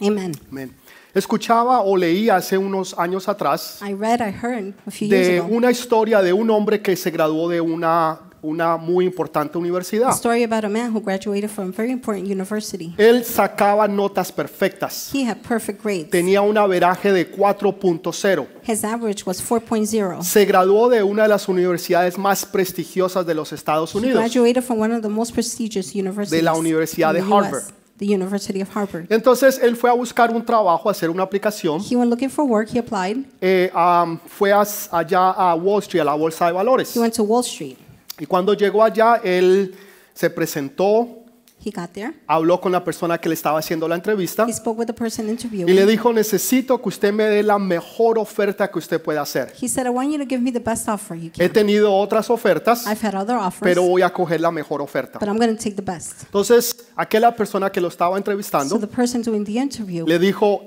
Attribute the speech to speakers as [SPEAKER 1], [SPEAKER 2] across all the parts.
[SPEAKER 1] Amen.
[SPEAKER 2] Amén. Escuchaba o leí hace unos años atrás
[SPEAKER 1] I read, I heard a few years
[SPEAKER 2] de
[SPEAKER 1] ago
[SPEAKER 2] una historia de un hombre que se graduó de una, una muy importante
[SPEAKER 1] a
[SPEAKER 2] universidad.
[SPEAKER 1] story about a man who graduated from a very important university.
[SPEAKER 2] Él sacaba notas perfectas.
[SPEAKER 1] He had perfect grades.
[SPEAKER 2] Tenía un averaje de 4.0.
[SPEAKER 1] His average was 4.0.
[SPEAKER 2] Se graduó de una de las universidades más prestigiosas de los Estados
[SPEAKER 1] He
[SPEAKER 2] Unidos.
[SPEAKER 1] graduated from one of the most prestigious universities.
[SPEAKER 2] De la Universidad
[SPEAKER 1] in
[SPEAKER 2] de
[SPEAKER 1] the
[SPEAKER 2] Harvard.
[SPEAKER 1] US, the University of Harvard.
[SPEAKER 2] Entonces él fue a buscar un trabajo, a hacer una aplicación.
[SPEAKER 1] He went looking for work. He applied.
[SPEAKER 2] Eh, am, fue as- allá a Wall Street, a la bolsa de valores.
[SPEAKER 1] He went to Wall Street.
[SPEAKER 2] Y cuando llegó allá, él se presentó,
[SPEAKER 1] He got there.
[SPEAKER 2] habló con la persona que le estaba haciendo la entrevista
[SPEAKER 1] He spoke with the person interviewing.
[SPEAKER 2] y le dijo, necesito que usted me dé la mejor oferta que usted pueda hacer.
[SPEAKER 1] He said, I want you to give me the best offer you can.
[SPEAKER 2] He tenido otras ofertas,
[SPEAKER 1] I've had other offers,
[SPEAKER 2] pero voy a coger la mejor oferta.
[SPEAKER 1] but I'm going to take the best.
[SPEAKER 2] Entonces, aquella persona que lo estaba
[SPEAKER 1] So
[SPEAKER 2] entrevistando
[SPEAKER 1] the person doing the interview
[SPEAKER 2] le dijo,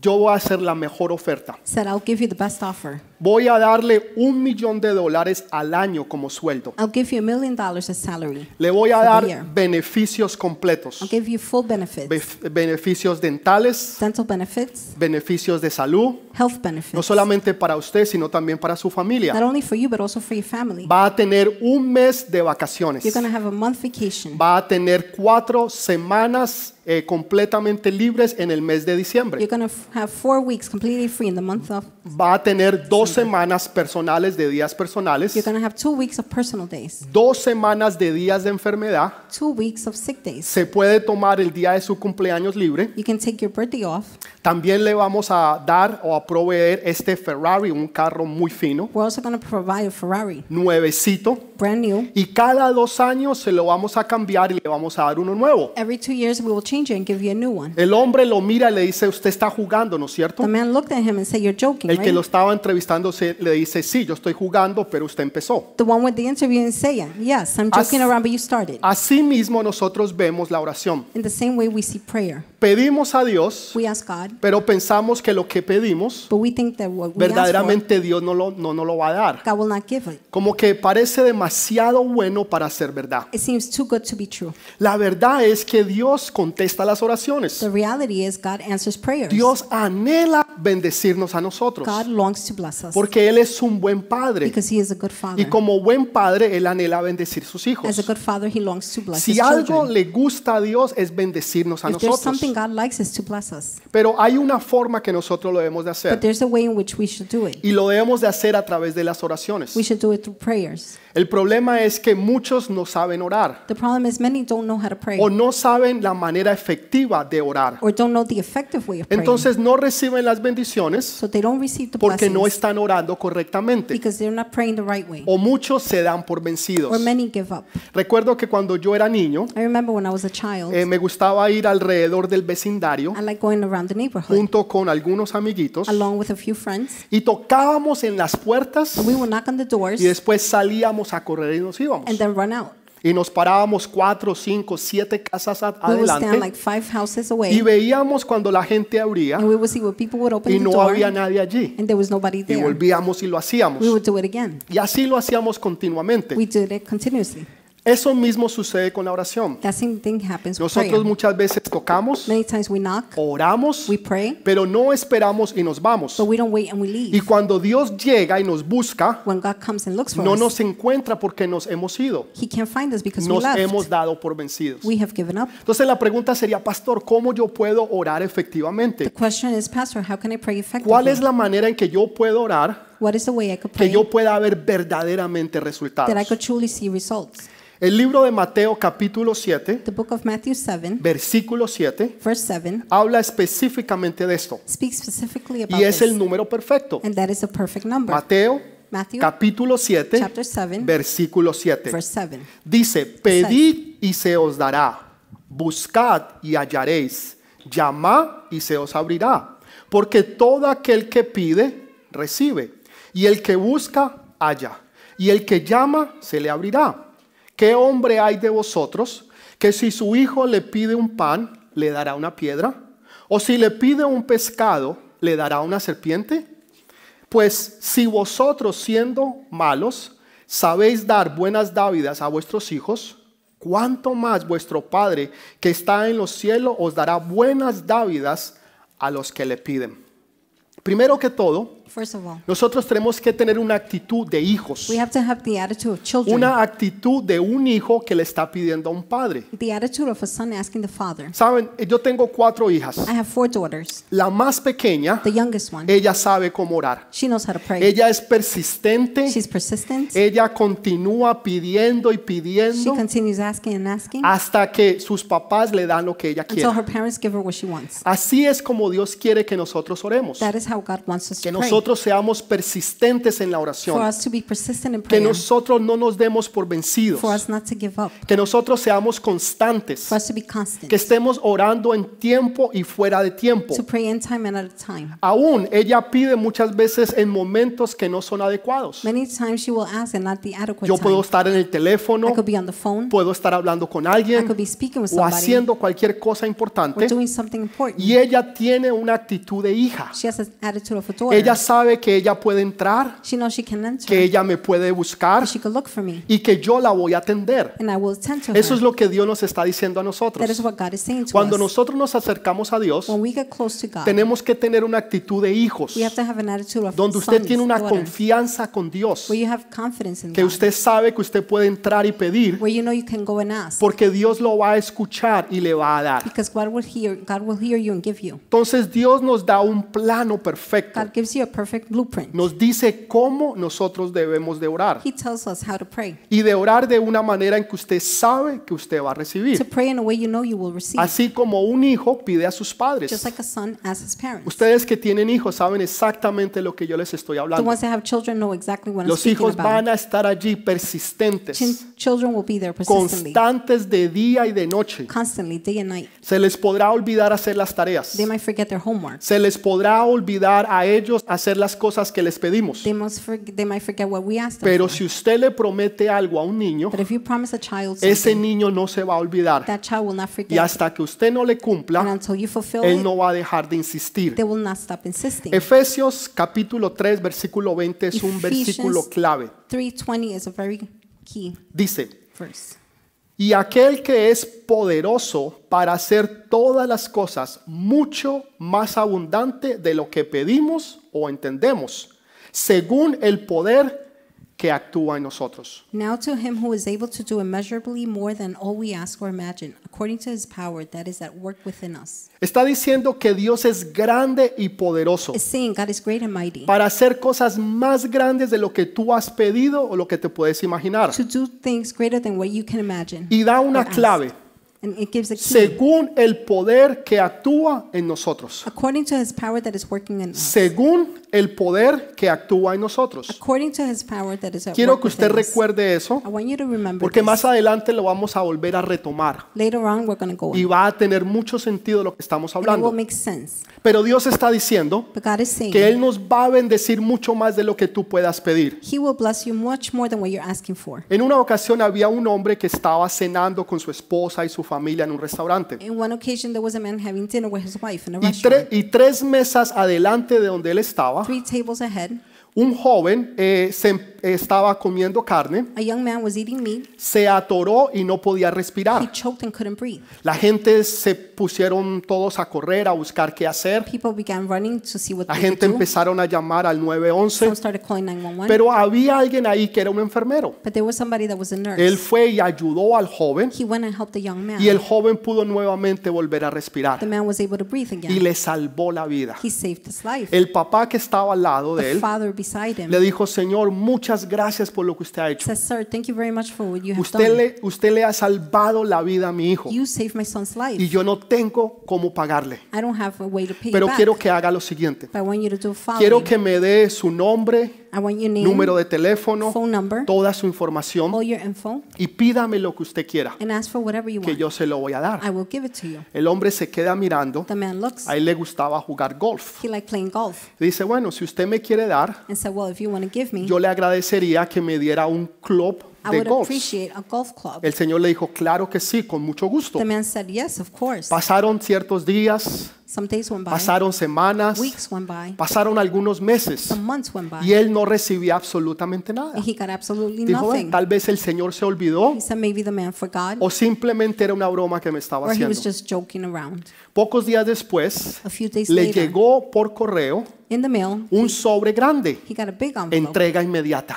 [SPEAKER 2] yo voy a hacer la mejor oferta.
[SPEAKER 1] said, I'll give you the best offer.
[SPEAKER 2] Voy a darle un millón de dólares al año como sueldo.
[SPEAKER 1] I'll give you a million dollars as salary.
[SPEAKER 2] Le voy a
[SPEAKER 1] for the
[SPEAKER 2] dar
[SPEAKER 1] year.
[SPEAKER 2] beneficios completos.
[SPEAKER 1] I'll give you full benefits,
[SPEAKER 2] Bef- Beneficios dentales,
[SPEAKER 1] dental benefits,
[SPEAKER 2] beneficios de salud,
[SPEAKER 1] health
[SPEAKER 2] no
[SPEAKER 1] benefits,
[SPEAKER 2] solamente para usted, sino también para su
[SPEAKER 1] not
[SPEAKER 2] familia.
[SPEAKER 1] only for you, but also for your family.
[SPEAKER 2] Va a tener un mes de vacaciones.
[SPEAKER 1] You're going to have a month vacation.
[SPEAKER 2] Va a tener cuatro semanas eh, completamente libres en el mes de
[SPEAKER 1] You're
[SPEAKER 2] diciembre.
[SPEAKER 1] going to have four weeks completely free in the month of.
[SPEAKER 2] Va a tener dos semanas personales de días
[SPEAKER 1] You're
[SPEAKER 2] personales,
[SPEAKER 1] going to have two weeks of personal days,
[SPEAKER 2] dos semanas de días de enfermedad.
[SPEAKER 1] two weeks of sick days.
[SPEAKER 2] Se puede tomar el día de su cumpleaños libre.
[SPEAKER 1] You can take your birthday off.
[SPEAKER 2] También le vamos a dar o a proveer este Ferrari, un carro muy fino,
[SPEAKER 1] We're also going to provide a Ferrari,
[SPEAKER 2] nuevecito.
[SPEAKER 1] brand new.
[SPEAKER 2] Y cada dos años se lo vamos a cambiar y le vamos a dar uno nuevo.
[SPEAKER 1] Every two years, we will change it and give you a new one.
[SPEAKER 2] El hombre lo mira y le dice, usted está jugando, ¿no es cierto?
[SPEAKER 1] The man looked at him and said, You're joking,
[SPEAKER 2] El que lo
[SPEAKER 1] right?
[SPEAKER 2] estaba entrevistando se- le dice, sí, yo estoy jugando, pero usted empezó.
[SPEAKER 1] The one with the interview and say, "Yeah, Yes, I'm joking
[SPEAKER 2] As-
[SPEAKER 1] around, but you started.
[SPEAKER 2] Asimismo nosotros vemos la oración.
[SPEAKER 1] In the same way, we see prayer.
[SPEAKER 2] Pedimos a Dios,
[SPEAKER 1] We ask God,
[SPEAKER 2] pero pensamos que lo que pedimos
[SPEAKER 1] but we think that what we ask for,
[SPEAKER 2] verdaderamente Dios no lo, no nos lo va a dar.
[SPEAKER 1] God will not give it.
[SPEAKER 2] Como que parece demasiado bueno para ser verdad.
[SPEAKER 1] It seems too good to be true.
[SPEAKER 2] La verdad es que Dios contesta las oraciones.
[SPEAKER 1] The reality is, God answers prayers.
[SPEAKER 2] Dios anhela bendecirnos a nosotros
[SPEAKER 1] God longs to bless us
[SPEAKER 2] porque Él es un buen padre
[SPEAKER 1] because He is a good Father.
[SPEAKER 2] y como buen padre Él anhela bendecir sus
[SPEAKER 1] As a
[SPEAKER 2] hijos.
[SPEAKER 1] good Father, He longs to bless
[SPEAKER 2] Si
[SPEAKER 1] His
[SPEAKER 2] algo
[SPEAKER 1] children.
[SPEAKER 2] le gusta a Dios es bendecirnos a
[SPEAKER 1] If there's
[SPEAKER 2] nosotros.
[SPEAKER 1] something God likes, is to bless us.
[SPEAKER 2] Pero hay una forma que nosotros lo debemos de
[SPEAKER 1] But
[SPEAKER 2] hacer
[SPEAKER 1] there's a way in which we should do it.
[SPEAKER 2] y lo debemos de hacer a través de las oraciones.
[SPEAKER 1] We should do it through prayers.
[SPEAKER 2] El problema es que muchos no saben orar
[SPEAKER 1] The problem is, many don't know how to pray.
[SPEAKER 2] o no saben la manera efectiva de orar.
[SPEAKER 1] or don't know the effective way of praying.
[SPEAKER 2] Entonces no reciben las bendiciones
[SPEAKER 1] so they don't receive the
[SPEAKER 2] porque
[SPEAKER 1] blessings
[SPEAKER 2] no Oh, están orando correctamente
[SPEAKER 1] because they're not praying the right way.
[SPEAKER 2] o muchos se dan por vencidos.
[SPEAKER 1] Or many give up.
[SPEAKER 2] Recuerdo que cuando yo era niño
[SPEAKER 1] I remember when I was a child,
[SPEAKER 2] eh, me gustaba ir alrededor del vecindario
[SPEAKER 1] I like going around the neighborhood
[SPEAKER 2] junto con algunos amiguitos
[SPEAKER 1] along with a few friends.
[SPEAKER 2] y tocábamos en las puertas
[SPEAKER 1] We would knock on the doors
[SPEAKER 2] y después salíamos a correr y nos íbamos.
[SPEAKER 1] and then run out.
[SPEAKER 2] Y nos parábamos cuatro, cinco, siete casas a-
[SPEAKER 1] We would stand
[SPEAKER 2] adelante
[SPEAKER 1] like five houses
[SPEAKER 2] y
[SPEAKER 1] away
[SPEAKER 2] veíamos cuando la gente abría
[SPEAKER 1] and we would see where people would open
[SPEAKER 2] y
[SPEAKER 1] the
[SPEAKER 2] no
[SPEAKER 1] door
[SPEAKER 2] había nadie allí.
[SPEAKER 1] and there was nobody
[SPEAKER 2] Y
[SPEAKER 1] there.
[SPEAKER 2] volvíamos y lo
[SPEAKER 1] We
[SPEAKER 2] hacíamos.
[SPEAKER 1] would do it again.
[SPEAKER 2] Y así lo hacíamos
[SPEAKER 1] We
[SPEAKER 2] continuamente.
[SPEAKER 1] did it continuously.
[SPEAKER 2] Eso mismo sucede con la oración.
[SPEAKER 1] That same thing happens with prayer.
[SPEAKER 2] Nosotros muchas veces tocamos,
[SPEAKER 1] Many times we knock,
[SPEAKER 2] oramos,
[SPEAKER 1] we pray,
[SPEAKER 2] pero no esperamos y nos vamos.
[SPEAKER 1] but we don't wait and we
[SPEAKER 2] Y
[SPEAKER 1] leave.
[SPEAKER 2] cuando Dios llega y nos busca,
[SPEAKER 1] When God comes and looks for
[SPEAKER 2] no
[SPEAKER 1] us,
[SPEAKER 2] nos encuentra porque nos hemos ido.
[SPEAKER 1] He can't find us because we
[SPEAKER 2] Nos
[SPEAKER 1] left.
[SPEAKER 2] hemos dado por vencidos.
[SPEAKER 1] We have given up.
[SPEAKER 2] Entonces la pregunta sería, pastor, ¿cómo yo puedo orar
[SPEAKER 1] The
[SPEAKER 2] efectivamente?
[SPEAKER 1] question is, Pastor, how can I pray effectively?
[SPEAKER 2] ¿Cuál es la manera en que yo puedo orar
[SPEAKER 1] what is the way I could
[SPEAKER 2] que
[SPEAKER 1] pray
[SPEAKER 2] yo pueda ver verdaderamente
[SPEAKER 1] that I
[SPEAKER 2] resultados?
[SPEAKER 1] could truly see results?
[SPEAKER 2] El libro de Mateo capítulo 7,
[SPEAKER 1] The book of Matthew 7,
[SPEAKER 2] versículo 7,
[SPEAKER 1] verse 7,
[SPEAKER 2] habla específicamente de esto.
[SPEAKER 1] speaks specifically about
[SPEAKER 2] Y es el
[SPEAKER 1] this,
[SPEAKER 2] número perfecto.
[SPEAKER 1] and that is a perfect number.
[SPEAKER 2] Mateo
[SPEAKER 1] Matthew
[SPEAKER 2] capítulo 7,
[SPEAKER 1] chapter 7,
[SPEAKER 2] versículo 7.
[SPEAKER 1] verse 7.
[SPEAKER 2] Dice, pedid y se os dará, buscad y hallaréis, llamad y se os abrirá, porque todo aquel que pide, recibe, y el que busca, halla, y el que llama, se le abrirá. ¿Qué hombre hay de vosotros que si su hijo le pide un pan, le dará una piedra? ¿O si le pide un pescado, le dará una serpiente? Pues si vosotros siendo malos sabéis dar buenas dávidas a vuestros hijos, cuánto más vuestro Padre que está en los cielos os dará buenas dávidas a los que le piden. Primero que todo,
[SPEAKER 1] First of all,
[SPEAKER 2] nosotros tenemos que tener una actitud de hijos.
[SPEAKER 1] we have to have the attitude of children,
[SPEAKER 2] Una actitud de un hijo que le está pidiendo a un padre.
[SPEAKER 1] the attitude of a son asking the father.
[SPEAKER 2] Saben, yo tengo cuatro hijas.
[SPEAKER 1] I have four daughters.
[SPEAKER 2] La más pequeña,
[SPEAKER 1] The youngest one,
[SPEAKER 2] ella sabe cómo orar.
[SPEAKER 1] she knows how to pray.
[SPEAKER 2] Ella es persistente.
[SPEAKER 1] She's persistent.
[SPEAKER 2] Ella continúa pidiendo y
[SPEAKER 1] She
[SPEAKER 2] pidiendo
[SPEAKER 1] continues asking and asking
[SPEAKER 2] hasta que sus papás le dan lo que ella
[SPEAKER 1] until her
[SPEAKER 2] quiere.
[SPEAKER 1] parents give her what she wants.
[SPEAKER 2] Así es como Dios quiere que nosotros oremos.
[SPEAKER 1] That is how God wants us
[SPEAKER 2] Que
[SPEAKER 1] to pray.
[SPEAKER 2] nosotros seamos persistentes en la
[SPEAKER 1] For
[SPEAKER 2] oración.
[SPEAKER 1] us to be persistent in
[SPEAKER 2] Que
[SPEAKER 1] prayer.
[SPEAKER 2] nosotros no nos demos por vencidos.
[SPEAKER 1] For us not to give up.
[SPEAKER 2] Que nosotros seamos constantes.
[SPEAKER 1] For us to be constant.
[SPEAKER 2] Que estemos orando en tiempo y fuera de tiempo.
[SPEAKER 1] To pray in time and at a time.
[SPEAKER 2] Aún ella pide muchas veces en momentos que no son adecuados.
[SPEAKER 1] Many times she will ask and not the adequate
[SPEAKER 2] Yo puedo
[SPEAKER 1] time.
[SPEAKER 2] estar en el teléfono,
[SPEAKER 1] I could be on the phone.
[SPEAKER 2] puedo estar hablando con
[SPEAKER 1] I
[SPEAKER 2] alguien
[SPEAKER 1] could be speaking with
[SPEAKER 2] o
[SPEAKER 1] somebody.
[SPEAKER 2] haciendo cualquier cosa
[SPEAKER 1] We're
[SPEAKER 2] importante
[SPEAKER 1] doing something important.
[SPEAKER 2] y ella tiene una actitud de hija.
[SPEAKER 1] She has an attitude of a daughter.
[SPEAKER 2] Ella sabe que ella puede entrar,
[SPEAKER 1] she knows she can enter.
[SPEAKER 2] que ella me puede buscar
[SPEAKER 1] that she could look for me.
[SPEAKER 2] y que yo la voy a atender.
[SPEAKER 1] And I will attend to
[SPEAKER 2] Eso
[SPEAKER 1] her.
[SPEAKER 2] es lo que Dios nos está diciendo a
[SPEAKER 1] that is
[SPEAKER 2] nosotros.
[SPEAKER 1] what God is saying to
[SPEAKER 2] Cuando
[SPEAKER 1] us.
[SPEAKER 2] nosotros nos acercamos a Dios,
[SPEAKER 1] when we get close to God,
[SPEAKER 2] tenemos que tener una actitud de hijos,
[SPEAKER 1] we have to have an attitude of
[SPEAKER 2] donde usted
[SPEAKER 1] sons,
[SPEAKER 2] tiene una
[SPEAKER 1] daughter,
[SPEAKER 2] confianza con Dios,
[SPEAKER 1] where you have confidence in
[SPEAKER 2] que
[SPEAKER 1] God,
[SPEAKER 2] usted sabe que usted puede entrar y pedir
[SPEAKER 1] where you know you can go and ask.
[SPEAKER 2] porque Dios lo va a escuchar y le va a dar.
[SPEAKER 1] Because God will hear, God will hear you and give you.
[SPEAKER 2] Entonces Dios nos da un plano perfecto.
[SPEAKER 1] God gives you a perfect blueprint.
[SPEAKER 2] Nos dice cómo nosotros debemos de orar.
[SPEAKER 1] He tells us how to pray.
[SPEAKER 2] Y de orar de una manera en que usted sabe que usted va a
[SPEAKER 1] To
[SPEAKER 2] recibir.
[SPEAKER 1] pray in a way you know you will receive.
[SPEAKER 2] Así como un hijo pide a sus
[SPEAKER 1] Just
[SPEAKER 2] padres.
[SPEAKER 1] like a son asks his parents.
[SPEAKER 2] Ustedes que tienen hijos saben exactamente lo que yo les estoy
[SPEAKER 1] the
[SPEAKER 2] hablando.
[SPEAKER 1] ones that have children know exactly what I'm
[SPEAKER 2] Los
[SPEAKER 1] speaking
[SPEAKER 2] hijos
[SPEAKER 1] about.
[SPEAKER 2] van a estar allí persistentes,
[SPEAKER 1] Chin- children will be there persistently,
[SPEAKER 2] constantes de día y de noche.
[SPEAKER 1] constantly, day and night.
[SPEAKER 2] Se les podrá olvidar hacer las tareas.
[SPEAKER 1] They might forget their homework.
[SPEAKER 2] Se les podrá olvidar a ellos hacer las cosas que les pedimos.
[SPEAKER 1] They, must for, they might forget what we asked them.
[SPEAKER 2] Pero
[SPEAKER 1] for.
[SPEAKER 2] si usted le promete algo a un niño,
[SPEAKER 1] but if you promise a child
[SPEAKER 2] ese
[SPEAKER 1] something,
[SPEAKER 2] niño no se va a olvidar.
[SPEAKER 1] that child will not
[SPEAKER 2] Y
[SPEAKER 1] forget.
[SPEAKER 2] hasta que usted no le
[SPEAKER 1] and
[SPEAKER 2] cumpla,
[SPEAKER 1] until you fulfill
[SPEAKER 2] él
[SPEAKER 1] it,
[SPEAKER 2] no va a dejar de insistir.
[SPEAKER 1] they will not stop insisting.
[SPEAKER 2] Efesios capítulo 3, versículo 20 es un
[SPEAKER 1] Ephesians.
[SPEAKER 2] versículo clave.
[SPEAKER 1] 320 is a very key
[SPEAKER 2] Dice,
[SPEAKER 1] verse.
[SPEAKER 2] y aquel que es poderoso para hacer todas las cosas mucho más abundante de lo que pedimos o entendemos, según el poder que actúa en nosotros.
[SPEAKER 1] Now to him who is able to do immeasurably more than all we ask or imagine, according to his power that is at work within us.
[SPEAKER 2] Está diciendo que Dios es grande y poderoso.
[SPEAKER 1] It's saying God is great and mighty
[SPEAKER 2] para hacer cosas más grandes de lo que tú has pedido o lo que te puedes imaginar.
[SPEAKER 1] to do things greater than what you can imagine.
[SPEAKER 2] Y da una
[SPEAKER 1] or ask.
[SPEAKER 2] clave,
[SPEAKER 1] And it gives a key.
[SPEAKER 2] según el poder que actúa en nosotros.
[SPEAKER 1] According to his power that is working in us.
[SPEAKER 2] Según el poder que actúa en nosotros.
[SPEAKER 1] According to his power that is at
[SPEAKER 2] Quiero
[SPEAKER 1] work
[SPEAKER 2] que usted
[SPEAKER 1] within us.
[SPEAKER 2] recuerde eso,
[SPEAKER 1] I want you to remember
[SPEAKER 2] porque
[SPEAKER 1] this.
[SPEAKER 2] más adelante lo vamos a volver a retomar
[SPEAKER 1] Later on, we're going to go
[SPEAKER 2] y
[SPEAKER 1] in.
[SPEAKER 2] va a tener mucho sentido lo que estamos
[SPEAKER 1] And it will
[SPEAKER 2] hablando.
[SPEAKER 1] make sense.
[SPEAKER 2] Pero Dios está diciendo
[SPEAKER 1] But God is saying
[SPEAKER 2] que Él nos va a bendecir mucho más de lo que tú puedas pedir.
[SPEAKER 1] He will bless you much more than what you're asking for.
[SPEAKER 2] En una ocasión había un hombre que estaba cenando con su esposa y su familia en un restaurante.
[SPEAKER 1] In one occasion, there was a man having dinner with his wife in a
[SPEAKER 2] y, tre-
[SPEAKER 1] restaurant.
[SPEAKER 2] y tres mesas adelante de donde él estaba,
[SPEAKER 1] Three tables ahead,
[SPEAKER 2] un joven eh, se em- estaba comiendo carne,
[SPEAKER 1] a young man was eating meat.
[SPEAKER 2] se atoró y no podía
[SPEAKER 1] He
[SPEAKER 2] respirar.
[SPEAKER 1] choked and couldn't breathe.
[SPEAKER 2] La gente se pusieron todos a correr, a buscar qué hacer.
[SPEAKER 1] People began running to see what
[SPEAKER 2] La
[SPEAKER 1] they could
[SPEAKER 2] gente
[SPEAKER 1] do.
[SPEAKER 2] empezaron a llamar al
[SPEAKER 1] Some
[SPEAKER 2] 911,
[SPEAKER 1] started calling 911.
[SPEAKER 2] pero había alguien ahí que era un enfermero.
[SPEAKER 1] but there was somebody that was a nurse.
[SPEAKER 2] Él fue y ayudó al joven
[SPEAKER 1] he went and helped the young man.
[SPEAKER 2] y el joven pudo nuevamente volver a
[SPEAKER 1] the
[SPEAKER 2] respirar
[SPEAKER 1] man was able to breathe again.
[SPEAKER 2] y le salvó la vida.
[SPEAKER 1] he saved his life.
[SPEAKER 2] El papá que estaba al lado de
[SPEAKER 1] the
[SPEAKER 2] él
[SPEAKER 1] father beside him
[SPEAKER 2] le dijo, Señor, muchas gracias por lo que usted ha hecho.
[SPEAKER 1] says, Sir, thank you very much for what you have
[SPEAKER 2] Usted
[SPEAKER 1] done.
[SPEAKER 2] le, usted le ha salvado la vida a mi hijo
[SPEAKER 1] you saved my son's life.
[SPEAKER 2] y yo no tengo cómo pagarle.
[SPEAKER 1] I don't have a way to pay
[SPEAKER 2] Pero
[SPEAKER 1] you back.
[SPEAKER 2] quiero que haga lo siguiente.
[SPEAKER 1] but I want you to do a following.
[SPEAKER 2] Quiero que me dé su nombre,
[SPEAKER 1] I want your name,
[SPEAKER 2] número de teléfono,
[SPEAKER 1] phone number,
[SPEAKER 2] toda su información
[SPEAKER 1] all your info,
[SPEAKER 2] y pídame lo que usted quiera,
[SPEAKER 1] and ask for whatever you
[SPEAKER 2] que
[SPEAKER 1] want.
[SPEAKER 2] yo se lo voy a
[SPEAKER 1] I
[SPEAKER 2] dar.
[SPEAKER 1] will give it to you.
[SPEAKER 2] El hombre se queda mirando.
[SPEAKER 1] The man looks.
[SPEAKER 2] A él le gustaba jugar golf.
[SPEAKER 1] he liked playing golf
[SPEAKER 2] Dice, bueno, si usted me quiere dar,
[SPEAKER 1] and said, Well, if you want to give me,
[SPEAKER 2] yo le agradecería que me diera un club
[SPEAKER 1] I
[SPEAKER 2] de
[SPEAKER 1] would
[SPEAKER 2] golf.
[SPEAKER 1] appreciate a golf club.
[SPEAKER 2] El Señor le dijo, claro que sí, con mucho gusto.
[SPEAKER 1] The man said, yes, of course.
[SPEAKER 2] Pasaron ciertos días,
[SPEAKER 1] Some days went by.
[SPEAKER 2] pasaron semanas,
[SPEAKER 1] Weeks went by.
[SPEAKER 2] pasaron algunos meses
[SPEAKER 1] Some months went by.
[SPEAKER 2] y él no recibía absolutamente nada.
[SPEAKER 1] And he got absolutely
[SPEAKER 2] Dijo, "Bueno,
[SPEAKER 1] nothing.
[SPEAKER 2] tal vez el Señor se olvidó
[SPEAKER 1] He said maybe the man forgot
[SPEAKER 2] o simplemente era una broma que me Oh, estaba
[SPEAKER 1] or he
[SPEAKER 2] haciendo.
[SPEAKER 1] was just joking around.
[SPEAKER 2] Pocos días después
[SPEAKER 1] A few days
[SPEAKER 2] le
[SPEAKER 1] later,
[SPEAKER 2] llegó por correo
[SPEAKER 1] in the mail,
[SPEAKER 2] un sobre grande,
[SPEAKER 1] he got a big envelope
[SPEAKER 2] entrega inmediata.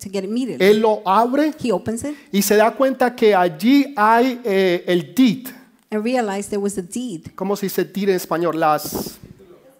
[SPEAKER 1] to get immediately.
[SPEAKER 2] Él lo abre
[SPEAKER 1] He opens it
[SPEAKER 2] y se da cuenta que allí hay eh, el deed,
[SPEAKER 1] and realized there was a deed,
[SPEAKER 2] ¿cómo se dice deed en español? Las,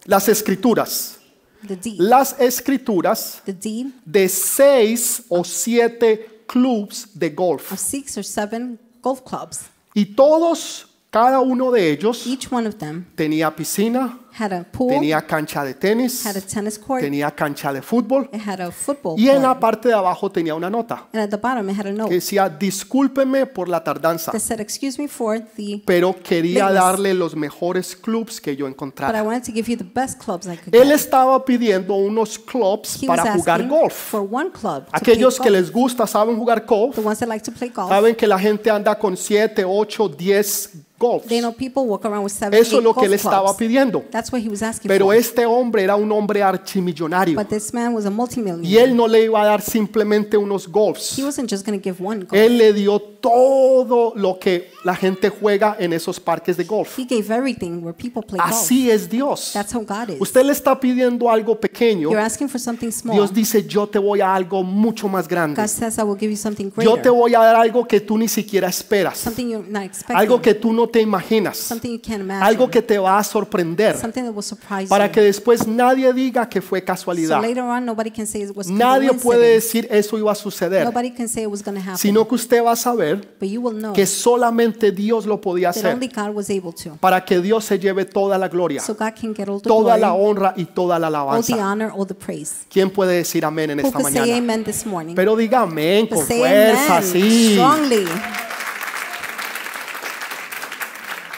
[SPEAKER 2] las escrituras.
[SPEAKER 1] the deed,
[SPEAKER 2] Las escrituras
[SPEAKER 1] the deed
[SPEAKER 2] de seis o siete clubs de golf.
[SPEAKER 1] of six or seven golf clubs.
[SPEAKER 2] Y todos, cada uno de ellos,
[SPEAKER 1] Each one of them
[SPEAKER 2] tenía piscina,
[SPEAKER 1] had a pool,
[SPEAKER 2] tenía cancha de tenis,
[SPEAKER 1] had a tennis court,
[SPEAKER 2] tenía cancha de fútbol.
[SPEAKER 1] it had a football
[SPEAKER 2] Y en la
[SPEAKER 1] court,
[SPEAKER 2] parte de abajo tenía una nota
[SPEAKER 1] and at the bottom it had a note
[SPEAKER 2] que decía, discúlpeme por la tardanza,
[SPEAKER 1] that said, "Excuse me for the,
[SPEAKER 2] pero quería
[SPEAKER 1] Vengas.
[SPEAKER 2] darle los mejores clubs que yo
[SPEAKER 1] but I
[SPEAKER 2] encontrara.
[SPEAKER 1] wanted to give you the best clubs I could
[SPEAKER 2] Él
[SPEAKER 1] get."
[SPEAKER 2] estaba pidiendo unos clubs
[SPEAKER 1] He was
[SPEAKER 2] para jugar
[SPEAKER 1] asking
[SPEAKER 2] golf.
[SPEAKER 1] for one club. to play
[SPEAKER 2] Aquellos que
[SPEAKER 1] golf.
[SPEAKER 2] les gusta, saben jugar golf,
[SPEAKER 1] the ones that like to play golf,
[SPEAKER 2] saben que la gente anda con 7, 8, 10 golfs.
[SPEAKER 1] they know people walk around with seven
[SPEAKER 2] Eso es
[SPEAKER 1] eight
[SPEAKER 2] lo que
[SPEAKER 1] golf
[SPEAKER 2] él estaba
[SPEAKER 1] clubs.
[SPEAKER 2] pidiendo.
[SPEAKER 1] That's what he was asking
[SPEAKER 2] Pero
[SPEAKER 1] for.
[SPEAKER 2] este hombre era un hombre archimillonario
[SPEAKER 1] But this man was a
[SPEAKER 2] y
[SPEAKER 1] multimillionaire.
[SPEAKER 2] él no le iba a dar simplemente unos golfs.
[SPEAKER 1] He wasn't just going to give one golf.
[SPEAKER 2] Él le dio todo lo que la gente juega en esos parques de golf.
[SPEAKER 1] He gave everything where people play golf.
[SPEAKER 2] Así es Dios.
[SPEAKER 1] That's how God is.
[SPEAKER 2] Usted le está pidiendo algo pequeño.
[SPEAKER 1] You're asking for something small.
[SPEAKER 2] Dios dice, yo te voy a algo mucho más grande.
[SPEAKER 1] God says, I will give you something
[SPEAKER 2] Yo te
[SPEAKER 1] greater,
[SPEAKER 2] voy a dar algo que tú ni siquiera esperas.
[SPEAKER 1] something you're not expecting,
[SPEAKER 2] Algo que tú no te imaginas.
[SPEAKER 1] something you can't imagine,
[SPEAKER 2] Algo que te va a sorprender.
[SPEAKER 1] something that will surprise
[SPEAKER 2] Para que
[SPEAKER 1] you.
[SPEAKER 2] después nadie diga que fue
[SPEAKER 1] So
[SPEAKER 2] casualidad.
[SPEAKER 1] later on, nobody can say it was
[SPEAKER 2] Nadie puede
[SPEAKER 1] coincidence.
[SPEAKER 2] decir eso iba a suceder.
[SPEAKER 1] Nobody can say it was going to happen.
[SPEAKER 2] Sino que usted va a saber
[SPEAKER 1] but you will know
[SPEAKER 2] que solamente Dios lo podía
[SPEAKER 1] that
[SPEAKER 2] hacer.
[SPEAKER 1] only God was able to.
[SPEAKER 2] para que Dios se lleve toda la gloria,
[SPEAKER 1] So God can get all the
[SPEAKER 2] toda
[SPEAKER 1] glory,
[SPEAKER 2] la honra y toda la
[SPEAKER 1] all the
[SPEAKER 2] alabanza.
[SPEAKER 1] honor, all the praise.
[SPEAKER 2] ¿Quién puede decir amén en
[SPEAKER 1] Who
[SPEAKER 2] esta
[SPEAKER 1] could say
[SPEAKER 2] mañana?
[SPEAKER 1] amen this morning?
[SPEAKER 2] Pero diga amén
[SPEAKER 1] But
[SPEAKER 2] con
[SPEAKER 1] say
[SPEAKER 2] fuerza,
[SPEAKER 1] amen
[SPEAKER 2] sí.
[SPEAKER 1] strongly.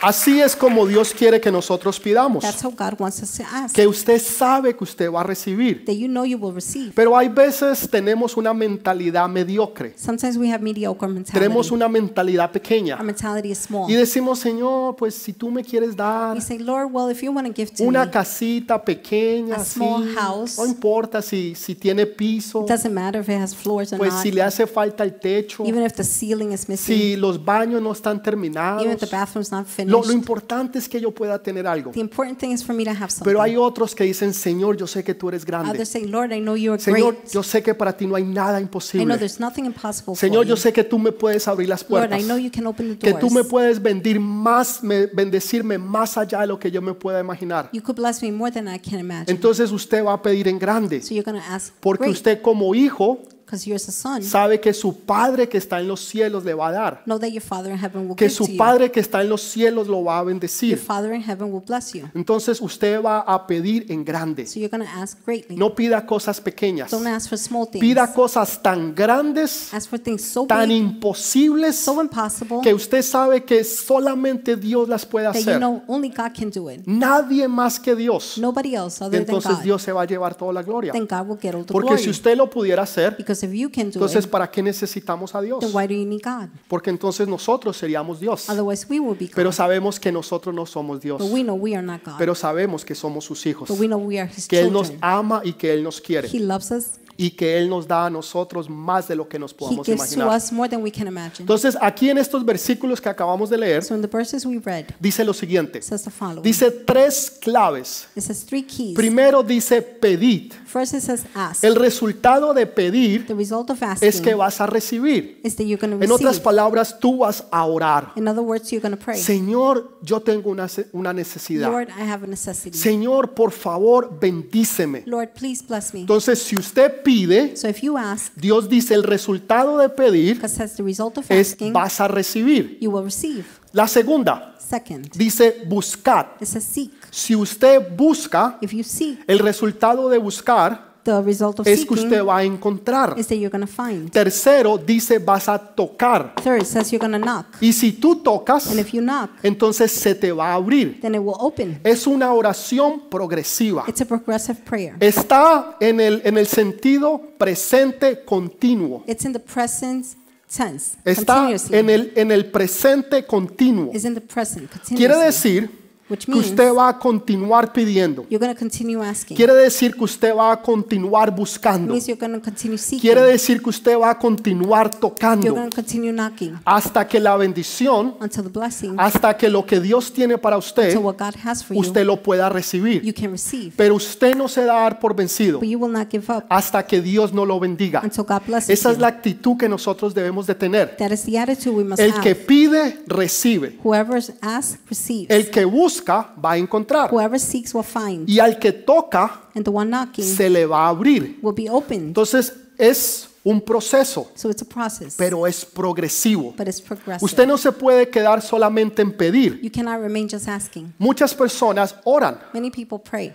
[SPEAKER 2] Así es como Dios quiere que nosotros pidamos,
[SPEAKER 1] That's how God wants us to ask.
[SPEAKER 2] que usted sabe que usted va a recibir.
[SPEAKER 1] that you know you will receive.
[SPEAKER 2] Pero hay veces tenemos una mentalidad mediocre,
[SPEAKER 1] Sometimes we have mediocre
[SPEAKER 2] tenemos
[SPEAKER 1] mentality.
[SPEAKER 2] una mentalidad
[SPEAKER 1] Our
[SPEAKER 2] pequeña
[SPEAKER 1] mentality is small.
[SPEAKER 2] y decimos, Señor, pues si tú me quieres dar
[SPEAKER 1] We say, Lord, well, if you want to give to me,
[SPEAKER 2] una casita pequeña,
[SPEAKER 1] A
[SPEAKER 2] así,
[SPEAKER 1] small house.
[SPEAKER 2] no importa si, si tiene piso,
[SPEAKER 1] it doesn't matter if it has floors or
[SPEAKER 2] pues
[SPEAKER 1] not,
[SPEAKER 2] si le hace falta el techo,
[SPEAKER 1] even if the ceiling is missing,
[SPEAKER 2] si los baños no están terminados.
[SPEAKER 1] even if the bathroom's not
[SPEAKER 2] Lo, lo
[SPEAKER 1] finished.
[SPEAKER 2] importante es que yo pueda tener algo.
[SPEAKER 1] The important thing is for me to have
[SPEAKER 2] Pero hay
[SPEAKER 1] something.
[SPEAKER 2] otros que dicen, Señor, yo sé que tú eres grande.
[SPEAKER 1] Others say, Lord, I know you are
[SPEAKER 2] Señor,
[SPEAKER 1] great.
[SPEAKER 2] yo sé que para ti no hay nada
[SPEAKER 1] I know
[SPEAKER 2] imposible.
[SPEAKER 1] there's nothing impossible for
[SPEAKER 2] Señor, yo
[SPEAKER 1] you.
[SPEAKER 2] sé que tú me puedes abrir las
[SPEAKER 1] Lord, I
[SPEAKER 2] puertas.
[SPEAKER 1] know you can open the
[SPEAKER 2] Que tú me
[SPEAKER 1] doors.
[SPEAKER 2] puedes bendir más, me- bendecirme más allá de lo que yo me pueda imaginar.
[SPEAKER 1] You could bless me more than I can imagine.
[SPEAKER 2] Entonces usted va a pedir en grande.
[SPEAKER 1] So you're going to ask,
[SPEAKER 2] Porque
[SPEAKER 1] great,
[SPEAKER 2] usted como hijo
[SPEAKER 1] because you're a son.
[SPEAKER 2] sabe que su Padre que está en los cielos le va a dar.
[SPEAKER 1] Know that your Father in heaven will
[SPEAKER 2] Que
[SPEAKER 1] give to
[SPEAKER 2] su
[SPEAKER 1] you.
[SPEAKER 2] Padre que está en los cielos lo va a
[SPEAKER 1] Your
[SPEAKER 2] bendecir.
[SPEAKER 1] Father in heaven will bless you.
[SPEAKER 2] Entonces usted va a pedir en grande.
[SPEAKER 1] So you're going to ask greatly.
[SPEAKER 2] No pida cosas pequeñas.
[SPEAKER 1] Don't ask for small things.
[SPEAKER 2] Pida cosas tan grandes,
[SPEAKER 1] Ask for things so
[SPEAKER 2] tan
[SPEAKER 1] big,
[SPEAKER 2] imposibles,
[SPEAKER 1] so impossible
[SPEAKER 2] que usted sabe que solamente Dios las puede
[SPEAKER 1] that you
[SPEAKER 2] hacer.
[SPEAKER 1] know only God can do it.
[SPEAKER 2] Nadie más que Dios.
[SPEAKER 1] Nobody else other than
[SPEAKER 2] Entonces
[SPEAKER 1] God.
[SPEAKER 2] Dios se va a llevar toda la gloria.
[SPEAKER 1] Then God will get all the
[SPEAKER 2] Porque
[SPEAKER 1] glory.
[SPEAKER 2] si usted lo pudiera hacer,
[SPEAKER 1] because if you can do
[SPEAKER 2] entonces
[SPEAKER 1] it,
[SPEAKER 2] ¿para qué necesitamos a Dios?
[SPEAKER 1] then why do you need God?
[SPEAKER 2] Porque entonces nosotros seríamos Dios.
[SPEAKER 1] Otherwise, we will be God.
[SPEAKER 2] Pero sabemos que nosotros no somos Dios.
[SPEAKER 1] but we know we are not God.
[SPEAKER 2] Pero sabemos que somos sus hijos.
[SPEAKER 1] but we know we are His
[SPEAKER 2] Que Él nos
[SPEAKER 1] children.
[SPEAKER 2] ama y que Él nos quiere.
[SPEAKER 1] He loves us.
[SPEAKER 2] Y que Él nos da a nosotros más de lo que nos
[SPEAKER 1] He
[SPEAKER 2] podamos
[SPEAKER 1] gives to
[SPEAKER 2] imaginar.
[SPEAKER 1] us more than we can imagine.
[SPEAKER 2] Entonces, aquí en estos versículos que acabamos de leer,
[SPEAKER 1] So in the verses we read,
[SPEAKER 2] dice lo siguiente.
[SPEAKER 1] it says the following.
[SPEAKER 2] Dice tres claves.
[SPEAKER 1] it says three keys.
[SPEAKER 2] Primero dice pedid.
[SPEAKER 1] First, it says ask.
[SPEAKER 2] El resultado de pedir
[SPEAKER 1] the result of asking
[SPEAKER 2] es que vas a recibir.
[SPEAKER 1] is that you're going to
[SPEAKER 2] En otras
[SPEAKER 1] receive.
[SPEAKER 2] palabras, tú vas a orar.
[SPEAKER 1] In other words, you're going to pray.
[SPEAKER 2] Señor, yo tengo una, se- una necesidad.
[SPEAKER 1] Lord, I have a necessity.
[SPEAKER 2] Señor, por favor, bendíceme.
[SPEAKER 1] Lord, please bless me.
[SPEAKER 2] Entonces, si usted pide,
[SPEAKER 1] So if you ask,
[SPEAKER 2] Dios dice el resultado de pedir
[SPEAKER 1] because that's the result of
[SPEAKER 2] es
[SPEAKER 1] asking,
[SPEAKER 2] vas a recibir.
[SPEAKER 1] you will receive.
[SPEAKER 2] La segunda
[SPEAKER 1] Second,
[SPEAKER 2] dice buscad.
[SPEAKER 1] it says seek.
[SPEAKER 2] Si usted busca,
[SPEAKER 1] If you seek,
[SPEAKER 2] el resultado de buscar
[SPEAKER 1] the result of
[SPEAKER 2] es que
[SPEAKER 1] seeking
[SPEAKER 2] usted va a encontrar.
[SPEAKER 1] is that you're going to find.
[SPEAKER 2] Tercero, dice vas a tocar.
[SPEAKER 1] Third, it says you're going to knock.
[SPEAKER 2] Y si tú tocas,
[SPEAKER 1] And if you knock,
[SPEAKER 2] entonces se te va a abrir.
[SPEAKER 1] then it will open.
[SPEAKER 2] Es una oración progresiva.
[SPEAKER 1] It's a progressive prayer.
[SPEAKER 2] Está en el, en el sentido presente continuo.
[SPEAKER 1] It's in the present tense,
[SPEAKER 2] Está
[SPEAKER 1] continuously.
[SPEAKER 2] en el, en el presente continuo.
[SPEAKER 1] It's in the present,
[SPEAKER 2] Quiere
[SPEAKER 1] continuously.
[SPEAKER 2] decir
[SPEAKER 1] Which
[SPEAKER 2] que
[SPEAKER 1] means
[SPEAKER 2] usted va a continuar pidiendo.
[SPEAKER 1] you're going to continue asking.
[SPEAKER 2] Quiere decir que usted va a continuar
[SPEAKER 1] It
[SPEAKER 2] buscando.
[SPEAKER 1] means you're going to continue seeking.
[SPEAKER 2] Quiere decir que usted va a continuar
[SPEAKER 1] You're
[SPEAKER 2] tocando
[SPEAKER 1] going to continue knocking
[SPEAKER 2] hasta que la bendición,
[SPEAKER 1] until the blessing,
[SPEAKER 2] hasta que lo que Dios tiene para usted,
[SPEAKER 1] until what God has for you,
[SPEAKER 2] Ah, eh. usted lo pueda recibir.
[SPEAKER 1] you can receive.
[SPEAKER 2] Pero usted no se va a dar por vencido
[SPEAKER 1] But you will not give up
[SPEAKER 2] hasta que Dios no lo bendiga.
[SPEAKER 1] until God blesses
[SPEAKER 2] Esa es
[SPEAKER 1] you.
[SPEAKER 2] la actitud que nosotros debemos de tener.
[SPEAKER 1] That is the attitude we must
[SPEAKER 2] El que
[SPEAKER 1] have.
[SPEAKER 2] pide, recibe.
[SPEAKER 1] Whoever asks receives.
[SPEAKER 2] El que busca, va a encontrar.
[SPEAKER 1] Whoever seeks will find.
[SPEAKER 2] Y al que toca,
[SPEAKER 1] And the one knocking
[SPEAKER 2] se le va a abrir.
[SPEAKER 1] will be opened.
[SPEAKER 2] Entonces, es un proceso,
[SPEAKER 1] So it's a process.
[SPEAKER 2] pero es progresivo.
[SPEAKER 1] But it's progressive.
[SPEAKER 2] Usted no se puede quedar solamente en pedir.
[SPEAKER 1] You cannot remain just asking.
[SPEAKER 2] Muchas personas oran.
[SPEAKER 1] Many people pray.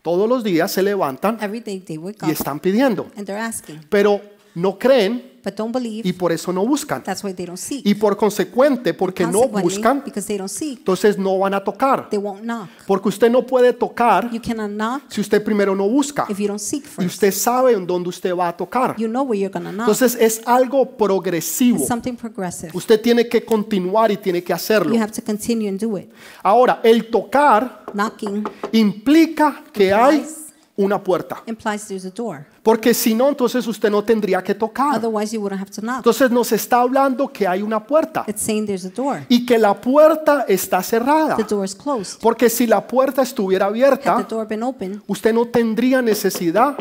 [SPEAKER 2] Todos los días se levantan
[SPEAKER 1] Every day they wake
[SPEAKER 2] y
[SPEAKER 1] up
[SPEAKER 2] están pidiendo.
[SPEAKER 1] and they're asking.
[SPEAKER 2] Pero no creen
[SPEAKER 1] But don't believe.
[SPEAKER 2] y por eso no buscan.
[SPEAKER 1] That's why they don't seek.
[SPEAKER 2] Y por consecuente, porque no
[SPEAKER 1] Consequently,
[SPEAKER 2] buscan,
[SPEAKER 1] because they don't seek,
[SPEAKER 2] entonces no van a tocar.
[SPEAKER 1] they won't knock.
[SPEAKER 2] Porque usted no puede tocar
[SPEAKER 1] You cannot knock
[SPEAKER 2] si usted primero no busca.
[SPEAKER 1] if you don't seek
[SPEAKER 2] Y
[SPEAKER 1] first.
[SPEAKER 2] usted sabe en dónde usted va a tocar.
[SPEAKER 1] You know where you're going to knock.
[SPEAKER 2] Entonces es algo progresivo.
[SPEAKER 1] It's something progressive.
[SPEAKER 2] Usted tiene que continuar y tiene que
[SPEAKER 1] You
[SPEAKER 2] hacerlo.
[SPEAKER 1] have to continue and do it.
[SPEAKER 2] Ahora, el tocar
[SPEAKER 1] Knocking
[SPEAKER 2] implica que hay una puerta.
[SPEAKER 1] implies there's a door.
[SPEAKER 2] Porque si no, entonces usted no tendría que tocar.
[SPEAKER 1] Otherwise, you wouldn't have to knock.
[SPEAKER 2] Entonces nos está hablando que hay una puerta
[SPEAKER 1] It's saying there's a door.
[SPEAKER 2] y que la puerta está cerrada.
[SPEAKER 1] The door is closed.
[SPEAKER 2] Porque si la puerta estuviera
[SPEAKER 1] Had the
[SPEAKER 2] abierta,
[SPEAKER 1] door been open,
[SPEAKER 2] usted no tendría necesidad.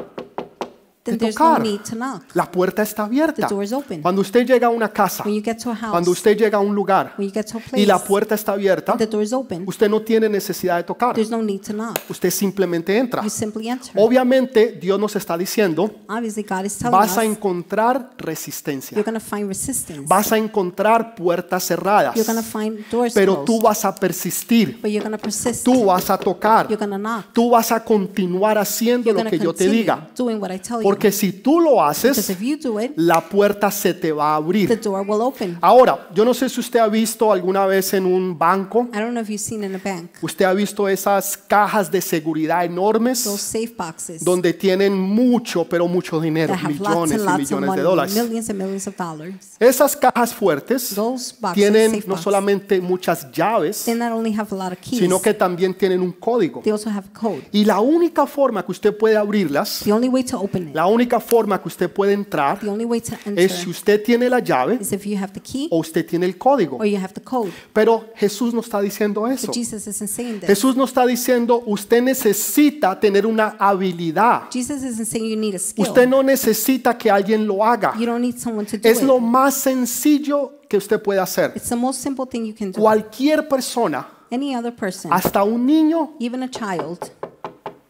[SPEAKER 1] then
[SPEAKER 2] de
[SPEAKER 1] there's no
[SPEAKER 2] tocar.
[SPEAKER 1] need to knock.
[SPEAKER 2] La puerta está abierta.
[SPEAKER 1] The door is open.
[SPEAKER 2] Cuando usted llega a una casa,
[SPEAKER 1] When you get to a house,
[SPEAKER 2] cuando usted llega a un lugar
[SPEAKER 1] when you get to a
[SPEAKER 2] y
[SPEAKER 1] place,
[SPEAKER 2] la puerta está abierta,
[SPEAKER 1] the door is open.
[SPEAKER 2] usted no tiene necesidad de tocar.
[SPEAKER 1] There's no need to knock.
[SPEAKER 2] Usted simplemente entra.
[SPEAKER 1] You simply enter.
[SPEAKER 2] Obviamente, Dios nos está diciendo,
[SPEAKER 1] Obviously, God is telling
[SPEAKER 2] vas a
[SPEAKER 1] us
[SPEAKER 2] encontrar resistencia.
[SPEAKER 1] you're going to find resistance.
[SPEAKER 2] Vas a encontrar puertas cerradas.
[SPEAKER 1] You're going to find doors
[SPEAKER 2] Pero tú
[SPEAKER 1] closed.
[SPEAKER 2] vas a persistir.
[SPEAKER 1] But you're going to persist.
[SPEAKER 2] Tú vas a tocar.
[SPEAKER 1] You're going to knock.
[SPEAKER 2] Tú vas a continuar haciendo
[SPEAKER 1] You're
[SPEAKER 2] lo
[SPEAKER 1] going
[SPEAKER 2] que
[SPEAKER 1] to
[SPEAKER 2] yo te
[SPEAKER 1] continue
[SPEAKER 2] diga.
[SPEAKER 1] doing what I tell you.
[SPEAKER 2] Porque si tú lo
[SPEAKER 1] Because
[SPEAKER 2] haces,
[SPEAKER 1] if you do it,
[SPEAKER 2] la puerta se te va a
[SPEAKER 1] the
[SPEAKER 2] abrir.
[SPEAKER 1] door will open.
[SPEAKER 2] Ahora, yo no sé si usted ha visto alguna vez en un banco,
[SPEAKER 1] I don't know if you've seen in a bank
[SPEAKER 2] usted ha visto esas cajas de seguridad
[SPEAKER 1] those
[SPEAKER 2] enormes
[SPEAKER 1] safe boxes
[SPEAKER 2] donde tienen mucho, pero mucho dinero,
[SPEAKER 1] that have lots
[SPEAKER 2] millones
[SPEAKER 1] and
[SPEAKER 2] y
[SPEAKER 1] lots of
[SPEAKER 2] millones de
[SPEAKER 1] money,
[SPEAKER 2] dólares.
[SPEAKER 1] millions and millions of dollars.
[SPEAKER 2] Esas cajas fuertes
[SPEAKER 1] Those boxes,
[SPEAKER 2] tienen
[SPEAKER 1] safe
[SPEAKER 2] no
[SPEAKER 1] boxes,
[SPEAKER 2] solamente muchas llaves,
[SPEAKER 1] they not only have a lot of keys,
[SPEAKER 2] sino que también tienen un código.
[SPEAKER 1] they also have a code.
[SPEAKER 2] Y la única forma que usted puede abrirlas,
[SPEAKER 1] The only way to open it,
[SPEAKER 2] la única forma que usted puede entrar,
[SPEAKER 1] the only way to enter
[SPEAKER 2] es si usted tiene la llave
[SPEAKER 1] is if you have the key
[SPEAKER 2] o usted tiene el código.
[SPEAKER 1] or you have the code.
[SPEAKER 2] Pero Jesús no está diciendo eso.
[SPEAKER 1] But Jesus isn't saying that.
[SPEAKER 2] Jesús no está diciendo, usted necesita tener una habilidad.
[SPEAKER 1] Jesus isn't saying you need a skill.
[SPEAKER 2] Usted no necesita que alguien lo haga.
[SPEAKER 1] you don't need someone to do
[SPEAKER 2] Es
[SPEAKER 1] it.
[SPEAKER 2] lo más sencillo que usted puede hacer.
[SPEAKER 1] it's the most simple thing you can do.
[SPEAKER 2] Cualquier persona,
[SPEAKER 1] Any other person,
[SPEAKER 2] hasta un niño,
[SPEAKER 1] even a child,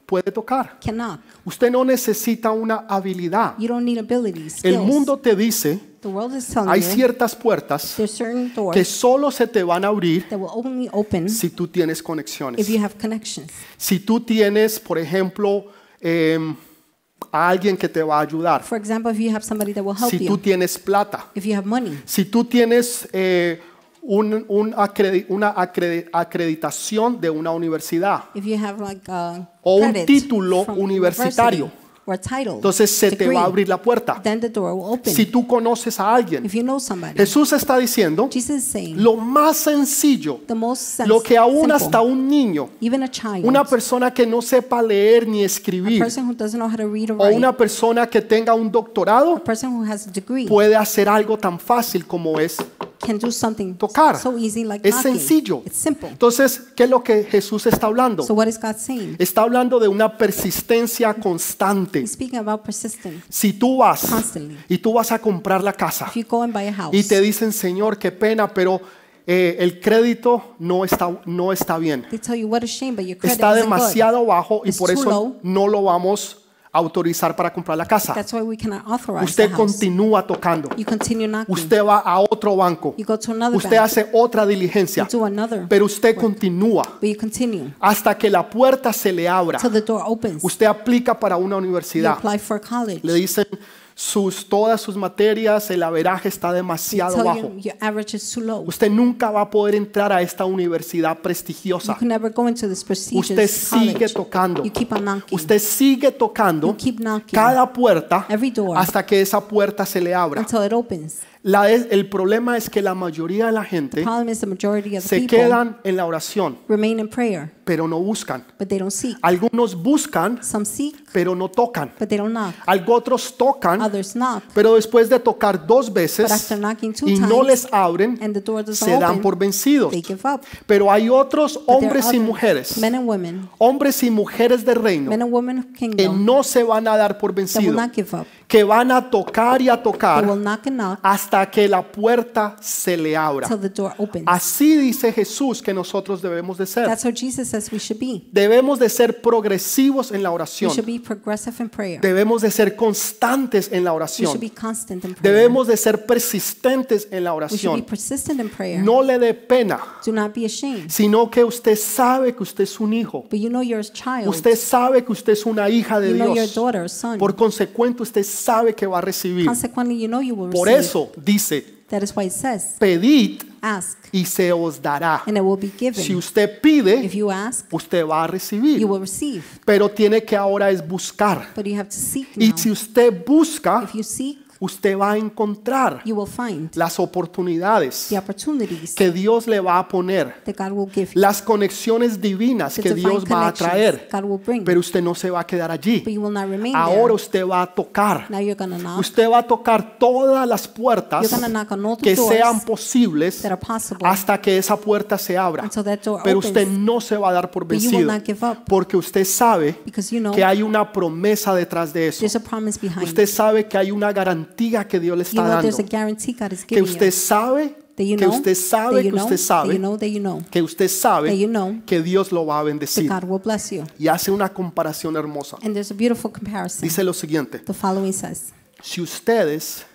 [SPEAKER 2] puede tocar.
[SPEAKER 1] can knock.
[SPEAKER 2] Usted no necesita una habilidad.
[SPEAKER 1] You don't need abilities.
[SPEAKER 2] El
[SPEAKER 1] Skills.
[SPEAKER 2] mundo te dice,
[SPEAKER 1] the world is telling
[SPEAKER 2] hay
[SPEAKER 1] you
[SPEAKER 2] ciertas puertas
[SPEAKER 1] there's certain
[SPEAKER 2] que
[SPEAKER 1] doors
[SPEAKER 2] solo se te van a abrir
[SPEAKER 1] that will only open
[SPEAKER 2] si tú tienes
[SPEAKER 1] if
[SPEAKER 2] conexiones.
[SPEAKER 1] you have connections.
[SPEAKER 2] Si tú tienes, por ejemplo, em, a alguien que te va a ayudar.
[SPEAKER 1] For example, if you have somebody that will help
[SPEAKER 2] Si tú
[SPEAKER 1] you,
[SPEAKER 2] tienes plata.
[SPEAKER 1] if you have money,
[SPEAKER 2] Si tú tienes eh, un- un acredi- una acredi- acreditación de una universidad,
[SPEAKER 1] if you have like a
[SPEAKER 2] O un
[SPEAKER 1] credit
[SPEAKER 2] título
[SPEAKER 1] from
[SPEAKER 2] universitario.
[SPEAKER 1] university or a title,
[SPEAKER 2] entonces se te
[SPEAKER 1] degree,
[SPEAKER 2] va a abrir la puerta.
[SPEAKER 1] then the door will open.
[SPEAKER 2] Si tú conoces a alguien,
[SPEAKER 1] if you know somebody,
[SPEAKER 2] Jesús está diciendo
[SPEAKER 1] Jesus is saying
[SPEAKER 2] lo más sencillo,
[SPEAKER 1] the most sense,
[SPEAKER 2] lo que aún
[SPEAKER 1] simple,
[SPEAKER 2] hasta un niño,
[SPEAKER 1] even a child,
[SPEAKER 2] una persona que no sepa leer ni
[SPEAKER 1] a
[SPEAKER 2] escribir,
[SPEAKER 1] person who doesn't know how to read or
[SPEAKER 2] o
[SPEAKER 1] write,
[SPEAKER 2] una persona que tenga un
[SPEAKER 1] a
[SPEAKER 2] doctorado,
[SPEAKER 1] person who has a degree,
[SPEAKER 2] puede hacer algo tan fácil como es
[SPEAKER 1] can do something
[SPEAKER 2] tocar.
[SPEAKER 1] so easy like
[SPEAKER 2] Es
[SPEAKER 1] knocking.
[SPEAKER 2] sencillo.
[SPEAKER 1] It's simple.
[SPEAKER 2] Entonces, ¿qué es lo que Jesús está hablando?
[SPEAKER 1] So what is God saying?
[SPEAKER 2] Está hablando de una persistencia constante.
[SPEAKER 1] He's speaking about persistence.
[SPEAKER 2] Si tú vas
[SPEAKER 1] Constantly.
[SPEAKER 2] y tú vas a comprar la casa
[SPEAKER 1] If you go and buy a house
[SPEAKER 2] y te dicen, Señor, qué pena, pero eh, el crédito no está, no está bien.
[SPEAKER 1] They tell you what a shame, but your credit
[SPEAKER 2] Está
[SPEAKER 1] isn't good.
[SPEAKER 2] demasiado bajo y
[SPEAKER 1] It's
[SPEAKER 2] por
[SPEAKER 1] too
[SPEAKER 2] eso
[SPEAKER 1] low.
[SPEAKER 2] no lo vamos autorizar para comprar la casa.
[SPEAKER 1] That's why we cannot authorize the
[SPEAKER 2] Usted
[SPEAKER 1] house.
[SPEAKER 2] continúa tocando.
[SPEAKER 1] You continue knocking.
[SPEAKER 2] Usted va a otro banco.
[SPEAKER 1] you go to another
[SPEAKER 2] Usted
[SPEAKER 1] bank.
[SPEAKER 2] hace otra diligencia.
[SPEAKER 1] You do another.
[SPEAKER 2] Pero usted continúa
[SPEAKER 1] but you continue
[SPEAKER 2] hasta que la puerta se le abra.
[SPEAKER 1] till the door opens.
[SPEAKER 2] Usted aplica para una
[SPEAKER 1] You
[SPEAKER 2] universidad.
[SPEAKER 1] apply for college.
[SPEAKER 2] Le dicen sus, todas sus materias, el averaje está
[SPEAKER 1] They
[SPEAKER 2] demasiado
[SPEAKER 1] tell
[SPEAKER 2] bajo.
[SPEAKER 1] you your average is too low.
[SPEAKER 2] Usted nunca va a poder entrar a esta universidad
[SPEAKER 1] You
[SPEAKER 2] prestigiosa.
[SPEAKER 1] can never go into this prestigious
[SPEAKER 2] Usted sigue
[SPEAKER 1] college.
[SPEAKER 2] tocando.
[SPEAKER 1] You keep on knocking.
[SPEAKER 2] Usted sigue tocando
[SPEAKER 1] You keep knocking.
[SPEAKER 2] cada puerta
[SPEAKER 1] Every door.
[SPEAKER 2] hasta que esa puerta se le abra.
[SPEAKER 1] until it opens.
[SPEAKER 2] La es- el problema es que la mayoría de la gente
[SPEAKER 1] Problem is the majority of the
[SPEAKER 2] se
[SPEAKER 1] people
[SPEAKER 2] quedan en la oración,
[SPEAKER 1] remain in prayer,
[SPEAKER 2] pero no buscan.
[SPEAKER 1] but they don't seek.
[SPEAKER 2] Algunos buscan,
[SPEAKER 1] Some seek,
[SPEAKER 2] pero no tocan.
[SPEAKER 1] but they don't knock.
[SPEAKER 2] Algo otros tocan,
[SPEAKER 1] Others knock,
[SPEAKER 2] pero después de tocar dos
[SPEAKER 1] but
[SPEAKER 2] veces
[SPEAKER 1] after knocking two
[SPEAKER 2] y
[SPEAKER 1] times
[SPEAKER 2] no les abren,
[SPEAKER 1] and the door doesn't
[SPEAKER 2] se dan
[SPEAKER 1] open,
[SPEAKER 2] por vencidos.
[SPEAKER 1] they give up.
[SPEAKER 2] Pero hay otros
[SPEAKER 1] But there are
[SPEAKER 2] hombres y
[SPEAKER 1] others,
[SPEAKER 2] mujeres,
[SPEAKER 1] men and women,
[SPEAKER 2] hombres y mujeres de
[SPEAKER 1] men
[SPEAKER 2] reino,
[SPEAKER 1] and women of
[SPEAKER 2] que
[SPEAKER 1] kingdom
[SPEAKER 2] no se van a dar por
[SPEAKER 1] that will
[SPEAKER 2] vencidos,
[SPEAKER 1] not give up.
[SPEAKER 2] que van a tocar y a
[SPEAKER 1] They will
[SPEAKER 2] tocar
[SPEAKER 1] knock and knock
[SPEAKER 2] hasta que la puerta se le abra.
[SPEAKER 1] till the door opens.
[SPEAKER 2] Así dice Jesús que nosotros debemos de ser.
[SPEAKER 1] That's how Jesus says we should be.
[SPEAKER 2] Debemos de ser progresivos en la
[SPEAKER 1] We
[SPEAKER 2] oración.
[SPEAKER 1] should be progressive in prayer.
[SPEAKER 2] Debemos de ser constantes en
[SPEAKER 1] We
[SPEAKER 2] la
[SPEAKER 1] should
[SPEAKER 2] oración.
[SPEAKER 1] be constant in prayer.
[SPEAKER 2] Debemos de ser persistentes en
[SPEAKER 1] We should
[SPEAKER 2] la
[SPEAKER 1] be
[SPEAKER 2] oración.
[SPEAKER 1] persistent in prayer.
[SPEAKER 2] No le dé pena,
[SPEAKER 1] Do not be ashamed.
[SPEAKER 2] sino que usted sabe que usted es un hijo.
[SPEAKER 1] But you know you're a child.
[SPEAKER 2] Usted sabe que usted es una hija de
[SPEAKER 1] You know your
[SPEAKER 2] Dios.
[SPEAKER 1] daughter, son.
[SPEAKER 2] Por consecuente, usted sabe que va a recibir.
[SPEAKER 1] Consequently, you know you will
[SPEAKER 2] Por
[SPEAKER 1] receive.
[SPEAKER 2] eso dice,
[SPEAKER 1] That is why it says,
[SPEAKER 2] pedid
[SPEAKER 1] ask,
[SPEAKER 2] y se os dará.
[SPEAKER 1] and it will be given.
[SPEAKER 2] Si usted pide,
[SPEAKER 1] if you ask,
[SPEAKER 2] usted va a
[SPEAKER 1] you
[SPEAKER 2] recibir.
[SPEAKER 1] will receive.
[SPEAKER 2] Pero tiene que ahora es buscar.
[SPEAKER 1] But you have to seek
[SPEAKER 2] Y
[SPEAKER 1] now.
[SPEAKER 2] si usted busca,
[SPEAKER 1] If you seek,
[SPEAKER 2] usted va a encontrar
[SPEAKER 1] you will find
[SPEAKER 2] las oportunidades
[SPEAKER 1] the opportunities
[SPEAKER 2] que Dios le va a poner,
[SPEAKER 1] that God will give you.
[SPEAKER 2] las conexiones divinas
[SPEAKER 1] The
[SPEAKER 2] que
[SPEAKER 1] divine
[SPEAKER 2] Dios va a
[SPEAKER 1] connections
[SPEAKER 2] traer.
[SPEAKER 1] God will bring.
[SPEAKER 2] Pero usted no se va a quedar
[SPEAKER 1] but
[SPEAKER 2] allí.
[SPEAKER 1] you will not remain
[SPEAKER 2] Ahora
[SPEAKER 1] there.
[SPEAKER 2] usted va a tocar.
[SPEAKER 1] Now you're going to knock.
[SPEAKER 2] Usted va a tocar todas las puertas
[SPEAKER 1] You're gonna knock on all the
[SPEAKER 2] que
[SPEAKER 1] doors
[SPEAKER 2] sean posibles
[SPEAKER 1] that are possible
[SPEAKER 2] hasta que esa puerta se abra.
[SPEAKER 1] until that door
[SPEAKER 2] Pero
[SPEAKER 1] opens.
[SPEAKER 2] usted no se va a dar por
[SPEAKER 1] but you will
[SPEAKER 2] vencido
[SPEAKER 1] not give up
[SPEAKER 2] porque usted sabe
[SPEAKER 1] because you know
[SPEAKER 2] que hay una promesa detrás de eso.
[SPEAKER 1] there's a promise behind
[SPEAKER 2] Usted sabe que hay una garantía que Dios le
[SPEAKER 1] You
[SPEAKER 2] está
[SPEAKER 1] know there's a
[SPEAKER 2] dando.
[SPEAKER 1] guarantee God is
[SPEAKER 2] Que
[SPEAKER 1] giving
[SPEAKER 2] usted
[SPEAKER 1] you.
[SPEAKER 2] sabe,
[SPEAKER 1] That you
[SPEAKER 2] que
[SPEAKER 1] know,
[SPEAKER 2] usted sabe,
[SPEAKER 1] that you
[SPEAKER 2] que
[SPEAKER 1] know,
[SPEAKER 2] usted
[SPEAKER 1] that you
[SPEAKER 2] sabe,
[SPEAKER 1] know, that you know,
[SPEAKER 2] que usted
[SPEAKER 1] that
[SPEAKER 2] sabe
[SPEAKER 1] you know
[SPEAKER 2] que Dios lo va a
[SPEAKER 1] that
[SPEAKER 2] bendecir.
[SPEAKER 1] God will bless you.
[SPEAKER 2] Y hace una comparación hermosa.
[SPEAKER 1] And there's a beautiful comparison.
[SPEAKER 2] Dice lo siguiente,
[SPEAKER 1] The following says,
[SPEAKER 2] si ustedes,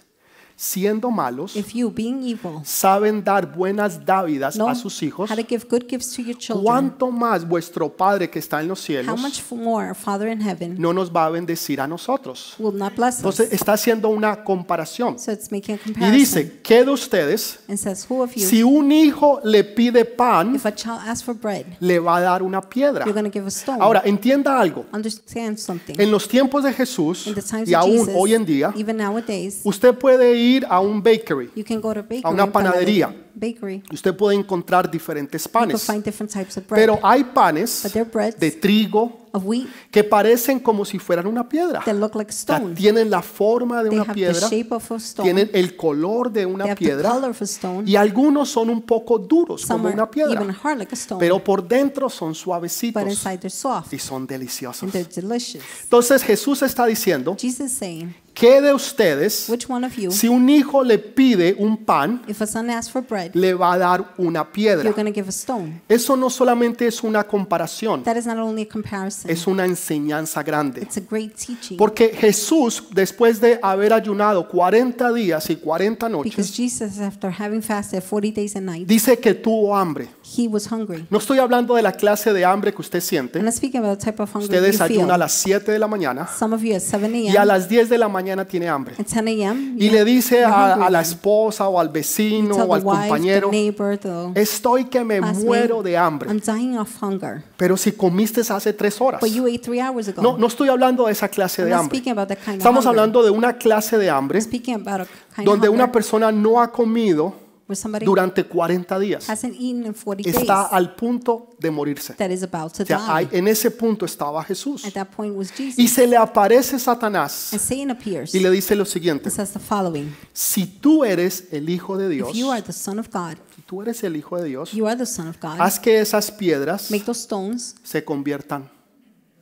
[SPEAKER 2] siendo malos,
[SPEAKER 1] If you, being evil,
[SPEAKER 2] saben dar buenas dávidas
[SPEAKER 1] know
[SPEAKER 2] a sus hijos,
[SPEAKER 1] how to give good gifts to your children,
[SPEAKER 2] ¿cuánto más vuestro Padre que está en los
[SPEAKER 1] how
[SPEAKER 2] cielos
[SPEAKER 1] much more our Father in heaven
[SPEAKER 2] no nos va a bendecir a nosotros?
[SPEAKER 1] will not bless us?
[SPEAKER 2] Entonces está haciendo una comparación.
[SPEAKER 1] So it's making a
[SPEAKER 2] Y
[SPEAKER 1] comparison.
[SPEAKER 2] dice, ¿qué de ustedes,
[SPEAKER 1] And says, Who of you,
[SPEAKER 2] si un hijo le pide pan,
[SPEAKER 1] if a child asks for bread,
[SPEAKER 2] le va a dar una piedra?
[SPEAKER 1] you're going to give a stone?
[SPEAKER 2] Ahora, entienda algo.
[SPEAKER 1] Understand something.
[SPEAKER 2] En los tiempos de Jesús
[SPEAKER 1] In the times
[SPEAKER 2] y
[SPEAKER 1] of
[SPEAKER 2] aún
[SPEAKER 1] Jesus,
[SPEAKER 2] hoy en día,
[SPEAKER 1] even nowadays,
[SPEAKER 2] usted puede ir a un bakery
[SPEAKER 1] you can go to bakery,
[SPEAKER 2] a una
[SPEAKER 1] and panadería,
[SPEAKER 2] panadería.
[SPEAKER 1] bakery,
[SPEAKER 2] y usted puede encontrar diferentes
[SPEAKER 1] you can
[SPEAKER 2] panes.
[SPEAKER 1] find different types of bread
[SPEAKER 2] Pero hay panes
[SPEAKER 1] But they're breads.
[SPEAKER 2] de trigo
[SPEAKER 1] of wheat
[SPEAKER 2] que parecen como si fueran una piedra.
[SPEAKER 1] that look like
[SPEAKER 2] O sea,
[SPEAKER 1] stone.
[SPEAKER 2] tienen la forma de
[SPEAKER 1] They
[SPEAKER 2] una
[SPEAKER 1] have
[SPEAKER 2] piedra,
[SPEAKER 1] the shape of a stone.
[SPEAKER 2] tienen el color de
[SPEAKER 1] they
[SPEAKER 2] una
[SPEAKER 1] have the
[SPEAKER 2] piedra
[SPEAKER 1] color of a stone.
[SPEAKER 2] y algunos son un poco duros
[SPEAKER 1] Some
[SPEAKER 2] como
[SPEAKER 1] are
[SPEAKER 2] una
[SPEAKER 1] even
[SPEAKER 2] piedra,
[SPEAKER 1] hard like a stone.
[SPEAKER 2] pero por dentro son
[SPEAKER 1] but
[SPEAKER 2] suavecitos
[SPEAKER 1] inside they're soft
[SPEAKER 2] y son
[SPEAKER 1] and
[SPEAKER 2] deliciosos.
[SPEAKER 1] they're delicious.
[SPEAKER 2] Entonces Jesús está diciendo,
[SPEAKER 1] Jesus saying,
[SPEAKER 2] ¿qué de ustedes,
[SPEAKER 1] which one of you,
[SPEAKER 2] si un hijo le pide un pan,
[SPEAKER 1] if a son asks for bread,
[SPEAKER 2] le va a dar una
[SPEAKER 1] you're
[SPEAKER 2] piedra?
[SPEAKER 1] going to give a stone?
[SPEAKER 2] Eso no solamente es una comparación,
[SPEAKER 1] That is not only a comparison.
[SPEAKER 2] es una enseñanza grande.
[SPEAKER 1] it's a great teaching.
[SPEAKER 2] Porque Jesús, después de haber ayunado 40 días y 40
[SPEAKER 1] because
[SPEAKER 2] noches,
[SPEAKER 1] Jesus, after having fasted 40 days and nights,
[SPEAKER 2] dice que tuvo hambre.
[SPEAKER 1] he was hungry.
[SPEAKER 2] No estoy hablando de la clase de hambre que usted
[SPEAKER 1] And
[SPEAKER 2] siente.
[SPEAKER 1] I'm speaking about the type of hunger
[SPEAKER 2] Usted
[SPEAKER 1] you feel.
[SPEAKER 2] desayuna a las 7 de la mañana
[SPEAKER 1] Some of you at 7
[SPEAKER 2] y a
[SPEAKER 1] a.m.
[SPEAKER 2] las 10 de la mañana tiene hambre.
[SPEAKER 1] and 10 a.m.
[SPEAKER 2] Y
[SPEAKER 1] you-
[SPEAKER 2] le dice
[SPEAKER 1] you're
[SPEAKER 2] a,
[SPEAKER 1] hungry
[SPEAKER 2] a la
[SPEAKER 1] then.
[SPEAKER 2] esposa o al vecino
[SPEAKER 1] Tell
[SPEAKER 2] o al
[SPEAKER 1] the wife, the
[SPEAKER 2] compañero,
[SPEAKER 1] neighbor, the
[SPEAKER 2] estoy que me
[SPEAKER 1] classmate,
[SPEAKER 2] muero de
[SPEAKER 1] I'm
[SPEAKER 2] hambre.
[SPEAKER 1] dying of hunger.
[SPEAKER 2] Pero si comiste hace 3 horas.
[SPEAKER 1] But you ate three hours ago.
[SPEAKER 2] No, no estoy hablando de esa clase
[SPEAKER 1] I'm
[SPEAKER 2] de
[SPEAKER 1] not
[SPEAKER 2] hambre.
[SPEAKER 1] speaking about that kind
[SPEAKER 2] Estamos
[SPEAKER 1] of hunger.
[SPEAKER 2] hablando de una clase de hambre
[SPEAKER 1] I'm speaking about a kind
[SPEAKER 2] donde
[SPEAKER 1] of hunger
[SPEAKER 2] una persona no ha comido
[SPEAKER 1] where somebody
[SPEAKER 2] durante 40 días.
[SPEAKER 1] hasn't eaten in 40
[SPEAKER 2] Está
[SPEAKER 1] days
[SPEAKER 2] al punto de morirse.
[SPEAKER 1] that is about to
[SPEAKER 2] O sea,
[SPEAKER 1] die.
[SPEAKER 2] ahí- en ese punto estaba Jesús.
[SPEAKER 1] At that point was
[SPEAKER 2] Y
[SPEAKER 1] Jesus.
[SPEAKER 2] se le aparece Satanás
[SPEAKER 1] And Satan appears
[SPEAKER 2] y
[SPEAKER 1] and
[SPEAKER 2] le dice lo siguiente.
[SPEAKER 1] says the following.
[SPEAKER 2] Si tú eres el Hijo de Dios,
[SPEAKER 1] If you are the son of God,
[SPEAKER 2] si tú eres el Hijo de Dios,
[SPEAKER 1] you are the son of God.
[SPEAKER 2] haz que esas piedras
[SPEAKER 1] Make those stones
[SPEAKER 2] se conviertan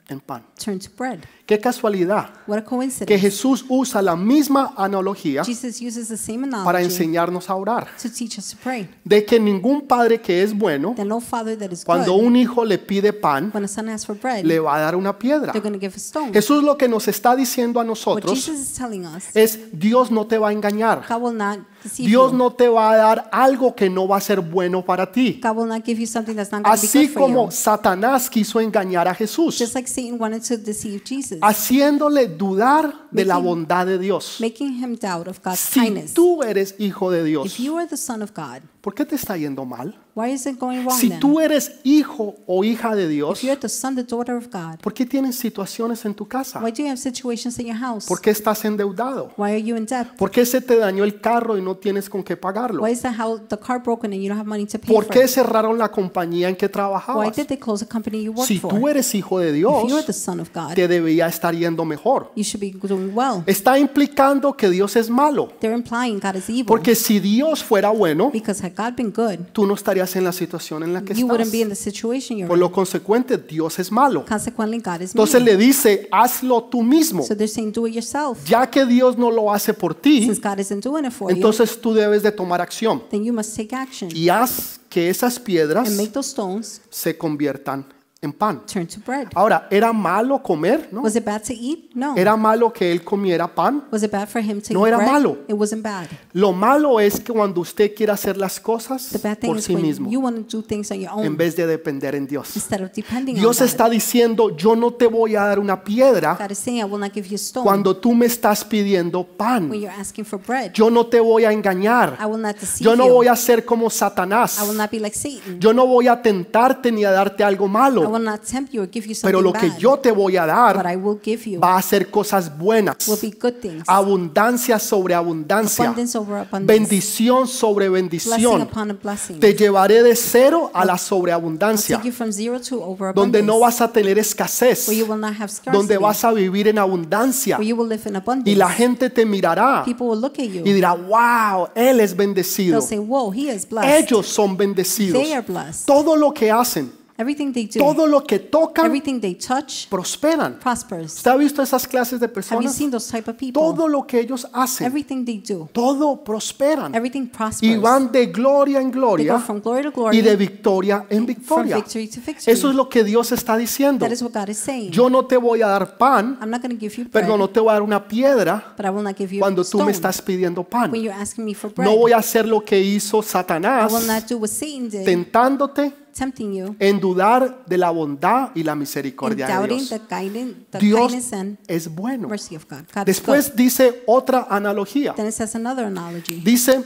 [SPEAKER 2] en pan.
[SPEAKER 1] turned to bread.
[SPEAKER 2] Qué casualidad
[SPEAKER 1] What a
[SPEAKER 2] que
[SPEAKER 1] coincidence.
[SPEAKER 2] Jesús usa la misma analogía
[SPEAKER 1] Jesus uses the same
[SPEAKER 2] para
[SPEAKER 1] analogy
[SPEAKER 2] enseñarnos a orar.
[SPEAKER 1] to teach us to pray.
[SPEAKER 2] De que ningún padre que es bueno,
[SPEAKER 1] That no father that is
[SPEAKER 2] cuando
[SPEAKER 1] good,
[SPEAKER 2] un hijo le pide pan,
[SPEAKER 1] when a son asks for bread,
[SPEAKER 2] le va a dar una piedra.
[SPEAKER 1] they're going to give a stone.
[SPEAKER 2] Jesús lo que nos está diciendo a
[SPEAKER 1] what
[SPEAKER 2] nosotros
[SPEAKER 1] Jesus is telling us,
[SPEAKER 2] es Dios no te va a engañar.
[SPEAKER 1] God will not deceive
[SPEAKER 2] Dios
[SPEAKER 1] you.
[SPEAKER 2] no te va a dar algo que no va a ser bueno para ti.
[SPEAKER 1] God will not give you something that's not going to be
[SPEAKER 2] Así
[SPEAKER 1] good for you.
[SPEAKER 2] como Satanás quiso engañar a Jesús,
[SPEAKER 1] Just like Satan wanted to deceive Jesus,
[SPEAKER 2] haciéndole dudar de la
[SPEAKER 1] Making-
[SPEAKER 2] bondad de Dios.
[SPEAKER 1] making him doubt of God's
[SPEAKER 2] Si
[SPEAKER 1] kindness.
[SPEAKER 2] tú eres hijo de Dios,
[SPEAKER 1] If you are the son of God,
[SPEAKER 2] ¿por qué te está yendo mal?
[SPEAKER 1] why is it going wrong
[SPEAKER 2] Si
[SPEAKER 1] then?
[SPEAKER 2] tú eres hijo o hija de Dios,
[SPEAKER 1] If you're the son, the daughter of God,
[SPEAKER 2] ¿por qué tienes situaciones en tu casa?
[SPEAKER 1] why do you have situations in your house?
[SPEAKER 2] ¿Por qué estás endeudado?
[SPEAKER 1] Why are you in debt?
[SPEAKER 2] ¿Por qué se te dañó el carro y no tienes con qué pagarlo?
[SPEAKER 1] Why is the, how, the car broken and you don't have money to pay
[SPEAKER 2] ¿Por
[SPEAKER 1] for
[SPEAKER 2] qué
[SPEAKER 1] it?
[SPEAKER 2] cerraron la compañía en que
[SPEAKER 1] Why
[SPEAKER 2] trabajabas?
[SPEAKER 1] did they close the company you work
[SPEAKER 2] Si
[SPEAKER 1] for?
[SPEAKER 2] tú eres hijo de
[SPEAKER 1] if you are the
[SPEAKER 2] Dios,
[SPEAKER 1] son of God,
[SPEAKER 2] te debería estar yendo mejor.
[SPEAKER 1] you should be doing well.
[SPEAKER 2] Está implicando que Dios es malo.
[SPEAKER 1] They're implying God is evil.
[SPEAKER 2] Porque si Dios fuera bueno,
[SPEAKER 1] because had God been good,
[SPEAKER 2] tú no estarías en la situación en la que
[SPEAKER 1] you wouldn't be in
[SPEAKER 2] estás.
[SPEAKER 1] the situation you're
[SPEAKER 2] Por
[SPEAKER 1] in.
[SPEAKER 2] lo consecuente, Dios es malo.
[SPEAKER 1] Consequently, God is
[SPEAKER 2] Entonces
[SPEAKER 1] mean.
[SPEAKER 2] le dice, hazlo tú mismo.
[SPEAKER 1] So they're saying, do it yourself.
[SPEAKER 2] Ya que Dios no lo hace por
[SPEAKER 1] Since
[SPEAKER 2] ti,
[SPEAKER 1] God isn't doing it for you,
[SPEAKER 2] entonces tú debes de tomar acción
[SPEAKER 1] then you must take action
[SPEAKER 2] y haz que esas piedras
[SPEAKER 1] and make those stones
[SPEAKER 2] se conviertan en pan.
[SPEAKER 1] turn to bread.
[SPEAKER 2] Ahora, ¿era malo comer? Ah, No.
[SPEAKER 1] Was it bad to eat? Pues No.
[SPEAKER 2] ¿Era malo que él comiera pan?
[SPEAKER 1] Was it bad for him to
[SPEAKER 2] No
[SPEAKER 1] eat
[SPEAKER 2] era
[SPEAKER 1] bread?
[SPEAKER 2] malo.
[SPEAKER 1] It wasn't bad.
[SPEAKER 2] Lo malo es que cuando usted quiere hacer las cosas
[SPEAKER 1] The bad thing
[SPEAKER 2] por
[SPEAKER 1] is
[SPEAKER 2] sí
[SPEAKER 1] when
[SPEAKER 2] mismo,
[SPEAKER 1] you want to do things on your own
[SPEAKER 2] en vez de depender en Dios.
[SPEAKER 1] instead of depending
[SPEAKER 2] Dios
[SPEAKER 1] on God.
[SPEAKER 2] está diciendo, yo no te voy a dar una piedra
[SPEAKER 1] God is saying, I will not give you a stone
[SPEAKER 2] cuando tú me estás pidiendo
[SPEAKER 1] when
[SPEAKER 2] pan.
[SPEAKER 1] you're asking for bread.
[SPEAKER 2] Yo no te voy a engañar.
[SPEAKER 1] I will not deceive
[SPEAKER 2] Yo no
[SPEAKER 1] you.
[SPEAKER 2] voy a ser como
[SPEAKER 1] I
[SPEAKER 2] Satanás.
[SPEAKER 1] will not be like Satan.
[SPEAKER 2] Yo no voy a tentarte ni a darte algo
[SPEAKER 1] I will
[SPEAKER 2] malo.
[SPEAKER 1] not tempt you or give you something
[SPEAKER 2] Pero lo que
[SPEAKER 1] bad.
[SPEAKER 2] yo te voy a
[SPEAKER 1] but
[SPEAKER 2] dar
[SPEAKER 1] I will give you
[SPEAKER 2] va a ser cosas buenas.
[SPEAKER 1] will be good things.
[SPEAKER 2] Abundancia sobre abundancia.
[SPEAKER 1] Abundance over abundance.
[SPEAKER 2] Bendición sobre
[SPEAKER 1] Blessing
[SPEAKER 2] bendición.
[SPEAKER 1] upon a blessing.
[SPEAKER 2] Te llevaré de cero a la
[SPEAKER 1] I'll
[SPEAKER 2] sobreabundancia.
[SPEAKER 1] take you from zero to over
[SPEAKER 2] Donde no
[SPEAKER 1] abundance,
[SPEAKER 2] vas a tener escasez.
[SPEAKER 1] where you will not have scarcity,
[SPEAKER 2] Donde vas a vivir en abundancia.
[SPEAKER 1] where you will live in abundance.
[SPEAKER 2] Y la gente te mirará
[SPEAKER 1] People will look at you.
[SPEAKER 2] y dirá, wow, él es bendecido.
[SPEAKER 1] They'll say, "Whoa, he is blessed."
[SPEAKER 2] Ellos son bendecidos.
[SPEAKER 1] They are blessed.
[SPEAKER 2] Todo lo que hacen,
[SPEAKER 1] Everything they do,
[SPEAKER 2] todo lo que tocan,
[SPEAKER 1] everything they touch,
[SPEAKER 2] prosperan.
[SPEAKER 1] prospers.
[SPEAKER 2] ¿Usted ha visto esas clases de
[SPEAKER 1] Have you
[SPEAKER 2] personas?
[SPEAKER 1] seen those type of people?
[SPEAKER 2] Todo lo que ellos hacen,
[SPEAKER 1] everything they do,
[SPEAKER 2] todo prosperan.
[SPEAKER 1] everything prospers.
[SPEAKER 2] Y van de gloria en
[SPEAKER 1] they go
[SPEAKER 2] gloria
[SPEAKER 1] from glory to glory,
[SPEAKER 2] y de victoria en
[SPEAKER 1] from
[SPEAKER 2] victoria.
[SPEAKER 1] victory to victory.
[SPEAKER 2] Eso es lo que Dios está diciendo.
[SPEAKER 1] that is what God is saying.
[SPEAKER 2] Yo no te voy a dar pan,
[SPEAKER 1] I'm not going to give you bread,
[SPEAKER 2] perdón, no te voy a dar una piedra
[SPEAKER 1] but I will not give you
[SPEAKER 2] cuando tú
[SPEAKER 1] stone
[SPEAKER 2] me estás pidiendo pan.
[SPEAKER 1] when you're asking me for bread.
[SPEAKER 2] No voy a hacer lo que hizo
[SPEAKER 1] I
[SPEAKER 2] Satanás
[SPEAKER 1] will not do what Satan did,
[SPEAKER 2] tentándote
[SPEAKER 1] tempting you,
[SPEAKER 2] en dudar de la bondad y la
[SPEAKER 1] and
[SPEAKER 2] misericordia de
[SPEAKER 1] doubting
[SPEAKER 2] Dios.
[SPEAKER 1] the, guidance, the kindness
[SPEAKER 2] Dios
[SPEAKER 1] and
[SPEAKER 2] es bueno.
[SPEAKER 1] mercy of God. God is good.
[SPEAKER 2] Después dice otra analogía.
[SPEAKER 1] Then it says another analogy.
[SPEAKER 2] Dice,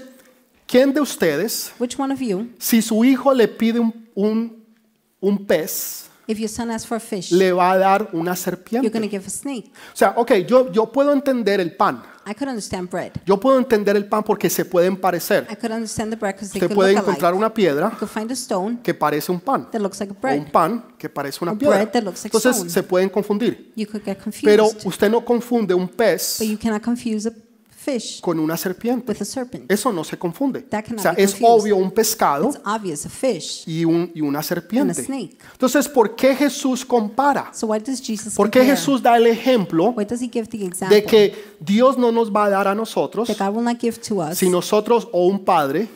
[SPEAKER 2] ¿quién de ustedes,
[SPEAKER 1] Which one of you,
[SPEAKER 2] si su hijo le pide un, un, un pez,
[SPEAKER 1] if your son asks for a fish,
[SPEAKER 2] le va a dar
[SPEAKER 1] you're going
[SPEAKER 2] una
[SPEAKER 1] to
[SPEAKER 2] serpiente?
[SPEAKER 1] give a snake?
[SPEAKER 2] O sea, ok, yo, yo puedo entender el pan.
[SPEAKER 1] I could understand bread.
[SPEAKER 2] Yo puedo entender el pan porque se pueden parecer.
[SPEAKER 1] I could understand the bread because they
[SPEAKER 2] Usted
[SPEAKER 1] could
[SPEAKER 2] puede
[SPEAKER 1] look alike.
[SPEAKER 2] encontrar una piedra
[SPEAKER 1] You could find a stone
[SPEAKER 2] que parece un pan.
[SPEAKER 1] that looks like a
[SPEAKER 2] o un
[SPEAKER 1] bread.
[SPEAKER 2] pan que parece una
[SPEAKER 1] Or
[SPEAKER 2] piedra.
[SPEAKER 1] bread that looks like
[SPEAKER 2] Entonces
[SPEAKER 1] stone.
[SPEAKER 2] se pueden confundir.
[SPEAKER 1] You could get confused.
[SPEAKER 2] Pero usted no confunde un pez
[SPEAKER 1] but you cannot confuse a fish
[SPEAKER 2] con una serpiente.
[SPEAKER 1] with a serpent.
[SPEAKER 2] Eso no se confunde.
[SPEAKER 1] That cannot
[SPEAKER 2] O sea,
[SPEAKER 1] be
[SPEAKER 2] es
[SPEAKER 1] confused.
[SPEAKER 2] obvio un pescado
[SPEAKER 1] It's obvious, a fish
[SPEAKER 2] y, un- y
[SPEAKER 1] and
[SPEAKER 2] una
[SPEAKER 1] a
[SPEAKER 2] serpiente.
[SPEAKER 1] snake.
[SPEAKER 2] Entonces, ¿por qué Jesús compara?
[SPEAKER 1] So why does Jesus
[SPEAKER 2] ¿Por qué
[SPEAKER 1] compare?
[SPEAKER 2] Jesús da el ejemplo
[SPEAKER 1] Why does he give the example
[SPEAKER 2] de que Dios no nos va a dar a nosotros
[SPEAKER 1] that God will not give to us
[SPEAKER 2] si nosotros o un padre,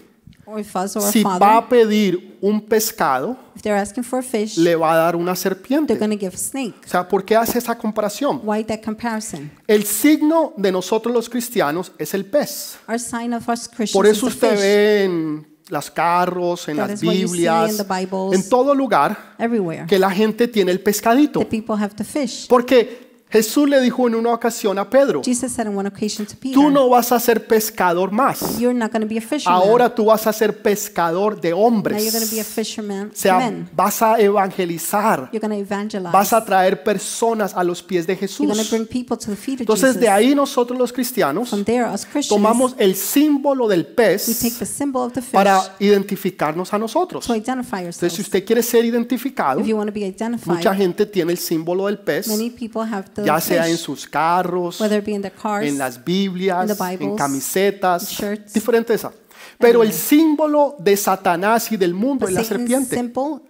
[SPEAKER 1] or if us or our
[SPEAKER 2] si
[SPEAKER 1] father,
[SPEAKER 2] va a pedir un pescado,
[SPEAKER 1] if they're asking for a fish,
[SPEAKER 2] le va a dar una
[SPEAKER 1] they're
[SPEAKER 2] serpiente?
[SPEAKER 1] going to give a snake.
[SPEAKER 2] O sea, ¿por qué hace esa comparación?
[SPEAKER 1] Why that comparison?
[SPEAKER 2] El signo de nosotros los cristianos es el pez.
[SPEAKER 1] Our sign of us Christians
[SPEAKER 2] Por eso
[SPEAKER 1] is the
[SPEAKER 2] usted
[SPEAKER 1] fish.
[SPEAKER 2] ve en los carros, en
[SPEAKER 1] That
[SPEAKER 2] las
[SPEAKER 1] is what you see in
[SPEAKER 2] Biblias,
[SPEAKER 1] the Bibles.
[SPEAKER 2] en todo lugar,
[SPEAKER 1] Everywhere.
[SPEAKER 2] que la gente tiene el
[SPEAKER 1] The
[SPEAKER 2] pescadito.
[SPEAKER 1] people have the fish.
[SPEAKER 2] Porque Jesús le dijo en una ocasión a Pedro,
[SPEAKER 1] Jesus said on one occasion to Peter,
[SPEAKER 2] tú no vas a ser pescador más,
[SPEAKER 1] you're not going to be a fisherman.
[SPEAKER 2] ahora tú vas a ser pescador de
[SPEAKER 1] now you're going to be a
[SPEAKER 2] hombres.
[SPEAKER 1] fisherman.
[SPEAKER 2] O sea,
[SPEAKER 1] men.
[SPEAKER 2] vas a evangelizar,
[SPEAKER 1] You're going to evangelize.
[SPEAKER 2] vas a traer personas a los pies de
[SPEAKER 1] you're going to
[SPEAKER 2] Jesús.
[SPEAKER 1] bring people to the feet of
[SPEAKER 2] Entonces
[SPEAKER 1] Jesus.
[SPEAKER 2] de ahí nosotros los cristianos
[SPEAKER 1] From there, us Christians,
[SPEAKER 2] tomamos el símbolo del
[SPEAKER 1] we take
[SPEAKER 2] pez
[SPEAKER 1] the symbol of the fish
[SPEAKER 2] para identificarnos a nosotros.
[SPEAKER 1] to identify ourselves.
[SPEAKER 2] Entonces, si usted quiere ser identificado,
[SPEAKER 1] if you want to be identified,
[SPEAKER 2] mucha gente tiene el símbolo del pez,
[SPEAKER 1] many people have the
[SPEAKER 2] ya sea en
[SPEAKER 1] fish,
[SPEAKER 2] sus carros,
[SPEAKER 1] whether it be in their cars,
[SPEAKER 2] en las Biblias,
[SPEAKER 1] in the Bibles,
[SPEAKER 2] en camisetas,
[SPEAKER 1] shirts,
[SPEAKER 2] diferentes. esas. Pero el
[SPEAKER 1] everywhere.
[SPEAKER 2] símbolo de Satanás y del mundo
[SPEAKER 1] but
[SPEAKER 2] es la
[SPEAKER 1] Satan's
[SPEAKER 2] serpiente.
[SPEAKER 1] symbol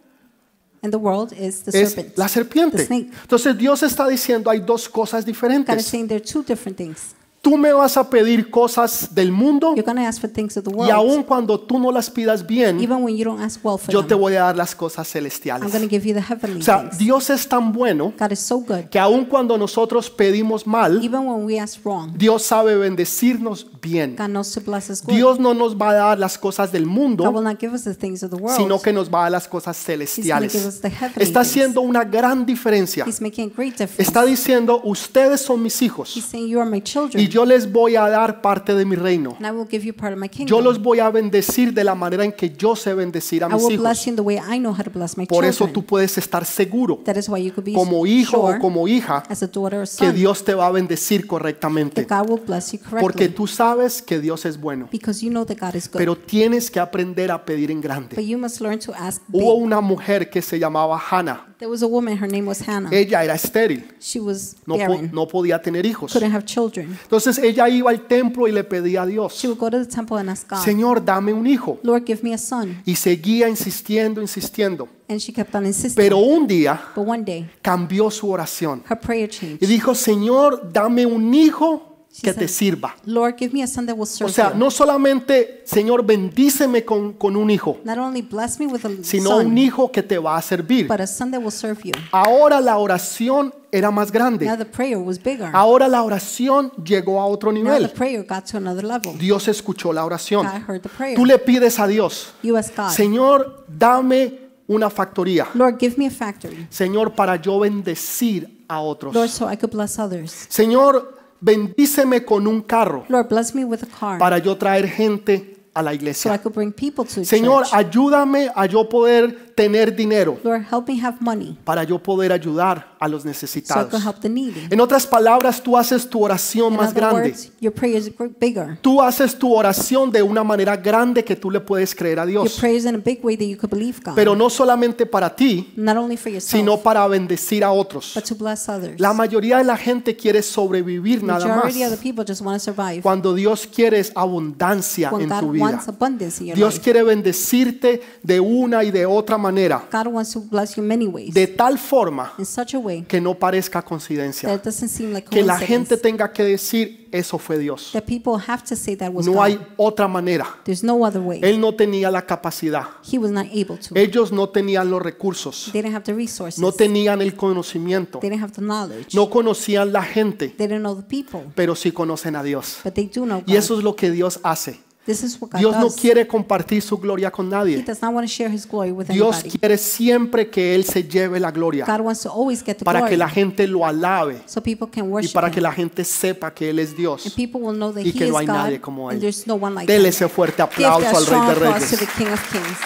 [SPEAKER 1] and the world is the
[SPEAKER 2] es
[SPEAKER 1] serpent.
[SPEAKER 2] la serpiente.
[SPEAKER 1] the snake.
[SPEAKER 2] Entonces Dios está diciendo, hay dos cosas
[SPEAKER 1] God is
[SPEAKER 2] diferentes.
[SPEAKER 1] saying there are two different things.
[SPEAKER 2] Tú me vas a pedir cosas del mundo
[SPEAKER 1] You're going to ask for things of the world.
[SPEAKER 2] y aun cuando tú no las pidas bien,
[SPEAKER 1] even when you don't ask well for
[SPEAKER 2] yo te
[SPEAKER 1] them,
[SPEAKER 2] voy a dar las cosas
[SPEAKER 1] I'm going to
[SPEAKER 2] celestiales.
[SPEAKER 1] give you the heavenly
[SPEAKER 2] O sea,
[SPEAKER 1] things.
[SPEAKER 2] Dios es tan bueno
[SPEAKER 1] God is so good.
[SPEAKER 2] que aun cuando nosotros pedimos mal,
[SPEAKER 1] Even when we ask wrong,
[SPEAKER 2] Dios sabe bendecirnos bien.
[SPEAKER 1] God knows to bless us good.
[SPEAKER 2] Dios no nos va a dar las cosas del
[SPEAKER 1] God will
[SPEAKER 2] mundo,
[SPEAKER 1] not give us the things of the world.
[SPEAKER 2] sino que nos va a dar las cosas
[SPEAKER 1] give
[SPEAKER 2] celestiales.
[SPEAKER 1] us the heavenly
[SPEAKER 2] Está
[SPEAKER 1] things.
[SPEAKER 2] haciendo una gran diferencia.
[SPEAKER 1] He's making a great difference.
[SPEAKER 2] Está diciendo, ustedes son mis
[SPEAKER 1] He's
[SPEAKER 2] hijos
[SPEAKER 1] saying, You are my children,
[SPEAKER 2] y yo les voy a dar parte de mi reino.
[SPEAKER 1] and I will give you part of my kingdom.
[SPEAKER 2] Yo los voy a bendecir de la manera en que yo sé bendecir a
[SPEAKER 1] I
[SPEAKER 2] mis
[SPEAKER 1] will
[SPEAKER 2] hijos.
[SPEAKER 1] bless you in the way I know how to bless my
[SPEAKER 2] Por eso
[SPEAKER 1] children.
[SPEAKER 2] tú puedes estar seguro,
[SPEAKER 1] that is why you could be
[SPEAKER 2] como hijo
[SPEAKER 1] sure,
[SPEAKER 2] o como hija,
[SPEAKER 1] as a daughter or
[SPEAKER 2] que
[SPEAKER 1] son,
[SPEAKER 2] Dios te va a bendecir
[SPEAKER 1] that
[SPEAKER 2] correctamente.
[SPEAKER 1] God will bless you correctly.
[SPEAKER 2] Porque tú sabes que Dios es bueno,
[SPEAKER 1] because you know that God is good.
[SPEAKER 2] pero tienes que aprender a pedir en grande.
[SPEAKER 1] but you must learn to ask
[SPEAKER 2] Hubo
[SPEAKER 1] big.
[SPEAKER 2] una mujer que se llamaba Hannah.
[SPEAKER 1] There was a woman, her name was Hannah.
[SPEAKER 2] Ella era estéril,
[SPEAKER 1] she was
[SPEAKER 2] no, po-
[SPEAKER 1] barren,
[SPEAKER 2] no podía tener hijos.
[SPEAKER 1] couldn't have children.
[SPEAKER 2] Entonces ella iba al templo y le pedía a Dios,
[SPEAKER 1] She would go to the temple and ask God,
[SPEAKER 2] Señor, dame un hijo.
[SPEAKER 1] Lord, give me a son.
[SPEAKER 2] Y seguía insistiendo, insistiendo.
[SPEAKER 1] And she kept on insisting.
[SPEAKER 2] Pero un día
[SPEAKER 1] but one day,
[SPEAKER 2] cambió su oración
[SPEAKER 1] her prayer changed.
[SPEAKER 2] y dijo, Señor, dame un hijo que te sirva.
[SPEAKER 1] Lord, give me a son that will
[SPEAKER 2] O
[SPEAKER 1] serve
[SPEAKER 2] sea,
[SPEAKER 1] you.
[SPEAKER 2] no solamente, Señor, bendíceme con, con un hijo,
[SPEAKER 1] Not only bless me with a
[SPEAKER 2] sino
[SPEAKER 1] son,
[SPEAKER 2] un hijo que te va a servir.
[SPEAKER 1] but a son that will serve you.
[SPEAKER 2] Ahora la oración era más
[SPEAKER 1] Now
[SPEAKER 2] grande.
[SPEAKER 1] the prayer was bigger.
[SPEAKER 2] Ahora la oración llegó a otro
[SPEAKER 1] Now the
[SPEAKER 2] nivel.
[SPEAKER 1] prayer got to another level.
[SPEAKER 2] Dios escuchó la oración.
[SPEAKER 1] God heard the prayer.
[SPEAKER 2] Tú le pides a Dios,
[SPEAKER 1] You ask God,
[SPEAKER 2] Señor, dame una factoría.
[SPEAKER 1] Lord, give me a factory.
[SPEAKER 2] Señor, para yo bendecir a
[SPEAKER 1] Lord,
[SPEAKER 2] otros.
[SPEAKER 1] so I could bless others.
[SPEAKER 2] Señor, bendíceme con un carro
[SPEAKER 1] Lord, bless me with a car
[SPEAKER 2] para yo traer gente a la
[SPEAKER 1] so I
[SPEAKER 2] iglesia.
[SPEAKER 1] could bring people to
[SPEAKER 2] Señor,
[SPEAKER 1] church.
[SPEAKER 2] ayúdame a yo poder tener dinero
[SPEAKER 1] Lord, help me have money
[SPEAKER 2] para yo poder ayudar a los
[SPEAKER 1] so I could
[SPEAKER 2] necesitados.
[SPEAKER 1] help the needy.
[SPEAKER 2] En otras palabras, tú haces tu oración
[SPEAKER 1] In
[SPEAKER 2] más
[SPEAKER 1] other
[SPEAKER 2] grande.
[SPEAKER 1] words, your prayer is gr- bigger.
[SPEAKER 2] Tú haces tu oración de una manera grande que tú le puedes creer a
[SPEAKER 1] Your
[SPEAKER 2] Dios.
[SPEAKER 1] prayer is in a big way that you could believe God.
[SPEAKER 2] Pero no solamente para ti,
[SPEAKER 1] Not only for yourself,
[SPEAKER 2] sino para bendecir a otros.
[SPEAKER 1] but to bless others.
[SPEAKER 2] La mayoría de la gente quiere sobrevivir nada más.
[SPEAKER 1] Majority of the people just want to survive.
[SPEAKER 2] Cuando Dios quiere es abundancia
[SPEAKER 1] When
[SPEAKER 2] en
[SPEAKER 1] God
[SPEAKER 2] tu vida.
[SPEAKER 1] wants abundance in your
[SPEAKER 2] Dios
[SPEAKER 1] life.
[SPEAKER 2] quiere bendecirte de una y de otra manera,
[SPEAKER 1] God wants to bless you many ways.
[SPEAKER 2] de tal forma
[SPEAKER 1] in such a way
[SPEAKER 2] que no parezca
[SPEAKER 1] that
[SPEAKER 2] coincidencia,
[SPEAKER 1] it doesn't seem like
[SPEAKER 2] que la
[SPEAKER 1] coincidence.
[SPEAKER 2] gente tenga que decir, eso fue Dios.
[SPEAKER 1] that people have to say that was
[SPEAKER 2] No
[SPEAKER 1] God.
[SPEAKER 2] hay otra manera.
[SPEAKER 1] There's no other way.
[SPEAKER 2] Él no tenía la capacidad,
[SPEAKER 1] he was not able to.
[SPEAKER 2] ellos no tenían los recursos,
[SPEAKER 1] they didn't have the resources.
[SPEAKER 2] no tenían el conocimiento,
[SPEAKER 1] they didn't have the knowledge.
[SPEAKER 2] no conocían la gente,
[SPEAKER 1] They didn't know the people,
[SPEAKER 2] pero sí conocen a Dios.
[SPEAKER 1] but they do know God.
[SPEAKER 2] Y eso es lo que Dios hace.
[SPEAKER 1] this is what God
[SPEAKER 2] Dios no
[SPEAKER 1] does.
[SPEAKER 2] quiere compartir su gloria con
[SPEAKER 1] He
[SPEAKER 2] nadie.
[SPEAKER 1] does not want to share His glory with
[SPEAKER 2] Dios
[SPEAKER 1] anybody.
[SPEAKER 2] quiere siempre que Él se lleve la gloria
[SPEAKER 1] God wants to always get the
[SPEAKER 2] para
[SPEAKER 1] glory,
[SPEAKER 2] que la gente lo alabe
[SPEAKER 1] so people can
[SPEAKER 2] y
[SPEAKER 1] worship
[SPEAKER 2] para que
[SPEAKER 1] Him,
[SPEAKER 2] la gente sepa que Él es Dios.
[SPEAKER 1] and people will know that
[SPEAKER 2] y
[SPEAKER 1] He
[SPEAKER 2] que
[SPEAKER 1] is
[SPEAKER 2] no hay
[SPEAKER 1] God,
[SPEAKER 2] nadie como Él.
[SPEAKER 1] and there's no one like
[SPEAKER 2] Dele
[SPEAKER 1] Him.
[SPEAKER 2] ese fuerte
[SPEAKER 1] Give
[SPEAKER 2] aplauso
[SPEAKER 1] that
[SPEAKER 2] al Rey
[SPEAKER 1] strong
[SPEAKER 2] de
[SPEAKER 1] applause to the
[SPEAKER 2] Reyes.
[SPEAKER 1] King of Kings.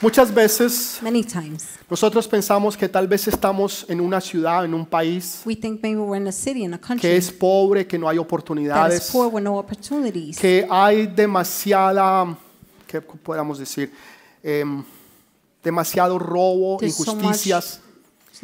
[SPEAKER 2] Muchas veces
[SPEAKER 1] Many times
[SPEAKER 2] nosotros pensamos que tal vez estamos en una ciudad, en un país
[SPEAKER 1] we think maybe we're in a city, in a country
[SPEAKER 2] que es pobre, que no hay
[SPEAKER 1] that is
[SPEAKER 2] oportunidades,
[SPEAKER 1] poor with no opportunities.
[SPEAKER 2] que hay demasiada, que podamos decir, Em, demasiado robo,
[SPEAKER 1] There's so much
[SPEAKER 2] injusticias,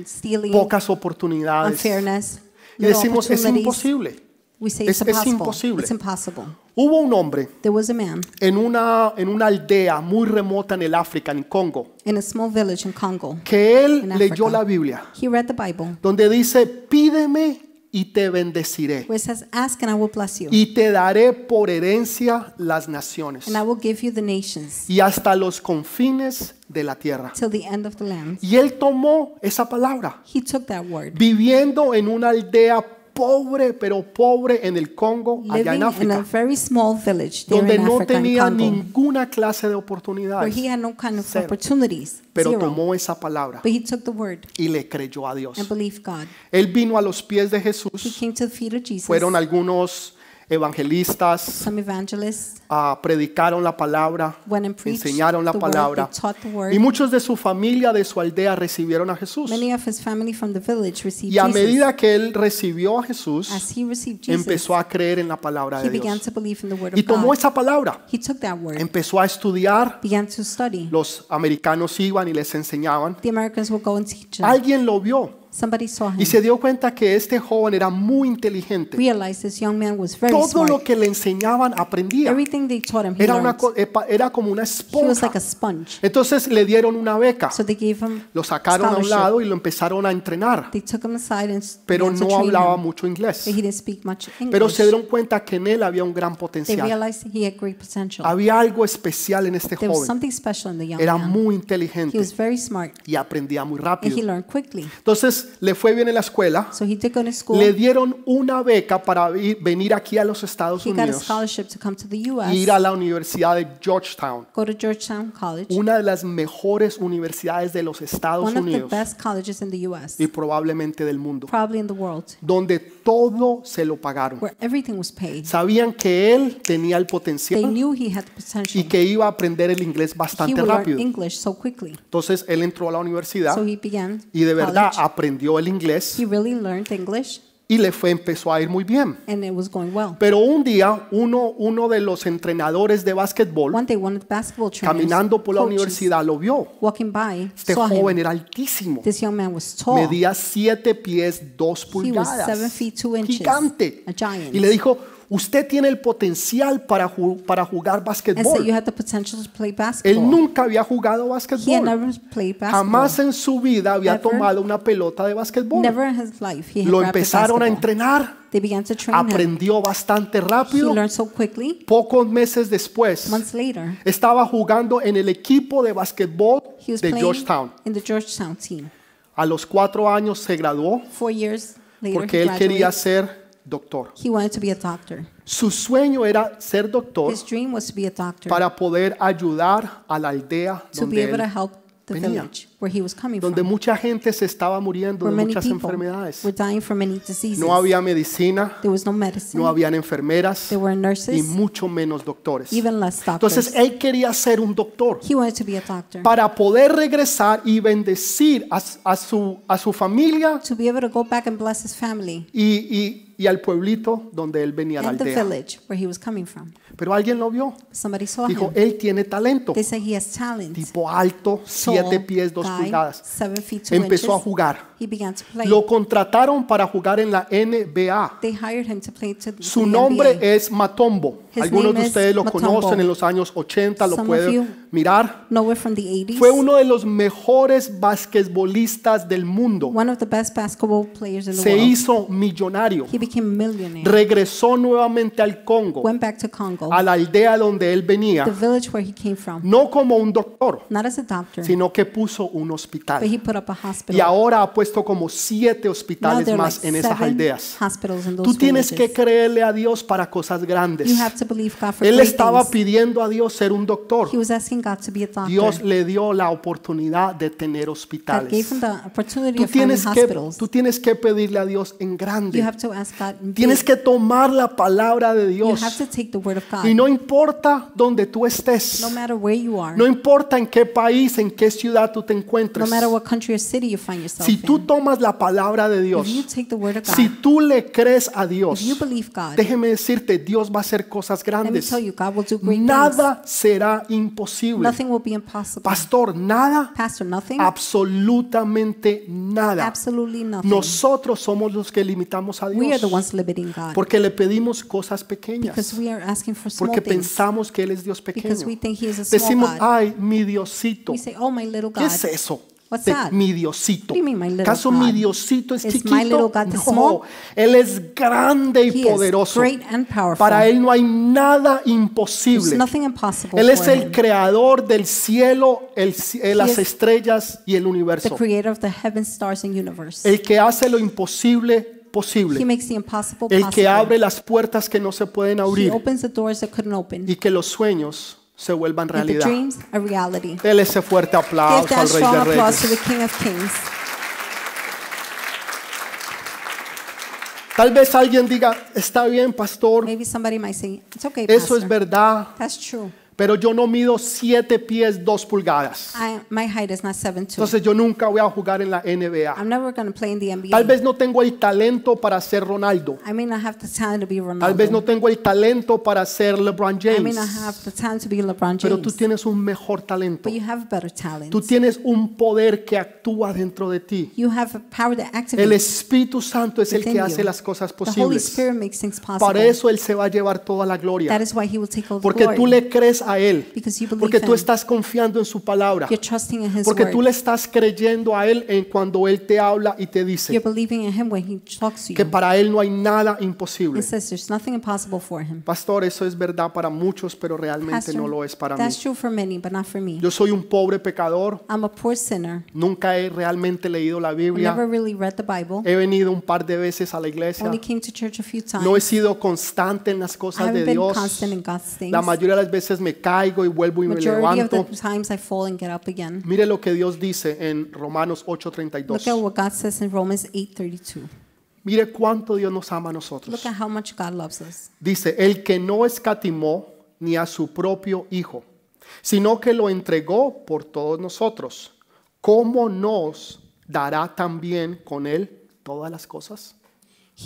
[SPEAKER 1] Stealing,
[SPEAKER 2] pocas oportunidades.
[SPEAKER 1] unfairness,
[SPEAKER 2] Y
[SPEAKER 1] little
[SPEAKER 2] decimos, es
[SPEAKER 1] opportunities."
[SPEAKER 2] imposible.
[SPEAKER 1] We say
[SPEAKER 2] Es-
[SPEAKER 1] it's,
[SPEAKER 2] es
[SPEAKER 1] impossible.
[SPEAKER 2] imposible.
[SPEAKER 1] It's impossible.
[SPEAKER 2] Hubo un hombre
[SPEAKER 1] There was a man
[SPEAKER 2] en una, en una aldea muy remota en el África, en Congo,
[SPEAKER 1] in a small village in Congo.
[SPEAKER 2] que él
[SPEAKER 1] In Africa.
[SPEAKER 2] leyó la Biblia,
[SPEAKER 1] He read the Bible
[SPEAKER 2] donde dice, pídeme y te bendeciré,
[SPEAKER 1] where it says, Ask and I will bless you,
[SPEAKER 2] y te daré por herencia las naciones
[SPEAKER 1] and I will give you the nations
[SPEAKER 2] y hasta los confines de la tierra.
[SPEAKER 1] till the end of the land.
[SPEAKER 2] Y él tomó esa palabra,
[SPEAKER 1] He took that word.
[SPEAKER 2] viviendo en una aldea pobre, pero pobre en el Congo, allá en
[SPEAKER 1] Living in a
[SPEAKER 2] África,
[SPEAKER 1] very small village there
[SPEAKER 2] donde
[SPEAKER 1] in
[SPEAKER 2] no
[SPEAKER 1] Africa, in
[SPEAKER 2] tenía
[SPEAKER 1] Congo,
[SPEAKER 2] ninguna clase de
[SPEAKER 1] where he
[SPEAKER 2] oportunidades,
[SPEAKER 1] had no kind of
[SPEAKER 2] Cero.
[SPEAKER 1] opportunities.
[SPEAKER 2] pero
[SPEAKER 1] Zero. Pues
[SPEAKER 2] tomó esa palabra
[SPEAKER 1] But he took the word
[SPEAKER 2] y le creyó a Dios.
[SPEAKER 1] and believed God.
[SPEAKER 2] Él vino a los pies de
[SPEAKER 1] He
[SPEAKER 2] Jesús.
[SPEAKER 1] came to the feet of Jesus.
[SPEAKER 2] Fueron algunos evangelistas,
[SPEAKER 1] Some evangelists
[SPEAKER 2] ah, predicaron la palabra,
[SPEAKER 1] went and preached
[SPEAKER 2] enseñaron la
[SPEAKER 1] the word, they
[SPEAKER 2] palabra.
[SPEAKER 1] taught the word.
[SPEAKER 2] Y muchos de su familia, de su aldea, recibieron a Jesús.
[SPEAKER 1] Many of his family from the village received
[SPEAKER 2] Y a
[SPEAKER 1] Jesus.
[SPEAKER 2] medida que él recibió a Jesús,
[SPEAKER 1] As he received Jesus,
[SPEAKER 2] empezó a creer en la palabra
[SPEAKER 1] he
[SPEAKER 2] de
[SPEAKER 1] began
[SPEAKER 2] Dios.
[SPEAKER 1] to believe in the word
[SPEAKER 2] Y
[SPEAKER 1] of
[SPEAKER 2] tomó
[SPEAKER 1] God.
[SPEAKER 2] esa palabra,
[SPEAKER 1] He took that word,
[SPEAKER 2] empezó a estudiar.
[SPEAKER 1] began to study.
[SPEAKER 2] Los americanos iban y les enseñaban.
[SPEAKER 1] The Americans will go and teach him.
[SPEAKER 2] Alguien lo vio
[SPEAKER 1] Somebody saw him.
[SPEAKER 2] y se dio cuenta que este joven era muy inteligente.
[SPEAKER 1] Realized this young man was very
[SPEAKER 2] Todo
[SPEAKER 1] smart.
[SPEAKER 2] lo que le enseñaban aprendía.
[SPEAKER 1] Everything they taught him, he
[SPEAKER 2] Era, una,
[SPEAKER 1] learned.
[SPEAKER 2] co- epa- era como una
[SPEAKER 1] He was
[SPEAKER 2] esponja.
[SPEAKER 1] like a sponge.
[SPEAKER 2] Entonces le dieron una beca,
[SPEAKER 1] So they gave him
[SPEAKER 2] lo sacaron a un
[SPEAKER 1] scholarship.
[SPEAKER 2] lado y lo empezaron a entrenar,
[SPEAKER 1] They took him aside and s-
[SPEAKER 2] pero
[SPEAKER 1] began to
[SPEAKER 2] no
[SPEAKER 1] train
[SPEAKER 2] hablaba
[SPEAKER 1] him.
[SPEAKER 2] mucho inglés.
[SPEAKER 1] But he didn't speak much English.
[SPEAKER 2] Pero se dieron cuenta que en él había un gran
[SPEAKER 1] they
[SPEAKER 2] potencial.
[SPEAKER 1] realized he had great potential.
[SPEAKER 2] Había algo especial en este
[SPEAKER 1] There was
[SPEAKER 2] joven.
[SPEAKER 1] something special in the young
[SPEAKER 2] Era
[SPEAKER 1] man.
[SPEAKER 2] muy
[SPEAKER 1] He was
[SPEAKER 2] inteligente
[SPEAKER 1] very smart
[SPEAKER 2] y aprendía muy
[SPEAKER 1] and he
[SPEAKER 2] rápido.
[SPEAKER 1] learned quickly.
[SPEAKER 2] Entonces le fue bien en la escuela,
[SPEAKER 1] So he did go to school.
[SPEAKER 2] le dieron una beca para ir- venir aquí a los Estados
[SPEAKER 1] He got a
[SPEAKER 2] Unidos
[SPEAKER 1] scholarship to come to the
[SPEAKER 2] y ir a
[SPEAKER 1] U.S.,
[SPEAKER 2] la Universidad de Georgetown,
[SPEAKER 1] go to Georgetown College,
[SPEAKER 2] una de las mejores universidades de los Estados
[SPEAKER 1] one of the
[SPEAKER 2] Unidos
[SPEAKER 1] best colleges in the U.S.,
[SPEAKER 2] y probablemente del mundo,
[SPEAKER 1] probably in the world,
[SPEAKER 2] donde todo se lo pagaron.
[SPEAKER 1] where everything was paid.
[SPEAKER 2] Sabían que él tenía el
[SPEAKER 1] They
[SPEAKER 2] potencial
[SPEAKER 1] knew he had the potential.
[SPEAKER 2] y que iba a aprender el inglés
[SPEAKER 1] he
[SPEAKER 2] bastante
[SPEAKER 1] would learn
[SPEAKER 2] rápido.
[SPEAKER 1] English so quickly.
[SPEAKER 2] Entonces él entró a la universidad
[SPEAKER 1] So he began
[SPEAKER 2] y de verdad
[SPEAKER 1] college.
[SPEAKER 2] aprendió el inglés
[SPEAKER 1] He really learned English
[SPEAKER 2] y le fue empezó a ir muy bien.
[SPEAKER 1] and it was going well.
[SPEAKER 2] Pero un día uno uno de los entrenadores de básquetbol
[SPEAKER 1] One day, one of the basketball trainers,
[SPEAKER 2] caminando por la
[SPEAKER 1] coaches,
[SPEAKER 2] universidad lo vio.
[SPEAKER 1] walking by,
[SPEAKER 2] Este
[SPEAKER 1] saw
[SPEAKER 2] joven
[SPEAKER 1] him.
[SPEAKER 2] era altísimo.
[SPEAKER 1] This young man was tall.
[SPEAKER 2] Medía 7 pies 2
[SPEAKER 1] He was seven
[SPEAKER 2] pulgadas.
[SPEAKER 1] feet two inches.
[SPEAKER 2] Gigante.
[SPEAKER 1] A giant.
[SPEAKER 2] Y le dijo, "Usted tiene el potencial para ju- para jugar
[SPEAKER 1] and said, "You
[SPEAKER 2] básquetbol."
[SPEAKER 1] had the potential to play
[SPEAKER 2] Él
[SPEAKER 1] basketball."
[SPEAKER 2] nunca había jugado
[SPEAKER 1] he had
[SPEAKER 2] básquetbol.
[SPEAKER 1] never played basketball.
[SPEAKER 2] Jamás en su vida había
[SPEAKER 1] Ever.
[SPEAKER 2] tomado una pelota de básquetbol.
[SPEAKER 1] Never in his life he had
[SPEAKER 2] Lo
[SPEAKER 1] grabbed a
[SPEAKER 2] empezaron a
[SPEAKER 1] basketball.
[SPEAKER 2] entrenar.
[SPEAKER 1] They began to train him.
[SPEAKER 2] Aprendió bastante
[SPEAKER 1] He
[SPEAKER 2] rápido.
[SPEAKER 1] learned so quickly.
[SPEAKER 2] Pocos meses después,
[SPEAKER 1] Months later,
[SPEAKER 2] estaba jugando en el equipo de básquetbol
[SPEAKER 1] he was
[SPEAKER 2] de
[SPEAKER 1] playing
[SPEAKER 2] Georgetown.
[SPEAKER 1] in the Georgetown team.
[SPEAKER 2] A los cuatro años se graduó
[SPEAKER 1] Four years later,
[SPEAKER 2] porque
[SPEAKER 1] he
[SPEAKER 2] él quería
[SPEAKER 1] graduated.
[SPEAKER 2] ser doctor.
[SPEAKER 1] He wanted to be a doctor.
[SPEAKER 2] Su sueño era ser doctor
[SPEAKER 1] His dream was to be a doctor,
[SPEAKER 2] para poder ayudar a la aldea
[SPEAKER 1] to be
[SPEAKER 2] donde,
[SPEAKER 1] able to
[SPEAKER 2] él-
[SPEAKER 1] help the
[SPEAKER 2] venía.
[SPEAKER 1] village where he was coming
[SPEAKER 2] donde
[SPEAKER 1] from,
[SPEAKER 2] mucha gente se estaba muriendo
[SPEAKER 1] where
[SPEAKER 2] de
[SPEAKER 1] many
[SPEAKER 2] muchas
[SPEAKER 1] people
[SPEAKER 2] enfermedades.
[SPEAKER 1] were dying from many diseases.
[SPEAKER 2] No había medicina,
[SPEAKER 1] there was no medicine.
[SPEAKER 2] no habían enfermeras
[SPEAKER 1] there were
[SPEAKER 2] y
[SPEAKER 1] nurses,
[SPEAKER 2] mucho menos doctores.
[SPEAKER 1] even less doctors.
[SPEAKER 2] Entonces él quería ser un doctor.
[SPEAKER 1] he wanted to be a doctor.
[SPEAKER 2] para poder regresar y bendecir a, s- a su, a su familia
[SPEAKER 1] to be able to go back and bless his family
[SPEAKER 2] y, y- y al pueblito donde él venía, a la
[SPEAKER 1] and the
[SPEAKER 2] aldea.
[SPEAKER 1] village where he was coming from.
[SPEAKER 2] Pero alguien lo vio.
[SPEAKER 1] Somebody saw
[SPEAKER 2] Dijo,
[SPEAKER 1] him.
[SPEAKER 2] él tiene talento.
[SPEAKER 1] They say he has talent.
[SPEAKER 2] Tipo alto, siete
[SPEAKER 1] Tall
[SPEAKER 2] pies, dos
[SPEAKER 1] guy,
[SPEAKER 2] pulgadas.
[SPEAKER 1] seven feet, two
[SPEAKER 2] Empezó a
[SPEAKER 1] inches.
[SPEAKER 2] jugar.
[SPEAKER 1] He began to play.
[SPEAKER 2] Lo contrataron para jugar en la NBA.
[SPEAKER 1] They hired him to play to
[SPEAKER 2] Su
[SPEAKER 1] the
[SPEAKER 2] nombre
[SPEAKER 1] NBA.
[SPEAKER 2] es Matombo.
[SPEAKER 1] His
[SPEAKER 2] Algunos de
[SPEAKER 1] name is
[SPEAKER 2] ustedes lo
[SPEAKER 1] Matombo.
[SPEAKER 2] conocen en los años 80, lo
[SPEAKER 1] Some of you-
[SPEAKER 2] pueden mirar.
[SPEAKER 1] Nowhere from the 80s.
[SPEAKER 2] Fue uno de los mejores basquetbolistas del mundo.
[SPEAKER 1] one of the best basketball players in the
[SPEAKER 2] Se
[SPEAKER 1] world.
[SPEAKER 2] hizo millonario.
[SPEAKER 1] He became a millionaire.
[SPEAKER 2] regresó nuevamente al Congo,
[SPEAKER 1] Went back to Congo,
[SPEAKER 2] a la aldea donde él venía,
[SPEAKER 1] the village where he came from,
[SPEAKER 2] no como un doctor,
[SPEAKER 1] not as a doctor,
[SPEAKER 2] sino que puso un
[SPEAKER 1] but
[SPEAKER 2] hospital.
[SPEAKER 1] he put up a
[SPEAKER 2] Y
[SPEAKER 1] hospital.
[SPEAKER 2] ahora ha puesto como siete
[SPEAKER 1] Now
[SPEAKER 2] hospitales
[SPEAKER 1] there are like
[SPEAKER 2] más en esas
[SPEAKER 1] seven
[SPEAKER 2] aldeas.
[SPEAKER 1] hospitals in those
[SPEAKER 2] Tú tienes que
[SPEAKER 1] villages.
[SPEAKER 2] creerle a Dios para cosas grandes.
[SPEAKER 1] You have to believe God for
[SPEAKER 2] Él
[SPEAKER 1] great
[SPEAKER 2] estaba
[SPEAKER 1] things.
[SPEAKER 2] pidiendo a Dios ser un doctor.
[SPEAKER 1] He was asking God to be a doctor.
[SPEAKER 2] Dios le dio la oportunidad de tener
[SPEAKER 1] God gave
[SPEAKER 2] hospitales.
[SPEAKER 1] him the opportunity
[SPEAKER 2] Tú
[SPEAKER 1] of finding
[SPEAKER 2] tienes que,
[SPEAKER 1] hospitals.
[SPEAKER 2] tú tienes que pedirle a Dios en
[SPEAKER 1] You
[SPEAKER 2] grande.
[SPEAKER 1] have to ask God. in
[SPEAKER 2] Tienes
[SPEAKER 1] faith.
[SPEAKER 2] que tomar la palabra de
[SPEAKER 1] you
[SPEAKER 2] Dios.
[SPEAKER 1] have to take the word of God.
[SPEAKER 2] Y no importa donde tú estés,
[SPEAKER 1] no matter where you are,
[SPEAKER 2] no importa en qué país, en qué ciudad tú te
[SPEAKER 1] no
[SPEAKER 2] encuentres,
[SPEAKER 1] matter what country or city you find yourself
[SPEAKER 2] si tú
[SPEAKER 1] in,
[SPEAKER 2] tomas la palabra de
[SPEAKER 1] if you
[SPEAKER 2] Dios,
[SPEAKER 1] take the word of God,
[SPEAKER 2] si tú le crees a
[SPEAKER 1] if
[SPEAKER 2] Dios,
[SPEAKER 1] you believe God,
[SPEAKER 2] déjeme decirte, Dios va a hacer cosas
[SPEAKER 1] let me
[SPEAKER 2] grandes.
[SPEAKER 1] tell you, God will do great things.
[SPEAKER 2] Nada será imposible.
[SPEAKER 1] Nothing will be impossible.
[SPEAKER 2] Pastor, nada,
[SPEAKER 1] Pastor, nothing.
[SPEAKER 2] absolutamente nada.
[SPEAKER 1] Absolutely nothing.
[SPEAKER 2] Nosotros somos los que limitamos a
[SPEAKER 1] we are the
[SPEAKER 2] Dios
[SPEAKER 1] ones limiting God
[SPEAKER 2] porque le pedimos cosas
[SPEAKER 1] because
[SPEAKER 2] pequeñas,
[SPEAKER 1] we are asking for small
[SPEAKER 2] porque
[SPEAKER 1] things
[SPEAKER 2] pensamos que Él es Dios
[SPEAKER 1] because we
[SPEAKER 2] pequeño.
[SPEAKER 1] think He is a small
[SPEAKER 2] Decimos,
[SPEAKER 1] God.
[SPEAKER 2] ay, mi Diosito.
[SPEAKER 1] we say, "Oh, my little
[SPEAKER 2] ¿Qué
[SPEAKER 1] God."
[SPEAKER 2] es eso?
[SPEAKER 1] What's
[SPEAKER 2] De
[SPEAKER 1] that?
[SPEAKER 2] mi Diosito.
[SPEAKER 1] What do you mean, my little
[SPEAKER 2] ¿Caso
[SPEAKER 1] God?
[SPEAKER 2] mi Diosito es
[SPEAKER 1] Is my
[SPEAKER 2] chiquito?
[SPEAKER 1] little God this
[SPEAKER 2] No,
[SPEAKER 1] small?
[SPEAKER 2] Él es grande y
[SPEAKER 1] He is
[SPEAKER 2] poderoso.
[SPEAKER 1] great and powerful.
[SPEAKER 2] Para Él no hay nada
[SPEAKER 1] There's
[SPEAKER 2] imposible.
[SPEAKER 1] nothing impossible
[SPEAKER 2] Él
[SPEAKER 1] for
[SPEAKER 2] es el
[SPEAKER 1] him.
[SPEAKER 2] creador del cielo, el ci- eh, las
[SPEAKER 1] is
[SPEAKER 2] estrellas y el
[SPEAKER 1] the
[SPEAKER 2] universo.
[SPEAKER 1] creator of the heavens, stars, and universe.
[SPEAKER 2] El que hace lo imposible
[SPEAKER 1] He
[SPEAKER 2] posible.
[SPEAKER 1] makes the impossible
[SPEAKER 2] El que
[SPEAKER 1] possible.
[SPEAKER 2] abre las puertas que no se pueden
[SPEAKER 1] he
[SPEAKER 2] abrir
[SPEAKER 1] opens the doors that couldn't open.
[SPEAKER 2] y que los sueños se
[SPEAKER 1] and
[SPEAKER 2] vuelvan
[SPEAKER 1] the
[SPEAKER 2] realidad.
[SPEAKER 1] dreams are reality.
[SPEAKER 2] Dele ese fuerte
[SPEAKER 1] Give
[SPEAKER 2] aplauso
[SPEAKER 1] that
[SPEAKER 2] al Rey
[SPEAKER 1] strong
[SPEAKER 2] de
[SPEAKER 1] applause to
[SPEAKER 2] Reyes.
[SPEAKER 1] the King of Kings.
[SPEAKER 2] Tal vez alguien diga, está bien, pastor,
[SPEAKER 1] Maybe somebody might say, "It's okay,
[SPEAKER 2] eso
[SPEAKER 1] Pastor.
[SPEAKER 2] es verdad,
[SPEAKER 1] That's true.
[SPEAKER 2] Pero yo no mido siete pies dos pulgadas.
[SPEAKER 1] I, my height is not 7'2".
[SPEAKER 2] Entonces yo nunca voy a jugar en la NBA.
[SPEAKER 1] I'm never going to play in the NBA.
[SPEAKER 2] Tal vez no tengo el talento para ser Ronaldo.
[SPEAKER 1] I may not have the talent to be Ronaldo.
[SPEAKER 2] Tal vez no tengo el talento para ser LeBron
[SPEAKER 1] I may not
[SPEAKER 2] James.
[SPEAKER 1] have the talent to be LeBron James.
[SPEAKER 2] Pero tú tienes un mejor talento.
[SPEAKER 1] but you have better talent.
[SPEAKER 2] Tú tienes un poder que actúa dentro de ti.
[SPEAKER 1] you have a power that
[SPEAKER 2] El
[SPEAKER 1] activates
[SPEAKER 2] Espíritu Santo es el
[SPEAKER 1] within
[SPEAKER 2] que hace
[SPEAKER 1] you.
[SPEAKER 2] las cosas
[SPEAKER 1] The Holy
[SPEAKER 2] posibles.
[SPEAKER 1] Spirit makes things possible.
[SPEAKER 2] Para eso Él se va a llevar toda la
[SPEAKER 1] that
[SPEAKER 2] gloria.
[SPEAKER 1] is why he will take all the
[SPEAKER 2] Porque
[SPEAKER 1] glory.
[SPEAKER 2] tú le crees a Él.
[SPEAKER 1] Because you believe
[SPEAKER 2] Porque tú
[SPEAKER 1] him.
[SPEAKER 2] estás confiando en su palabra.
[SPEAKER 1] You're trusting in his
[SPEAKER 2] Porque
[SPEAKER 1] word.
[SPEAKER 2] tú le estás creyendo a Él en cuando Él te habla y te
[SPEAKER 1] You're
[SPEAKER 2] dice
[SPEAKER 1] believing in him when he talks to
[SPEAKER 2] que
[SPEAKER 1] you.
[SPEAKER 2] para Él no hay nada imposible.
[SPEAKER 1] It says there's nothing impossible for him.
[SPEAKER 2] Pastor, eso es verdad para muchos, pero realmente
[SPEAKER 1] Pastor,
[SPEAKER 2] no lo es para mí.
[SPEAKER 1] that's true for many, but not for me.
[SPEAKER 2] Yo soy un pobre pecador,
[SPEAKER 1] I'm a poor sinner.
[SPEAKER 2] nunca he realmente leído la
[SPEAKER 1] I
[SPEAKER 2] Biblia,
[SPEAKER 1] never really read the Bible.
[SPEAKER 2] he venido un par de veces a la iglesia,
[SPEAKER 1] Only came to church a few times.
[SPEAKER 2] no he sido constante en las
[SPEAKER 1] I
[SPEAKER 2] cosas
[SPEAKER 1] haven't
[SPEAKER 2] de
[SPEAKER 1] been
[SPEAKER 2] Dios.
[SPEAKER 1] constant in God's things.
[SPEAKER 2] La mayoría de las veces me caigo y vuelvo y me
[SPEAKER 1] Majority of the
[SPEAKER 2] levanto.
[SPEAKER 1] times I fall and get up again.
[SPEAKER 2] Mire lo que Dios dice en Romanos
[SPEAKER 1] Look at
[SPEAKER 2] 8:32.
[SPEAKER 1] what God says in Romans 8:32.
[SPEAKER 2] Mire cuánto Dios nos ama a nosotros.
[SPEAKER 1] Look at how much God loves us.
[SPEAKER 2] Dice, el que no escatimó ni a su propio Hijo, sino que lo entregó por todos nosotros, ¿cómo nos dará también con él todas las cosas?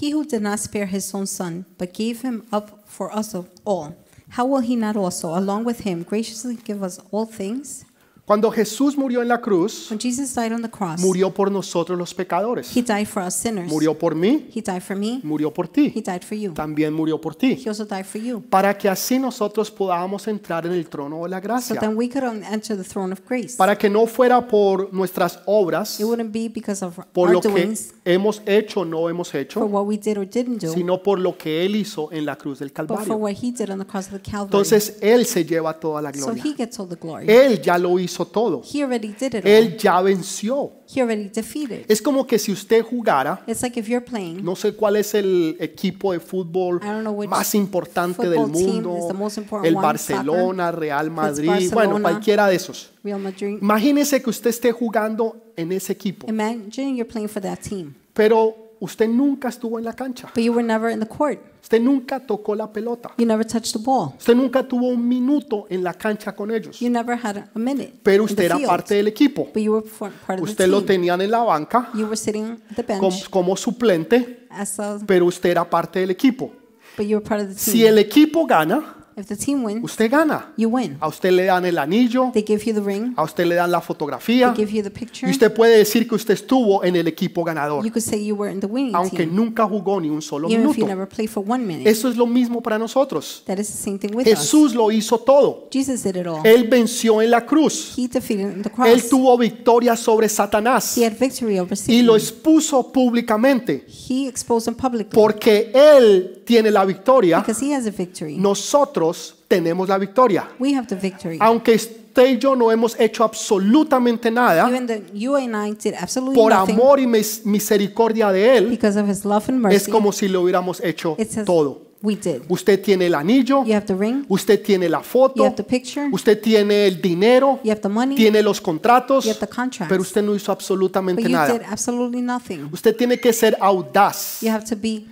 [SPEAKER 1] He who did not spare his own son, but gave him up for us of all, how will he not also, along with him, graciously give us all things?
[SPEAKER 2] Cuando Jesús murió en la cruz,
[SPEAKER 1] When Jesus died on the cross,
[SPEAKER 2] murió por nosotros los pecadores.
[SPEAKER 1] he died for us sinners.
[SPEAKER 2] Murió por mí,
[SPEAKER 1] He died for me.
[SPEAKER 2] murió por
[SPEAKER 1] He
[SPEAKER 2] ti,
[SPEAKER 1] died for you.
[SPEAKER 2] también murió por ti,
[SPEAKER 1] He also died for you.
[SPEAKER 2] para que así nosotros podamos entrar en el trono de la
[SPEAKER 1] So
[SPEAKER 2] gracia,
[SPEAKER 1] then we could um, enter the throne of grace.
[SPEAKER 2] para que no fuera por nuestras obras,
[SPEAKER 1] It wouldn't be because of
[SPEAKER 2] por
[SPEAKER 1] our
[SPEAKER 2] lo que
[SPEAKER 1] doings,
[SPEAKER 2] hemos hecho o no hemos hecho,
[SPEAKER 1] for what we did or didn't do,
[SPEAKER 2] sino por lo que Él hizo en la cruz del
[SPEAKER 1] but for
[SPEAKER 2] Calvario.
[SPEAKER 1] what he did on the cross of the Calvary.
[SPEAKER 2] Entonces Él se lleva toda la
[SPEAKER 1] so
[SPEAKER 2] gloria.
[SPEAKER 1] he gets all the glory.
[SPEAKER 2] Él ya lo hizo todo.
[SPEAKER 1] He already did it all.
[SPEAKER 2] Él ya venció.
[SPEAKER 1] He already defeated.
[SPEAKER 2] Es como que si usted jugara,
[SPEAKER 1] It's like if you're playing
[SPEAKER 2] no sé cuál es el equipo de fútbol
[SPEAKER 1] I don't know which
[SPEAKER 2] más importante del
[SPEAKER 1] football team
[SPEAKER 2] mundo,
[SPEAKER 1] is the most important
[SPEAKER 2] el
[SPEAKER 1] one,
[SPEAKER 2] Barcelona, Real Madrid, bueno,
[SPEAKER 1] Barcelona.
[SPEAKER 2] cualquiera de esos.
[SPEAKER 1] Real Madrid,
[SPEAKER 2] Imagínese que usted esté jugando en ese equipo,
[SPEAKER 1] imagine you're playing for that team,
[SPEAKER 2] pero usted nunca estuvo en la cancha,
[SPEAKER 1] but you were never in the court.
[SPEAKER 2] usted nunca tocó la pelota,
[SPEAKER 1] You never touched the ball.
[SPEAKER 2] usted nunca tuvo un minuto en la cancha con ellos.
[SPEAKER 1] You never had a minute.
[SPEAKER 2] pero
[SPEAKER 1] in
[SPEAKER 2] usted
[SPEAKER 1] the
[SPEAKER 2] era
[SPEAKER 1] field,
[SPEAKER 2] parte del equipo.
[SPEAKER 1] But you were for- part of
[SPEAKER 2] Usted
[SPEAKER 1] the
[SPEAKER 2] lo
[SPEAKER 1] team.
[SPEAKER 2] tenían en la banca
[SPEAKER 1] you were sitting at the bench
[SPEAKER 2] como, como suplente,
[SPEAKER 1] as a,
[SPEAKER 2] pero usted era parte del equipo.
[SPEAKER 1] but you were part of the team.
[SPEAKER 2] Si el equipo gana,
[SPEAKER 1] if the team wins,
[SPEAKER 2] usted gana.
[SPEAKER 1] you win.
[SPEAKER 2] A usted le dan el anillo,
[SPEAKER 1] They give you the ring.
[SPEAKER 2] a usted le dan la fotografía
[SPEAKER 1] They give you the picture.
[SPEAKER 2] y usted puede decir que usted estuvo en el equipo ganador,
[SPEAKER 1] you could say you were in the winning
[SPEAKER 2] aunque
[SPEAKER 1] team,
[SPEAKER 2] nunca jugó ni un solo
[SPEAKER 1] even if you
[SPEAKER 2] minuto.
[SPEAKER 1] never played for one minute.
[SPEAKER 2] Eso es lo mismo para nosotros.
[SPEAKER 1] that is the same thing with
[SPEAKER 2] Jesús lo hizo todo.
[SPEAKER 1] us. Jesus did it all.
[SPEAKER 2] Él venció en la cruz.
[SPEAKER 1] he defeated on the cross.
[SPEAKER 2] Él tuvo victoria sobre Satanás
[SPEAKER 1] he had victory over Satan.
[SPEAKER 2] y lo expuso públicamente.
[SPEAKER 1] he exposed them publicly
[SPEAKER 2] Porque ¿ah? Él tiene la victoria,
[SPEAKER 1] because he has a victory.
[SPEAKER 2] nosotros tenemos la victoria.
[SPEAKER 1] We have the victory.
[SPEAKER 2] Aunque usted y yo no hemos hecho absolutamente nada,
[SPEAKER 1] Even though you and I did absolutely
[SPEAKER 2] por
[SPEAKER 1] nothing
[SPEAKER 2] amor y mis- misericordia de Él,
[SPEAKER 1] because of his love and mercy.
[SPEAKER 2] es como si lo hubiéramos hecho
[SPEAKER 1] it says
[SPEAKER 2] todo.
[SPEAKER 1] we did.
[SPEAKER 2] Usted tiene el anillo,
[SPEAKER 1] You have the ring.
[SPEAKER 2] usted tiene la
[SPEAKER 1] You
[SPEAKER 2] foto,
[SPEAKER 1] have the picture.
[SPEAKER 2] usted tiene el dinero,
[SPEAKER 1] You have the money.
[SPEAKER 2] tiene los contratos,
[SPEAKER 1] You have the contracts.
[SPEAKER 2] pero usted no hizo
[SPEAKER 1] but
[SPEAKER 2] absolutamente
[SPEAKER 1] you did
[SPEAKER 2] nada.
[SPEAKER 1] absolutely nothing.
[SPEAKER 2] Usted tiene que ser audaz.
[SPEAKER 1] You have to be.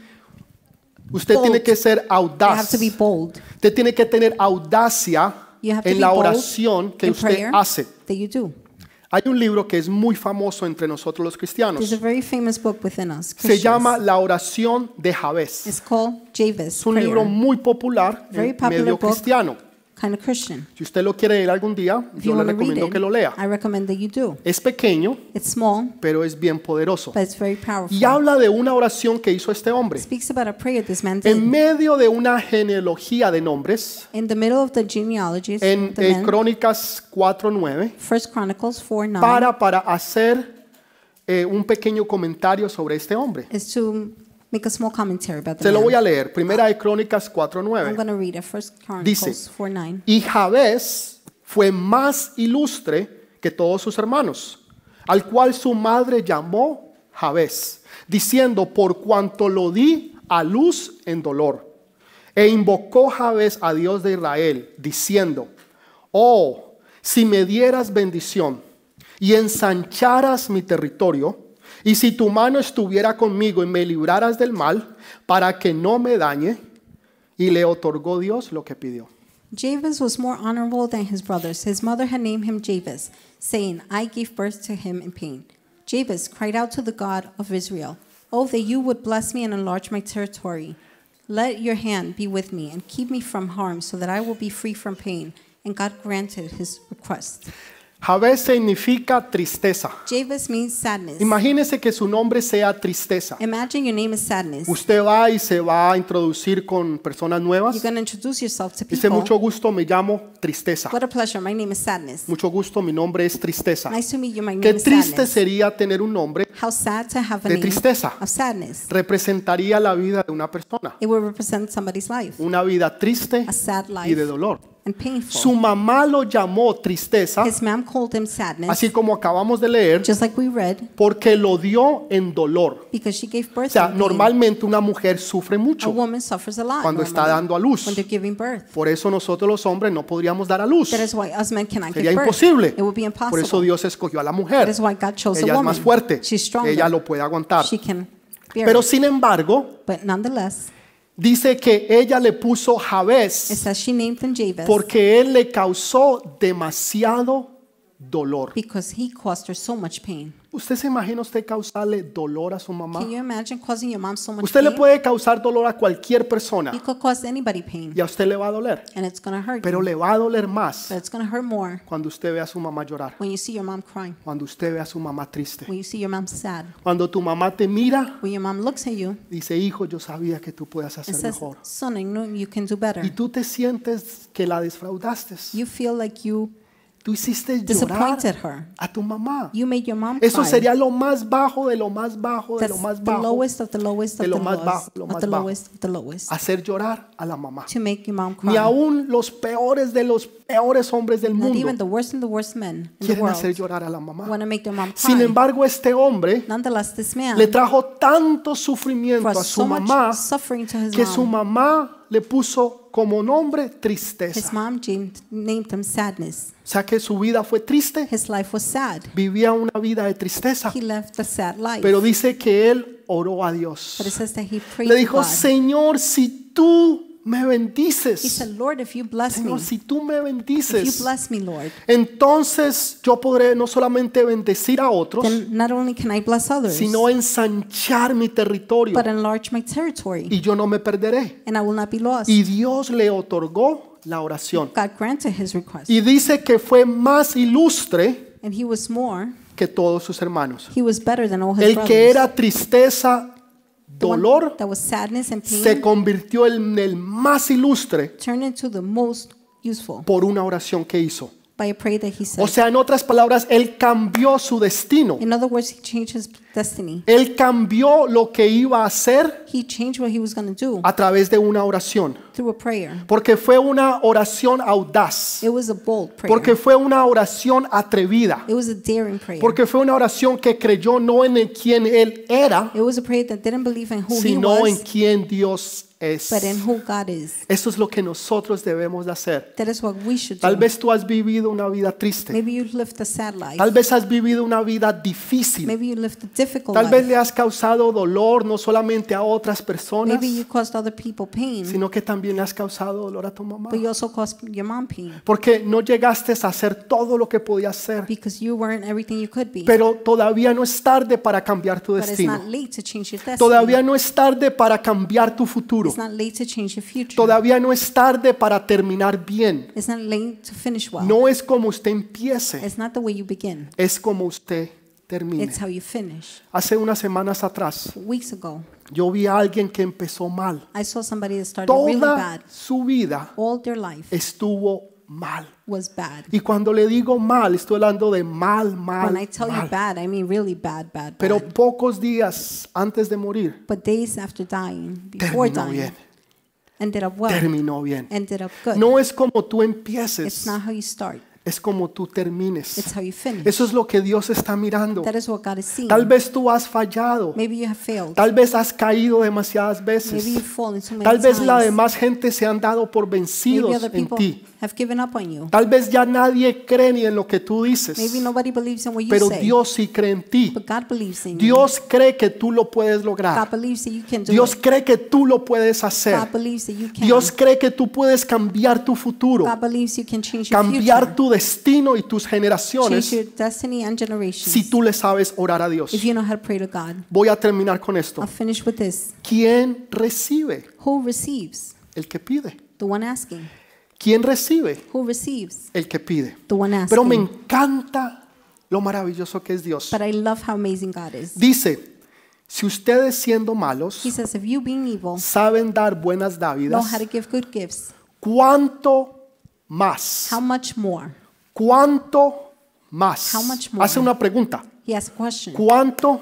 [SPEAKER 2] Usted tiene
[SPEAKER 1] bold.
[SPEAKER 2] que ser
[SPEAKER 1] You have
[SPEAKER 2] audaz.
[SPEAKER 1] to be bold.
[SPEAKER 2] Usted tiene que tener audacia
[SPEAKER 1] You have to
[SPEAKER 2] en
[SPEAKER 1] be
[SPEAKER 2] la
[SPEAKER 1] bold
[SPEAKER 2] oración que
[SPEAKER 1] in
[SPEAKER 2] usted
[SPEAKER 1] prayer
[SPEAKER 2] hace.
[SPEAKER 1] That you do.
[SPEAKER 2] Hay un libro que es muy famoso entre nosotros los
[SPEAKER 1] There's a
[SPEAKER 2] cristianos.
[SPEAKER 1] very famous book within us.
[SPEAKER 2] Se
[SPEAKER 1] Christians.
[SPEAKER 2] llama La oración de Jabez.
[SPEAKER 1] It's called Javis.
[SPEAKER 2] Es un
[SPEAKER 1] Prayer.
[SPEAKER 2] libro muy popular
[SPEAKER 1] Very
[SPEAKER 2] en
[SPEAKER 1] popular
[SPEAKER 2] medio
[SPEAKER 1] book.
[SPEAKER 2] cristiano.
[SPEAKER 1] kind of Christian.
[SPEAKER 2] Si usted lo quiere leer algún día,
[SPEAKER 1] If you
[SPEAKER 2] yo le
[SPEAKER 1] want to read
[SPEAKER 2] recomiendo
[SPEAKER 1] it,
[SPEAKER 2] que lo lea.
[SPEAKER 1] I recommend that you do.
[SPEAKER 2] Es pequeño,
[SPEAKER 1] It's small,
[SPEAKER 2] pero es bien poderoso.
[SPEAKER 1] but it's very powerful.
[SPEAKER 2] Y habla de una oración que hizo este hombre.
[SPEAKER 1] It speaks about a prayer this man did.
[SPEAKER 2] En medio de una genealogía de nombres,
[SPEAKER 1] In the middle of the genealogies,
[SPEAKER 2] en
[SPEAKER 1] the
[SPEAKER 2] eh,
[SPEAKER 1] men,
[SPEAKER 2] Crónicas 4.9,
[SPEAKER 1] First Chronicles 4 9
[SPEAKER 2] para para hacer eh, un pequeño comentario sobre este hombre.
[SPEAKER 1] is to make a small commentary about the
[SPEAKER 2] Se lo
[SPEAKER 1] man.
[SPEAKER 2] voy a leer. Primera de Crónicas
[SPEAKER 1] I'm
[SPEAKER 2] 4:9.
[SPEAKER 1] going to read it. First Chronicles 4 9.
[SPEAKER 2] Y Jabez fue más ilustre que todos sus hermanos, al cual su madre llamó Jabez, diciendo, por cuanto lo di a luz en dolor. E invocó Jabez a Dios de Israel, diciendo, oh, si me dieras bendición y ensancharas mi territorio, y si tu mano estuviera conmigo y me libraras del mal, para que no me dañe, y le otorgó Dios lo que pidió.
[SPEAKER 1] Jabez was more honorable than his brothers. His mother had named him Jabez, saying, I gave birth to him in pain. Jabez cried out to the God of Israel, Oh, that you would bless me and enlarge my territory. Let your hand be with me and keep me from harm, so that I will be free from pain. And God granted his request.
[SPEAKER 2] Jabez significa tristeza.
[SPEAKER 1] Jabez means sadness.
[SPEAKER 2] Imagínese que su nombre sea tristeza.
[SPEAKER 1] Imagine your name is sadness.
[SPEAKER 2] Usted va y se va a introducir con personas nuevas.
[SPEAKER 1] You're going to introduce yourself to
[SPEAKER 2] Dice
[SPEAKER 1] people.
[SPEAKER 2] mucho gusto, me llamo tristeza.
[SPEAKER 1] What a pleasure. My name is sadness.
[SPEAKER 2] Mucho gusto, mi nombre es tristeza.
[SPEAKER 1] Nice to meet you. My name
[SPEAKER 2] Qué
[SPEAKER 1] is
[SPEAKER 2] triste
[SPEAKER 1] sadness.
[SPEAKER 2] sería tener un nombre
[SPEAKER 1] How sad to have a
[SPEAKER 2] de
[SPEAKER 1] name
[SPEAKER 2] tristeza.
[SPEAKER 1] of sadness.
[SPEAKER 2] representaría la vida de una persona,
[SPEAKER 1] It will represent somebody's life,
[SPEAKER 2] una vida triste
[SPEAKER 1] a sad
[SPEAKER 2] y
[SPEAKER 1] life
[SPEAKER 2] de dolor.
[SPEAKER 1] and painful.
[SPEAKER 2] Su mamá lo llamó tristeza,
[SPEAKER 1] His mom called him sadness,
[SPEAKER 2] así como acabamos de leer,
[SPEAKER 1] just like we read,
[SPEAKER 2] porque lo dio en dolor.
[SPEAKER 1] because she gave
[SPEAKER 2] O
[SPEAKER 1] birth.
[SPEAKER 2] sea,
[SPEAKER 1] in pain.
[SPEAKER 2] normalmente una mujer sufre
[SPEAKER 1] a
[SPEAKER 2] mucho
[SPEAKER 1] woman suffers a lot
[SPEAKER 2] cuando está
[SPEAKER 1] normally,
[SPEAKER 2] dando a luz.
[SPEAKER 1] when they're giving birth.
[SPEAKER 2] Por eso nosotros los hombres no podríamos dar a luz.
[SPEAKER 1] That is why us men cannot
[SPEAKER 2] Sería
[SPEAKER 1] give birth.
[SPEAKER 2] imposible.
[SPEAKER 1] It would be
[SPEAKER 2] Por eso
[SPEAKER 1] impossible.
[SPEAKER 2] Dios escogió a la
[SPEAKER 1] That
[SPEAKER 2] mujer.
[SPEAKER 1] is why God chose
[SPEAKER 2] Ella
[SPEAKER 1] a
[SPEAKER 2] es
[SPEAKER 1] woman.
[SPEAKER 2] más fuerte.
[SPEAKER 1] She's stronger.
[SPEAKER 2] Ella lo puede aguantar.
[SPEAKER 1] she can bear
[SPEAKER 2] Pero
[SPEAKER 1] it.
[SPEAKER 2] sin embargo,
[SPEAKER 1] But nonetheless,
[SPEAKER 2] dice que ella le puso
[SPEAKER 1] it
[SPEAKER 2] Jabez
[SPEAKER 1] says she named him Jabez
[SPEAKER 2] porque él le causó demasiado dolor.
[SPEAKER 1] because he caused her so much pain.
[SPEAKER 2] ¿Usted se imagina usted causarle dolor a su mamá?
[SPEAKER 1] Can you imagine causing your mom so much
[SPEAKER 2] Usted le
[SPEAKER 1] pain?
[SPEAKER 2] puede causar dolor a cualquier persona
[SPEAKER 1] You could cause anybody pain,
[SPEAKER 2] y a usted le va a doler,
[SPEAKER 1] and it's going to hurt.
[SPEAKER 2] pero
[SPEAKER 1] you.
[SPEAKER 2] le va a doler más
[SPEAKER 1] But it's going to hurt more
[SPEAKER 2] cuando usted ve a su mamá llorar,
[SPEAKER 1] when you see your mom crying,
[SPEAKER 2] cuando usted ve a su mamá triste,
[SPEAKER 1] when you see your mom sad,
[SPEAKER 2] cuando tu mamá te mira,
[SPEAKER 1] when your mom looks at you
[SPEAKER 2] dice, hijo, yo sabía que tú puedes
[SPEAKER 1] and
[SPEAKER 2] hacer
[SPEAKER 1] says,
[SPEAKER 2] mejor.
[SPEAKER 1] "Son, I know you can do
[SPEAKER 2] Y
[SPEAKER 1] better."
[SPEAKER 2] tú te sientes que la defraudaste.
[SPEAKER 1] You feel like you
[SPEAKER 2] Tú hiciste llorar
[SPEAKER 1] disappointed her.
[SPEAKER 2] a tu mamá.
[SPEAKER 1] You made your mom
[SPEAKER 2] Eso
[SPEAKER 1] cry.
[SPEAKER 2] sería lo más bajo de lo más bajo de
[SPEAKER 1] That's
[SPEAKER 2] lo más
[SPEAKER 1] the
[SPEAKER 2] bajo.
[SPEAKER 1] lowest of the lowest
[SPEAKER 2] de
[SPEAKER 1] of
[SPEAKER 2] lo
[SPEAKER 1] the
[SPEAKER 2] más
[SPEAKER 1] lowest
[SPEAKER 2] bajo, lo
[SPEAKER 1] of the
[SPEAKER 2] más bajo.
[SPEAKER 1] lowest of the lowest
[SPEAKER 2] Hacer llorar a la mamá.
[SPEAKER 1] to make your mom
[SPEAKER 2] Ni
[SPEAKER 1] cry.
[SPEAKER 2] aún los peores de los peores hombres del
[SPEAKER 1] Not even
[SPEAKER 2] mundo
[SPEAKER 1] the worst and the worst men in the
[SPEAKER 2] quieren hacer
[SPEAKER 1] world
[SPEAKER 2] llorar a la
[SPEAKER 1] want
[SPEAKER 2] mamá.
[SPEAKER 1] to make their mom
[SPEAKER 2] Sin
[SPEAKER 1] cry.
[SPEAKER 2] embargo, este hombre
[SPEAKER 1] Nonetheless, this
[SPEAKER 2] le
[SPEAKER 1] man
[SPEAKER 2] trajo tanto sufrimiento a
[SPEAKER 1] caused
[SPEAKER 2] su
[SPEAKER 1] so
[SPEAKER 2] mamá
[SPEAKER 1] much suffering to his
[SPEAKER 2] que su
[SPEAKER 1] mom.
[SPEAKER 2] mamá le puso como nombre
[SPEAKER 1] His
[SPEAKER 2] tristeza.
[SPEAKER 1] mom James, named him sadness.
[SPEAKER 2] O sea que su vida fue triste,
[SPEAKER 1] His life was sad.
[SPEAKER 2] vivía una vida de tristeza.
[SPEAKER 1] He left a sad life.
[SPEAKER 2] Ah. Pero dice que él oró a
[SPEAKER 1] but it
[SPEAKER 2] Dios.
[SPEAKER 1] says that he prayed
[SPEAKER 2] Le
[SPEAKER 1] to
[SPEAKER 2] dijo,
[SPEAKER 1] God.
[SPEAKER 2] Señor, si tú me
[SPEAKER 1] He
[SPEAKER 2] bendices,
[SPEAKER 1] said, Lord, if you bless me,
[SPEAKER 2] Señor, si tú me
[SPEAKER 1] if you
[SPEAKER 2] bendices,
[SPEAKER 1] bless me, Lord,
[SPEAKER 2] entonces yo podré no solamente bendecir a otros,
[SPEAKER 1] then not only can I bless others,
[SPEAKER 2] sino ensanchar mi territorio
[SPEAKER 1] but enlarge my territory,
[SPEAKER 2] y yo no me perderé.
[SPEAKER 1] and I will not be lost.
[SPEAKER 2] Y Dios le otorgó la oración.
[SPEAKER 1] God granted his request.
[SPEAKER 2] Y dice que fue más ilustre
[SPEAKER 1] And he was more,
[SPEAKER 2] que todos sus hermanos.
[SPEAKER 1] he was better than all his
[SPEAKER 2] El
[SPEAKER 1] brothers.
[SPEAKER 2] que era tristeza,
[SPEAKER 1] The one
[SPEAKER 2] dolor,
[SPEAKER 1] that was sadness and pain
[SPEAKER 2] se convirtió en el más ilustre
[SPEAKER 1] turned into the most useful
[SPEAKER 2] por una oración que hizo.
[SPEAKER 1] by a prayer that he said.
[SPEAKER 2] O sea, en otras palabras, él cambió su destino.
[SPEAKER 1] In other words, he changed his destiny.
[SPEAKER 2] Él cambió lo que iba a hacer
[SPEAKER 1] He changed what he was going to do
[SPEAKER 2] a través de una oración.
[SPEAKER 1] through a prayer.
[SPEAKER 2] Porque fue una oración audaz.
[SPEAKER 1] It was a bold prayer.
[SPEAKER 2] Porque fue una oración atrevida.
[SPEAKER 1] it was a daring prayer.
[SPEAKER 2] Porque fue una oración que creyó no en el quien él era,
[SPEAKER 1] it was a prayer that didn't believe in who he
[SPEAKER 2] sino en
[SPEAKER 1] was,
[SPEAKER 2] quien Dios es.
[SPEAKER 1] but in who God is.
[SPEAKER 2] Eso es lo que nosotros debemos de hacer.
[SPEAKER 1] That is what we should do.
[SPEAKER 2] Tal vez tú has vivido una vida triste.
[SPEAKER 1] Maybe you lived a sad life.
[SPEAKER 2] Tal vez has vivido una vida difícil.
[SPEAKER 1] Maybe you lived a difficult
[SPEAKER 2] Tal vez
[SPEAKER 1] life.
[SPEAKER 2] le has causado dolor no solamente a otras personas,
[SPEAKER 1] Maybe you caused other people pain,
[SPEAKER 2] sino que también Pues le has causado dolor a tu mamá.
[SPEAKER 1] but you also caused your mom pain
[SPEAKER 2] Porque no llegaste a hacer todo lo que podías hacer.
[SPEAKER 1] because you weren't everything you could be.
[SPEAKER 2] Pero todavía no es tarde para cambiar tu
[SPEAKER 1] But it's not
[SPEAKER 2] destino.
[SPEAKER 1] late to change your destiny.
[SPEAKER 2] Todavía no es tarde para cambiar tu futuro.
[SPEAKER 1] It's not late to change your future.
[SPEAKER 2] Todavía no es tarde para terminar bien.
[SPEAKER 1] It's not late to finish well.
[SPEAKER 2] No es como usted empiece,
[SPEAKER 1] It's not the way you begin.
[SPEAKER 2] es como usted termine.
[SPEAKER 1] It's how you finish.
[SPEAKER 2] Hace unas semanas atrás,
[SPEAKER 1] Weeks ago,
[SPEAKER 2] yo vi a alguien que empezó mal.
[SPEAKER 1] I saw somebody that started really
[SPEAKER 2] Toda
[SPEAKER 1] bad.
[SPEAKER 2] su vida
[SPEAKER 1] All their life
[SPEAKER 2] estuvo mal.
[SPEAKER 1] was bad.
[SPEAKER 2] Y cuando le digo mal, estoy hablando de mal, mal,
[SPEAKER 1] When I tell you
[SPEAKER 2] mal.
[SPEAKER 1] bad, I mean really bad, bad,
[SPEAKER 2] Pero
[SPEAKER 1] bad.
[SPEAKER 2] pocos días antes de morir,
[SPEAKER 1] But days after dying, before
[SPEAKER 2] Terminó
[SPEAKER 1] dying,
[SPEAKER 2] bien.
[SPEAKER 1] ended up well,
[SPEAKER 2] terminó bien.
[SPEAKER 1] ended up good.
[SPEAKER 2] No es como tú
[SPEAKER 1] It's
[SPEAKER 2] empieces,
[SPEAKER 1] not how you start.
[SPEAKER 2] es como tú
[SPEAKER 1] It's
[SPEAKER 2] termines.
[SPEAKER 1] how you finish.
[SPEAKER 2] Eso es lo que Dios está mirando.
[SPEAKER 1] That is what God is seeing.
[SPEAKER 2] Tal vez tú has fallado.
[SPEAKER 1] Maybe you have failed.
[SPEAKER 2] Tal vez has caído demasiadas
[SPEAKER 1] Maybe
[SPEAKER 2] veces.
[SPEAKER 1] you've fallen so many
[SPEAKER 2] Tal vez la
[SPEAKER 1] times.
[SPEAKER 2] demás gente se han dado por
[SPEAKER 1] Maybe
[SPEAKER 2] vencidos
[SPEAKER 1] other
[SPEAKER 2] en
[SPEAKER 1] people
[SPEAKER 2] ti.
[SPEAKER 1] have given up on you.
[SPEAKER 2] Tal vez ya nadie cree ni en lo que tú dices.
[SPEAKER 1] Maybe nobody believes in what you
[SPEAKER 2] Pero
[SPEAKER 1] say.
[SPEAKER 2] Dios sí cree en ti.
[SPEAKER 1] but God believes in you.
[SPEAKER 2] Dios cree que tú lo puedes
[SPEAKER 1] God
[SPEAKER 2] lograr.
[SPEAKER 1] believes that you can do
[SPEAKER 2] Dios
[SPEAKER 1] it.
[SPEAKER 2] cree que tú lo puedes hacer.
[SPEAKER 1] God believes that you can.
[SPEAKER 2] Dios cree que tú puedes cambiar tu futuro,
[SPEAKER 1] God believes you can change your
[SPEAKER 2] cambiar
[SPEAKER 1] future.
[SPEAKER 2] tu destino y tus
[SPEAKER 1] Change
[SPEAKER 2] generaciones
[SPEAKER 1] your destiny and generations.
[SPEAKER 2] si tú le sabes orar a Dios.
[SPEAKER 1] if you know how to pray to God.
[SPEAKER 2] Voy a terminar con esto.
[SPEAKER 1] I'll finish with this.
[SPEAKER 2] ¿Quién recibe?
[SPEAKER 1] Who receives?
[SPEAKER 2] El que pide.
[SPEAKER 1] The one asking.
[SPEAKER 2] ¿Quién recibe?
[SPEAKER 1] Who receives?
[SPEAKER 2] El que pide.
[SPEAKER 1] The one asking.
[SPEAKER 2] Pero me encanta lo maravilloso que es Dios.
[SPEAKER 1] But I love how amazing God is.
[SPEAKER 2] Dice, si ustedes siendo malos
[SPEAKER 1] He says, if you being evil
[SPEAKER 2] saben dar buenas
[SPEAKER 1] know
[SPEAKER 2] dávidas,
[SPEAKER 1] how to give good gifts,
[SPEAKER 2] ¿cuánto más?
[SPEAKER 1] how much more?
[SPEAKER 2] ¿Cuánto más?
[SPEAKER 1] How much more?
[SPEAKER 2] Hace una pregunta.
[SPEAKER 1] He asks a question.
[SPEAKER 2] ¿Cuánto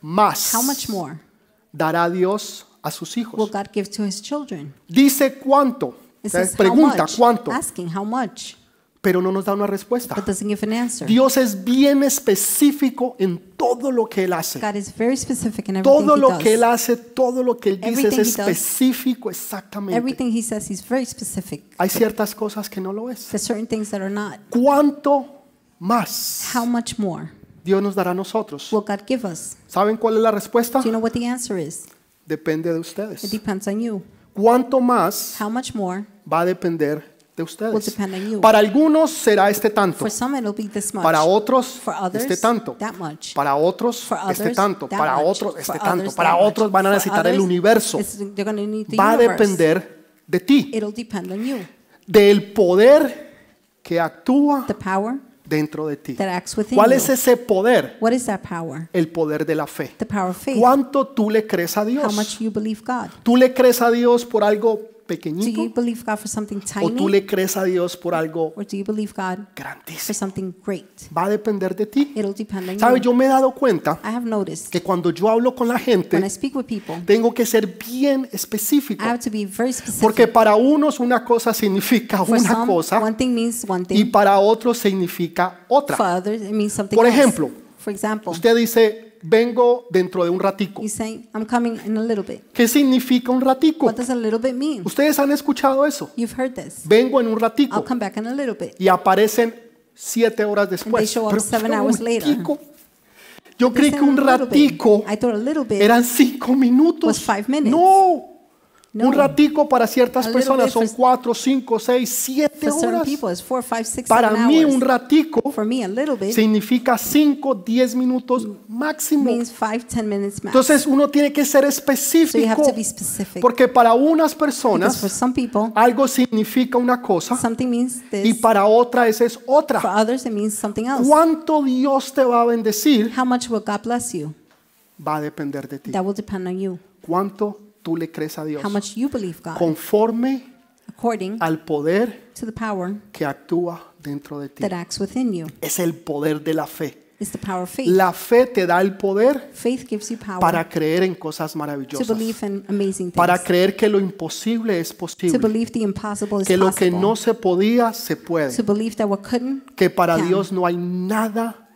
[SPEAKER 2] más
[SPEAKER 1] How much more
[SPEAKER 2] dará Dios a sus
[SPEAKER 1] will
[SPEAKER 2] hijos?
[SPEAKER 1] God give to his children?
[SPEAKER 2] Dice cuánto.
[SPEAKER 1] It
[SPEAKER 2] Eh,
[SPEAKER 1] says, how
[SPEAKER 2] Pregunta
[SPEAKER 1] much?
[SPEAKER 2] cuánto,
[SPEAKER 1] Asking how much,
[SPEAKER 2] pero no nos da una respuesta.
[SPEAKER 1] but doesn't give an answer.
[SPEAKER 2] Dios es bien específico en todo lo que Él hace.
[SPEAKER 1] God is very specific in everything
[SPEAKER 2] Todo
[SPEAKER 1] he
[SPEAKER 2] lo
[SPEAKER 1] does.
[SPEAKER 2] que Él hace, todo lo que Él dice es
[SPEAKER 1] Everything he does.
[SPEAKER 2] específico exactamente.
[SPEAKER 1] Everything he says, he's very specific.
[SPEAKER 2] Hay ciertas cosas que no lo es.
[SPEAKER 1] There's certain things that are not.
[SPEAKER 2] ¿Cuánto más
[SPEAKER 1] How much more
[SPEAKER 2] Dios nos dará a nosotros?
[SPEAKER 1] will God give us?
[SPEAKER 2] ¿Saben cuál es la respuesta?
[SPEAKER 1] Do you know what the answer is?
[SPEAKER 2] Depende de
[SPEAKER 1] It
[SPEAKER 2] ustedes.
[SPEAKER 1] depends on you.
[SPEAKER 2] ¿Cuánto más
[SPEAKER 1] How much more?
[SPEAKER 2] va a depender de
[SPEAKER 1] Will
[SPEAKER 2] ustedes?
[SPEAKER 1] depend on you.
[SPEAKER 2] Para algunos será este tanto,
[SPEAKER 1] For some it'll be this much.
[SPEAKER 2] para otros
[SPEAKER 1] For others,
[SPEAKER 2] este tanto,
[SPEAKER 1] that much.
[SPEAKER 2] para otros
[SPEAKER 1] For others,
[SPEAKER 2] este tanto,
[SPEAKER 1] that
[SPEAKER 2] para
[SPEAKER 1] much.
[SPEAKER 2] otros
[SPEAKER 1] For
[SPEAKER 2] este
[SPEAKER 1] others,
[SPEAKER 2] tanto,
[SPEAKER 1] that
[SPEAKER 2] para
[SPEAKER 1] much.
[SPEAKER 2] otros van a
[SPEAKER 1] For
[SPEAKER 2] necesitar el
[SPEAKER 1] others,
[SPEAKER 2] universo.
[SPEAKER 1] it's- they're gonna need the
[SPEAKER 2] Va a
[SPEAKER 1] universe.
[SPEAKER 2] depender de ti,
[SPEAKER 1] It'll depend on you.
[SPEAKER 2] del poder que actúa
[SPEAKER 1] The power
[SPEAKER 2] dentro de ti.
[SPEAKER 1] that acts within
[SPEAKER 2] ¿Cuál
[SPEAKER 1] you.
[SPEAKER 2] es ese poder?
[SPEAKER 1] What is that power?
[SPEAKER 2] El poder de la fe.
[SPEAKER 1] The power of faith.
[SPEAKER 2] ¿Cuánto tú le crees a
[SPEAKER 1] How
[SPEAKER 2] Dios?
[SPEAKER 1] much you believe God.
[SPEAKER 2] ¿Tú le crees a Dios por algo
[SPEAKER 1] Do you
[SPEAKER 2] pequeñito
[SPEAKER 1] believe God for something
[SPEAKER 2] o tú
[SPEAKER 1] tiny?
[SPEAKER 2] le crees a Dios por algo
[SPEAKER 1] Or do you believe God for
[SPEAKER 2] grandísimo?
[SPEAKER 1] something great?
[SPEAKER 2] Pues, Va a depender de ti.
[SPEAKER 1] It'll depend on
[SPEAKER 2] ¿Sabe?
[SPEAKER 1] you.
[SPEAKER 2] Yo me he dado cuenta
[SPEAKER 1] I have noticed
[SPEAKER 2] que cuando yo hablo con la
[SPEAKER 1] when I
[SPEAKER 2] gente,
[SPEAKER 1] speak with people,
[SPEAKER 2] tengo que ser bien específico.
[SPEAKER 1] I have to be very specific.
[SPEAKER 2] Porque para unos una cosa significa
[SPEAKER 1] For
[SPEAKER 2] una
[SPEAKER 1] some,
[SPEAKER 2] cosa
[SPEAKER 1] one thing means one
[SPEAKER 2] y
[SPEAKER 1] thing.
[SPEAKER 2] para otros significa
[SPEAKER 1] For
[SPEAKER 2] otra.
[SPEAKER 1] others, it means something
[SPEAKER 2] Por
[SPEAKER 1] else.
[SPEAKER 2] ejemplo,
[SPEAKER 1] For example,
[SPEAKER 2] Usted dice, vengo dentro de un ratico.
[SPEAKER 1] you say, I'm coming in a little bit.
[SPEAKER 2] ¿Qué significa un ratico?
[SPEAKER 1] What does a little bit mean?
[SPEAKER 2] Ustedes han escuchado eso.
[SPEAKER 1] You've heard this.
[SPEAKER 2] Vengo en un ratico.
[SPEAKER 1] I'll come back in a little bit.
[SPEAKER 2] y aparecen siete horas después.
[SPEAKER 1] show up
[SPEAKER 2] Pero
[SPEAKER 1] seven
[SPEAKER 2] fue un
[SPEAKER 1] hours later.
[SPEAKER 2] ratico. Yo creí
[SPEAKER 1] They
[SPEAKER 2] que
[SPEAKER 1] said
[SPEAKER 2] un
[SPEAKER 1] a little bit.
[SPEAKER 2] ratico
[SPEAKER 1] I thought a little bit.
[SPEAKER 2] eran cinco minutos.
[SPEAKER 1] Was Pues five minutes.
[SPEAKER 2] No.
[SPEAKER 1] No.
[SPEAKER 2] Un ratico para ciertas
[SPEAKER 1] A little
[SPEAKER 2] personas
[SPEAKER 1] bit
[SPEAKER 2] son
[SPEAKER 1] for-
[SPEAKER 2] cuatro, cinco, seis, siete
[SPEAKER 1] for certain
[SPEAKER 2] horas.
[SPEAKER 1] people, it's four, five, six,
[SPEAKER 2] Para
[SPEAKER 1] seven
[SPEAKER 2] mí
[SPEAKER 1] hours.
[SPEAKER 2] un ratico
[SPEAKER 1] For me, a little bit
[SPEAKER 2] significa cinco, diez minutos máximo.
[SPEAKER 1] means five, ten minutes max.
[SPEAKER 2] Entonces uno tiene que
[SPEAKER 1] so
[SPEAKER 2] ser
[SPEAKER 1] you have
[SPEAKER 2] específico
[SPEAKER 1] to be specific.
[SPEAKER 2] porque para unas
[SPEAKER 1] because for
[SPEAKER 2] personas
[SPEAKER 1] some people,
[SPEAKER 2] algo significa una cosa
[SPEAKER 1] something means this.
[SPEAKER 2] y para otra esa es otra.
[SPEAKER 1] for others, it means something else.
[SPEAKER 2] ¿Cuánto Dios te va a bendecir?
[SPEAKER 1] How much will God bless you?
[SPEAKER 2] Va a depender de ti.
[SPEAKER 1] That will depend on you.
[SPEAKER 2] ¿Cuánto tú le crees a Dios?
[SPEAKER 1] How much you believe God.
[SPEAKER 2] Conforme
[SPEAKER 1] according
[SPEAKER 2] al poder
[SPEAKER 1] to the power
[SPEAKER 2] que actúa dentro de ti.
[SPEAKER 1] that acts within you.
[SPEAKER 2] Es el poder de la fe.
[SPEAKER 1] It's the power of faith.
[SPEAKER 2] La fe te da el poder
[SPEAKER 1] faith gives you power
[SPEAKER 2] para creer en cosas
[SPEAKER 1] to
[SPEAKER 2] maravillosas.
[SPEAKER 1] believe in amazing
[SPEAKER 2] Para
[SPEAKER 1] things.
[SPEAKER 2] creer que lo imposible es
[SPEAKER 1] To
[SPEAKER 2] posible.
[SPEAKER 1] believe the impossible is
[SPEAKER 2] Que lo que
[SPEAKER 1] possible.
[SPEAKER 2] no se podía, se
[SPEAKER 1] to
[SPEAKER 2] puede.
[SPEAKER 1] believe that what couldn't,
[SPEAKER 2] Que para
[SPEAKER 1] can.
[SPEAKER 2] Dios no hay nada
[SPEAKER 1] for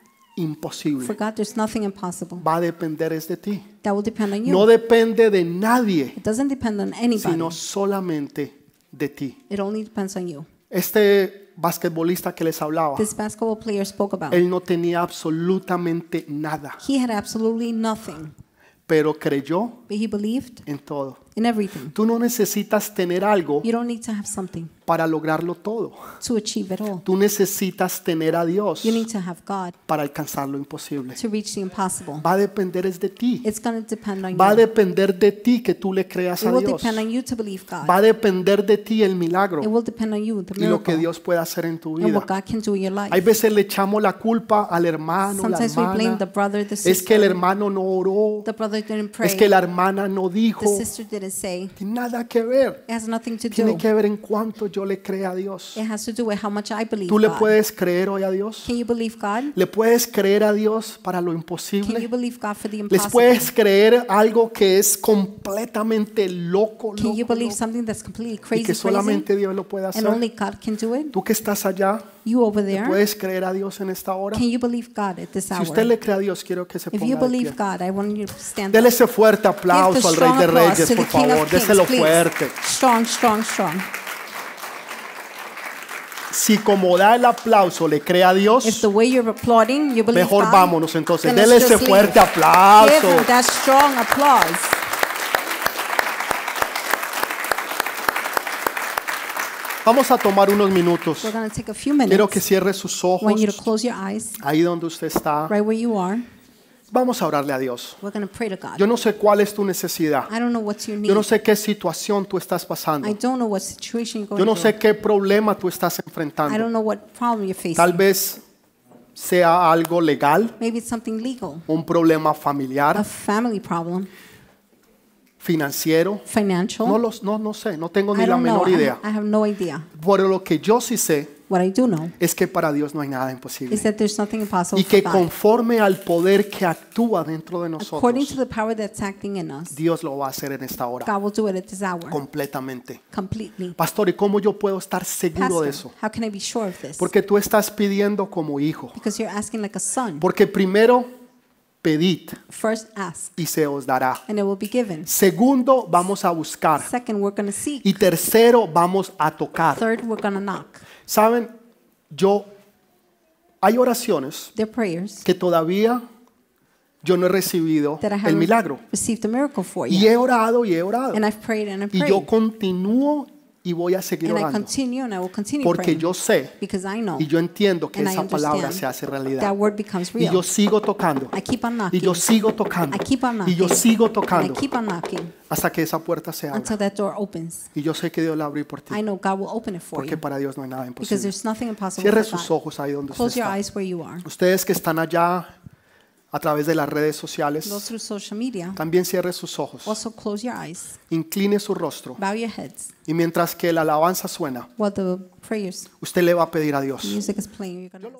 [SPEAKER 2] imposible.
[SPEAKER 1] God, there's nothing impossible.
[SPEAKER 2] Va a depender es de ti.
[SPEAKER 1] That will depend on you.
[SPEAKER 2] No depende de nadie,
[SPEAKER 1] it doesn't depend on anybody.
[SPEAKER 2] sino solamente de ti.
[SPEAKER 1] it only depends on you.
[SPEAKER 2] Este basquetbolista que les hablaba,
[SPEAKER 1] This basketball player spoke about.
[SPEAKER 2] él no tenía absolutamente nada,
[SPEAKER 1] he had absolutely nothing,
[SPEAKER 2] pero creyó
[SPEAKER 1] but he believed
[SPEAKER 2] en todo.
[SPEAKER 1] in everything.
[SPEAKER 2] Tú no necesitas tener algo
[SPEAKER 1] You don't need to have something
[SPEAKER 2] para lograrlo todo.
[SPEAKER 1] to achieve it all.
[SPEAKER 2] Tú necesitas tener a Dios
[SPEAKER 1] You need to have God
[SPEAKER 2] para alcanzar lo imposible.
[SPEAKER 1] to reach the impossible.
[SPEAKER 2] Va a depender es de ti.
[SPEAKER 1] It's going to depend on
[SPEAKER 2] Va a
[SPEAKER 1] you.
[SPEAKER 2] depender de ti que tú le creas
[SPEAKER 1] It
[SPEAKER 2] a
[SPEAKER 1] will
[SPEAKER 2] Dios.
[SPEAKER 1] depend on you to believe God.
[SPEAKER 2] Va a depender de ti el
[SPEAKER 1] It
[SPEAKER 2] milagro
[SPEAKER 1] will depend on you, the
[SPEAKER 2] y lo que
[SPEAKER 1] miracle,
[SPEAKER 2] Dios pueda hacer en tu
[SPEAKER 1] and
[SPEAKER 2] vida.
[SPEAKER 1] what God can do in your
[SPEAKER 2] Hay
[SPEAKER 1] life.
[SPEAKER 2] veces le echamos la culpa al hermano, la
[SPEAKER 1] Sometimes we blame the
[SPEAKER 2] hermana.
[SPEAKER 1] brother, the
[SPEAKER 2] Es que el
[SPEAKER 1] sister.
[SPEAKER 2] hermano no oró.
[SPEAKER 1] The brother didn't pray.
[SPEAKER 2] Es que la hermana no dijo.
[SPEAKER 1] The sister didn't say.
[SPEAKER 2] Tiene nada que ver.
[SPEAKER 1] It has nothing to
[SPEAKER 2] Tiene
[SPEAKER 1] do.
[SPEAKER 2] que ver en cuánto yo yo le crea a Dios.
[SPEAKER 1] It has to do with how much I believe
[SPEAKER 2] ¿Tú le
[SPEAKER 1] God.
[SPEAKER 2] puedes creer hoy a Dios?
[SPEAKER 1] Can you believe God?
[SPEAKER 2] ¿Le puedes creer a Dios para lo
[SPEAKER 1] Can you
[SPEAKER 2] imposible?
[SPEAKER 1] believe God for the
[SPEAKER 2] ¿Les
[SPEAKER 1] impossible?
[SPEAKER 2] puedes creer algo que es completamente loco,
[SPEAKER 1] Can you
[SPEAKER 2] loco,
[SPEAKER 1] believe
[SPEAKER 2] loco,
[SPEAKER 1] something that's completely crazy,
[SPEAKER 2] y que solamente
[SPEAKER 1] crazy
[SPEAKER 2] Dios lo puede
[SPEAKER 1] and
[SPEAKER 2] hacer?
[SPEAKER 1] only God can do it?
[SPEAKER 2] Tú que estás allá,
[SPEAKER 1] You over there,
[SPEAKER 2] ¿puedes creer a Dios en esta hora?
[SPEAKER 1] can you believe God at this
[SPEAKER 2] Si
[SPEAKER 1] hour?
[SPEAKER 2] usted le cree a Dios, quiero que se
[SPEAKER 1] If you
[SPEAKER 2] ponga de
[SPEAKER 1] believe
[SPEAKER 2] pie.
[SPEAKER 1] God, I want you to stand
[SPEAKER 2] Dele
[SPEAKER 1] up.
[SPEAKER 2] ese fuerte
[SPEAKER 1] Give
[SPEAKER 2] aplauso
[SPEAKER 1] the
[SPEAKER 2] al Rey
[SPEAKER 1] strong
[SPEAKER 2] de
[SPEAKER 1] applause
[SPEAKER 2] Reyes,
[SPEAKER 1] to the
[SPEAKER 2] por
[SPEAKER 1] King of
[SPEAKER 2] favor.
[SPEAKER 1] Kings,
[SPEAKER 2] Déselo
[SPEAKER 1] please.
[SPEAKER 2] fuerte.
[SPEAKER 1] Strong, strong, strong.
[SPEAKER 2] Si como da el aplauso le cree a
[SPEAKER 1] If
[SPEAKER 2] Dios,
[SPEAKER 1] the way you're applauding, you believe
[SPEAKER 2] mejor
[SPEAKER 1] God,
[SPEAKER 2] vámonos entonces.
[SPEAKER 1] then let's
[SPEAKER 2] Dele ese
[SPEAKER 1] just leave.
[SPEAKER 2] fuerte
[SPEAKER 1] Give
[SPEAKER 2] aplauso.
[SPEAKER 1] him that strong applause.
[SPEAKER 2] Vamos a tomar unos minutos.
[SPEAKER 1] We're going to take a few
[SPEAKER 2] Quiero que
[SPEAKER 1] minutes.
[SPEAKER 2] cierre sus
[SPEAKER 1] I
[SPEAKER 2] ojos
[SPEAKER 1] want you to close your eyes
[SPEAKER 2] ahí donde usted está.
[SPEAKER 1] right where you are.
[SPEAKER 2] Vamos a orarle a Dios.
[SPEAKER 1] We're going to pray to God.
[SPEAKER 2] Yo no sé cuál es tu necesidad.
[SPEAKER 1] I don't know what's your need.
[SPEAKER 2] Yo no sé qué situación tú estás pasando.
[SPEAKER 1] I don't know what situation you're going
[SPEAKER 2] Yo no
[SPEAKER 1] through.
[SPEAKER 2] sé qué problema tú estás
[SPEAKER 1] I
[SPEAKER 2] enfrentando.
[SPEAKER 1] don't know what problem you're facing.
[SPEAKER 2] Tal vez sea algo legal,
[SPEAKER 1] Maybe it's something legal,
[SPEAKER 2] un problema
[SPEAKER 1] a
[SPEAKER 2] familiar,
[SPEAKER 1] family problem,
[SPEAKER 2] financiero.
[SPEAKER 1] financial.
[SPEAKER 2] No los, no, no sé, no tengo
[SPEAKER 1] I
[SPEAKER 2] ni la
[SPEAKER 1] don't know.
[SPEAKER 2] menor
[SPEAKER 1] I,
[SPEAKER 2] idea.
[SPEAKER 1] I have no idea.
[SPEAKER 2] Por lo que yo sí sé
[SPEAKER 1] What I do know
[SPEAKER 2] es que para Dios no hay nada
[SPEAKER 1] is
[SPEAKER 2] imposible.
[SPEAKER 1] that there's nothing impossible
[SPEAKER 2] Y que
[SPEAKER 1] for God.
[SPEAKER 2] conforme al poder que actúa dentro de
[SPEAKER 1] According to
[SPEAKER 2] nosotros,
[SPEAKER 1] the power that's acting in us,
[SPEAKER 2] Dios lo va a hacer en esta hora
[SPEAKER 1] God will do it at this hour
[SPEAKER 2] completamente.
[SPEAKER 1] completely.
[SPEAKER 2] Pastor, ¿y cómo yo puedo estar seguro de
[SPEAKER 1] Pastor,
[SPEAKER 2] eso?
[SPEAKER 1] how can I be sure of this?
[SPEAKER 2] Porque tú estás pidiendo como hijo.
[SPEAKER 1] Because you're asking like a son.
[SPEAKER 2] Porque primero, pedid
[SPEAKER 1] First, ask,
[SPEAKER 2] y se os dará.
[SPEAKER 1] and it will be given.
[SPEAKER 2] Segundo, vamos a buscar.
[SPEAKER 1] Second, we're going to seek.
[SPEAKER 2] Y tercero, vamos a tocar.
[SPEAKER 1] Third, we're going to knock.
[SPEAKER 2] Saben, yo, hay oraciones
[SPEAKER 1] Their prayers
[SPEAKER 2] que todavía yo no he recibido
[SPEAKER 1] that I
[SPEAKER 2] el
[SPEAKER 1] haven't
[SPEAKER 2] milagro.
[SPEAKER 1] received a miracle for
[SPEAKER 2] Y
[SPEAKER 1] yet.
[SPEAKER 2] he orado y he orado.
[SPEAKER 1] And I've prayed and I've
[SPEAKER 2] Y
[SPEAKER 1] prayed.
[SPEAKER 2] yo continúo y voy a seguir
[SPEAKER 1] and I
[SPEAKER 2] orando.
[SPEAKER 1] continue and I will continue
[SPEAKER 2] Porque
[SPEAKER 1] praying.
[SPEAKER 2] yo sé
[SPEAKER 1] because I know
[SPEAKER 2] y yo entiendo que
[SPEAKER 1] and I
[SPEAKER 2] esa palabra
[SPEAKER 1] understand
[SPEAKER 2] se hace realidad.
[SPEAKER 1] that word becomes
[SPEAKER 2] Y
[SPEAKER 1] real.
[SPEAKER 2] yo sigo tocando.
[SPEAKER 1] I keep on
[SPEAKER 2] Y
[SPEAKER 1] knocking.
[SPEAKER 2] yo sigo tocando.
[SPEAKER 1] I keep on
[SPEAKER 2] Y yo
[SPEAKER 1] knocking.
[SPEAKER 2] sigo
[SPEAKER 1] and I
[SPEAKER 2] tocando.
[SPEAKER 1] keep on knocking
[SPEAKER 2] Hasta que esa puerta se abra.
[SPEAKER 1] until that door opens.
[SPEAKER 2] Y yo sé que Dios la abre por ti.
[SPEAKER 1] I know God will open it for
[SPEAKER 2] Porque
[SPEAKER 1] you
[SPEAKER 2] para Dios no hay nada
[SPEAKER 1] because
[SPEAKER 2] imposible.
[SPEAKER 1] there's nothing impossible
[SPEAKER 2] Cierre
[SPEAKER 1] for
[SPEAKER 2] sus
[SPEAKER 1] God.
[SPEAKER 2] ojos ahí donde usted
[SPEAKER 1] Close your
[SPEAKER 2] está.
[SPEAKER 1] eyes where you are.
[SPEAKER 2] Ustedes que están allá a través de las redes
[SPEAKER 1] Go
[SPEAKER 2] sociales,
[SPEAKER 1] through social media.
[SPEAKER 2] también cierre sus ojos.
[SPEAKER 1] Also close your eyes.
[SPEAKER 2] Incline su rostro.
[SPEAKER 1] Bow your heads
[SPEAKER 2] Y mientras que la alabanza suena,
[SPEAKER 1] while the prayers
[SPEAKER 2] usted le va a pedir a Dios.
[SPEAKER 1] music is playing. You're gonna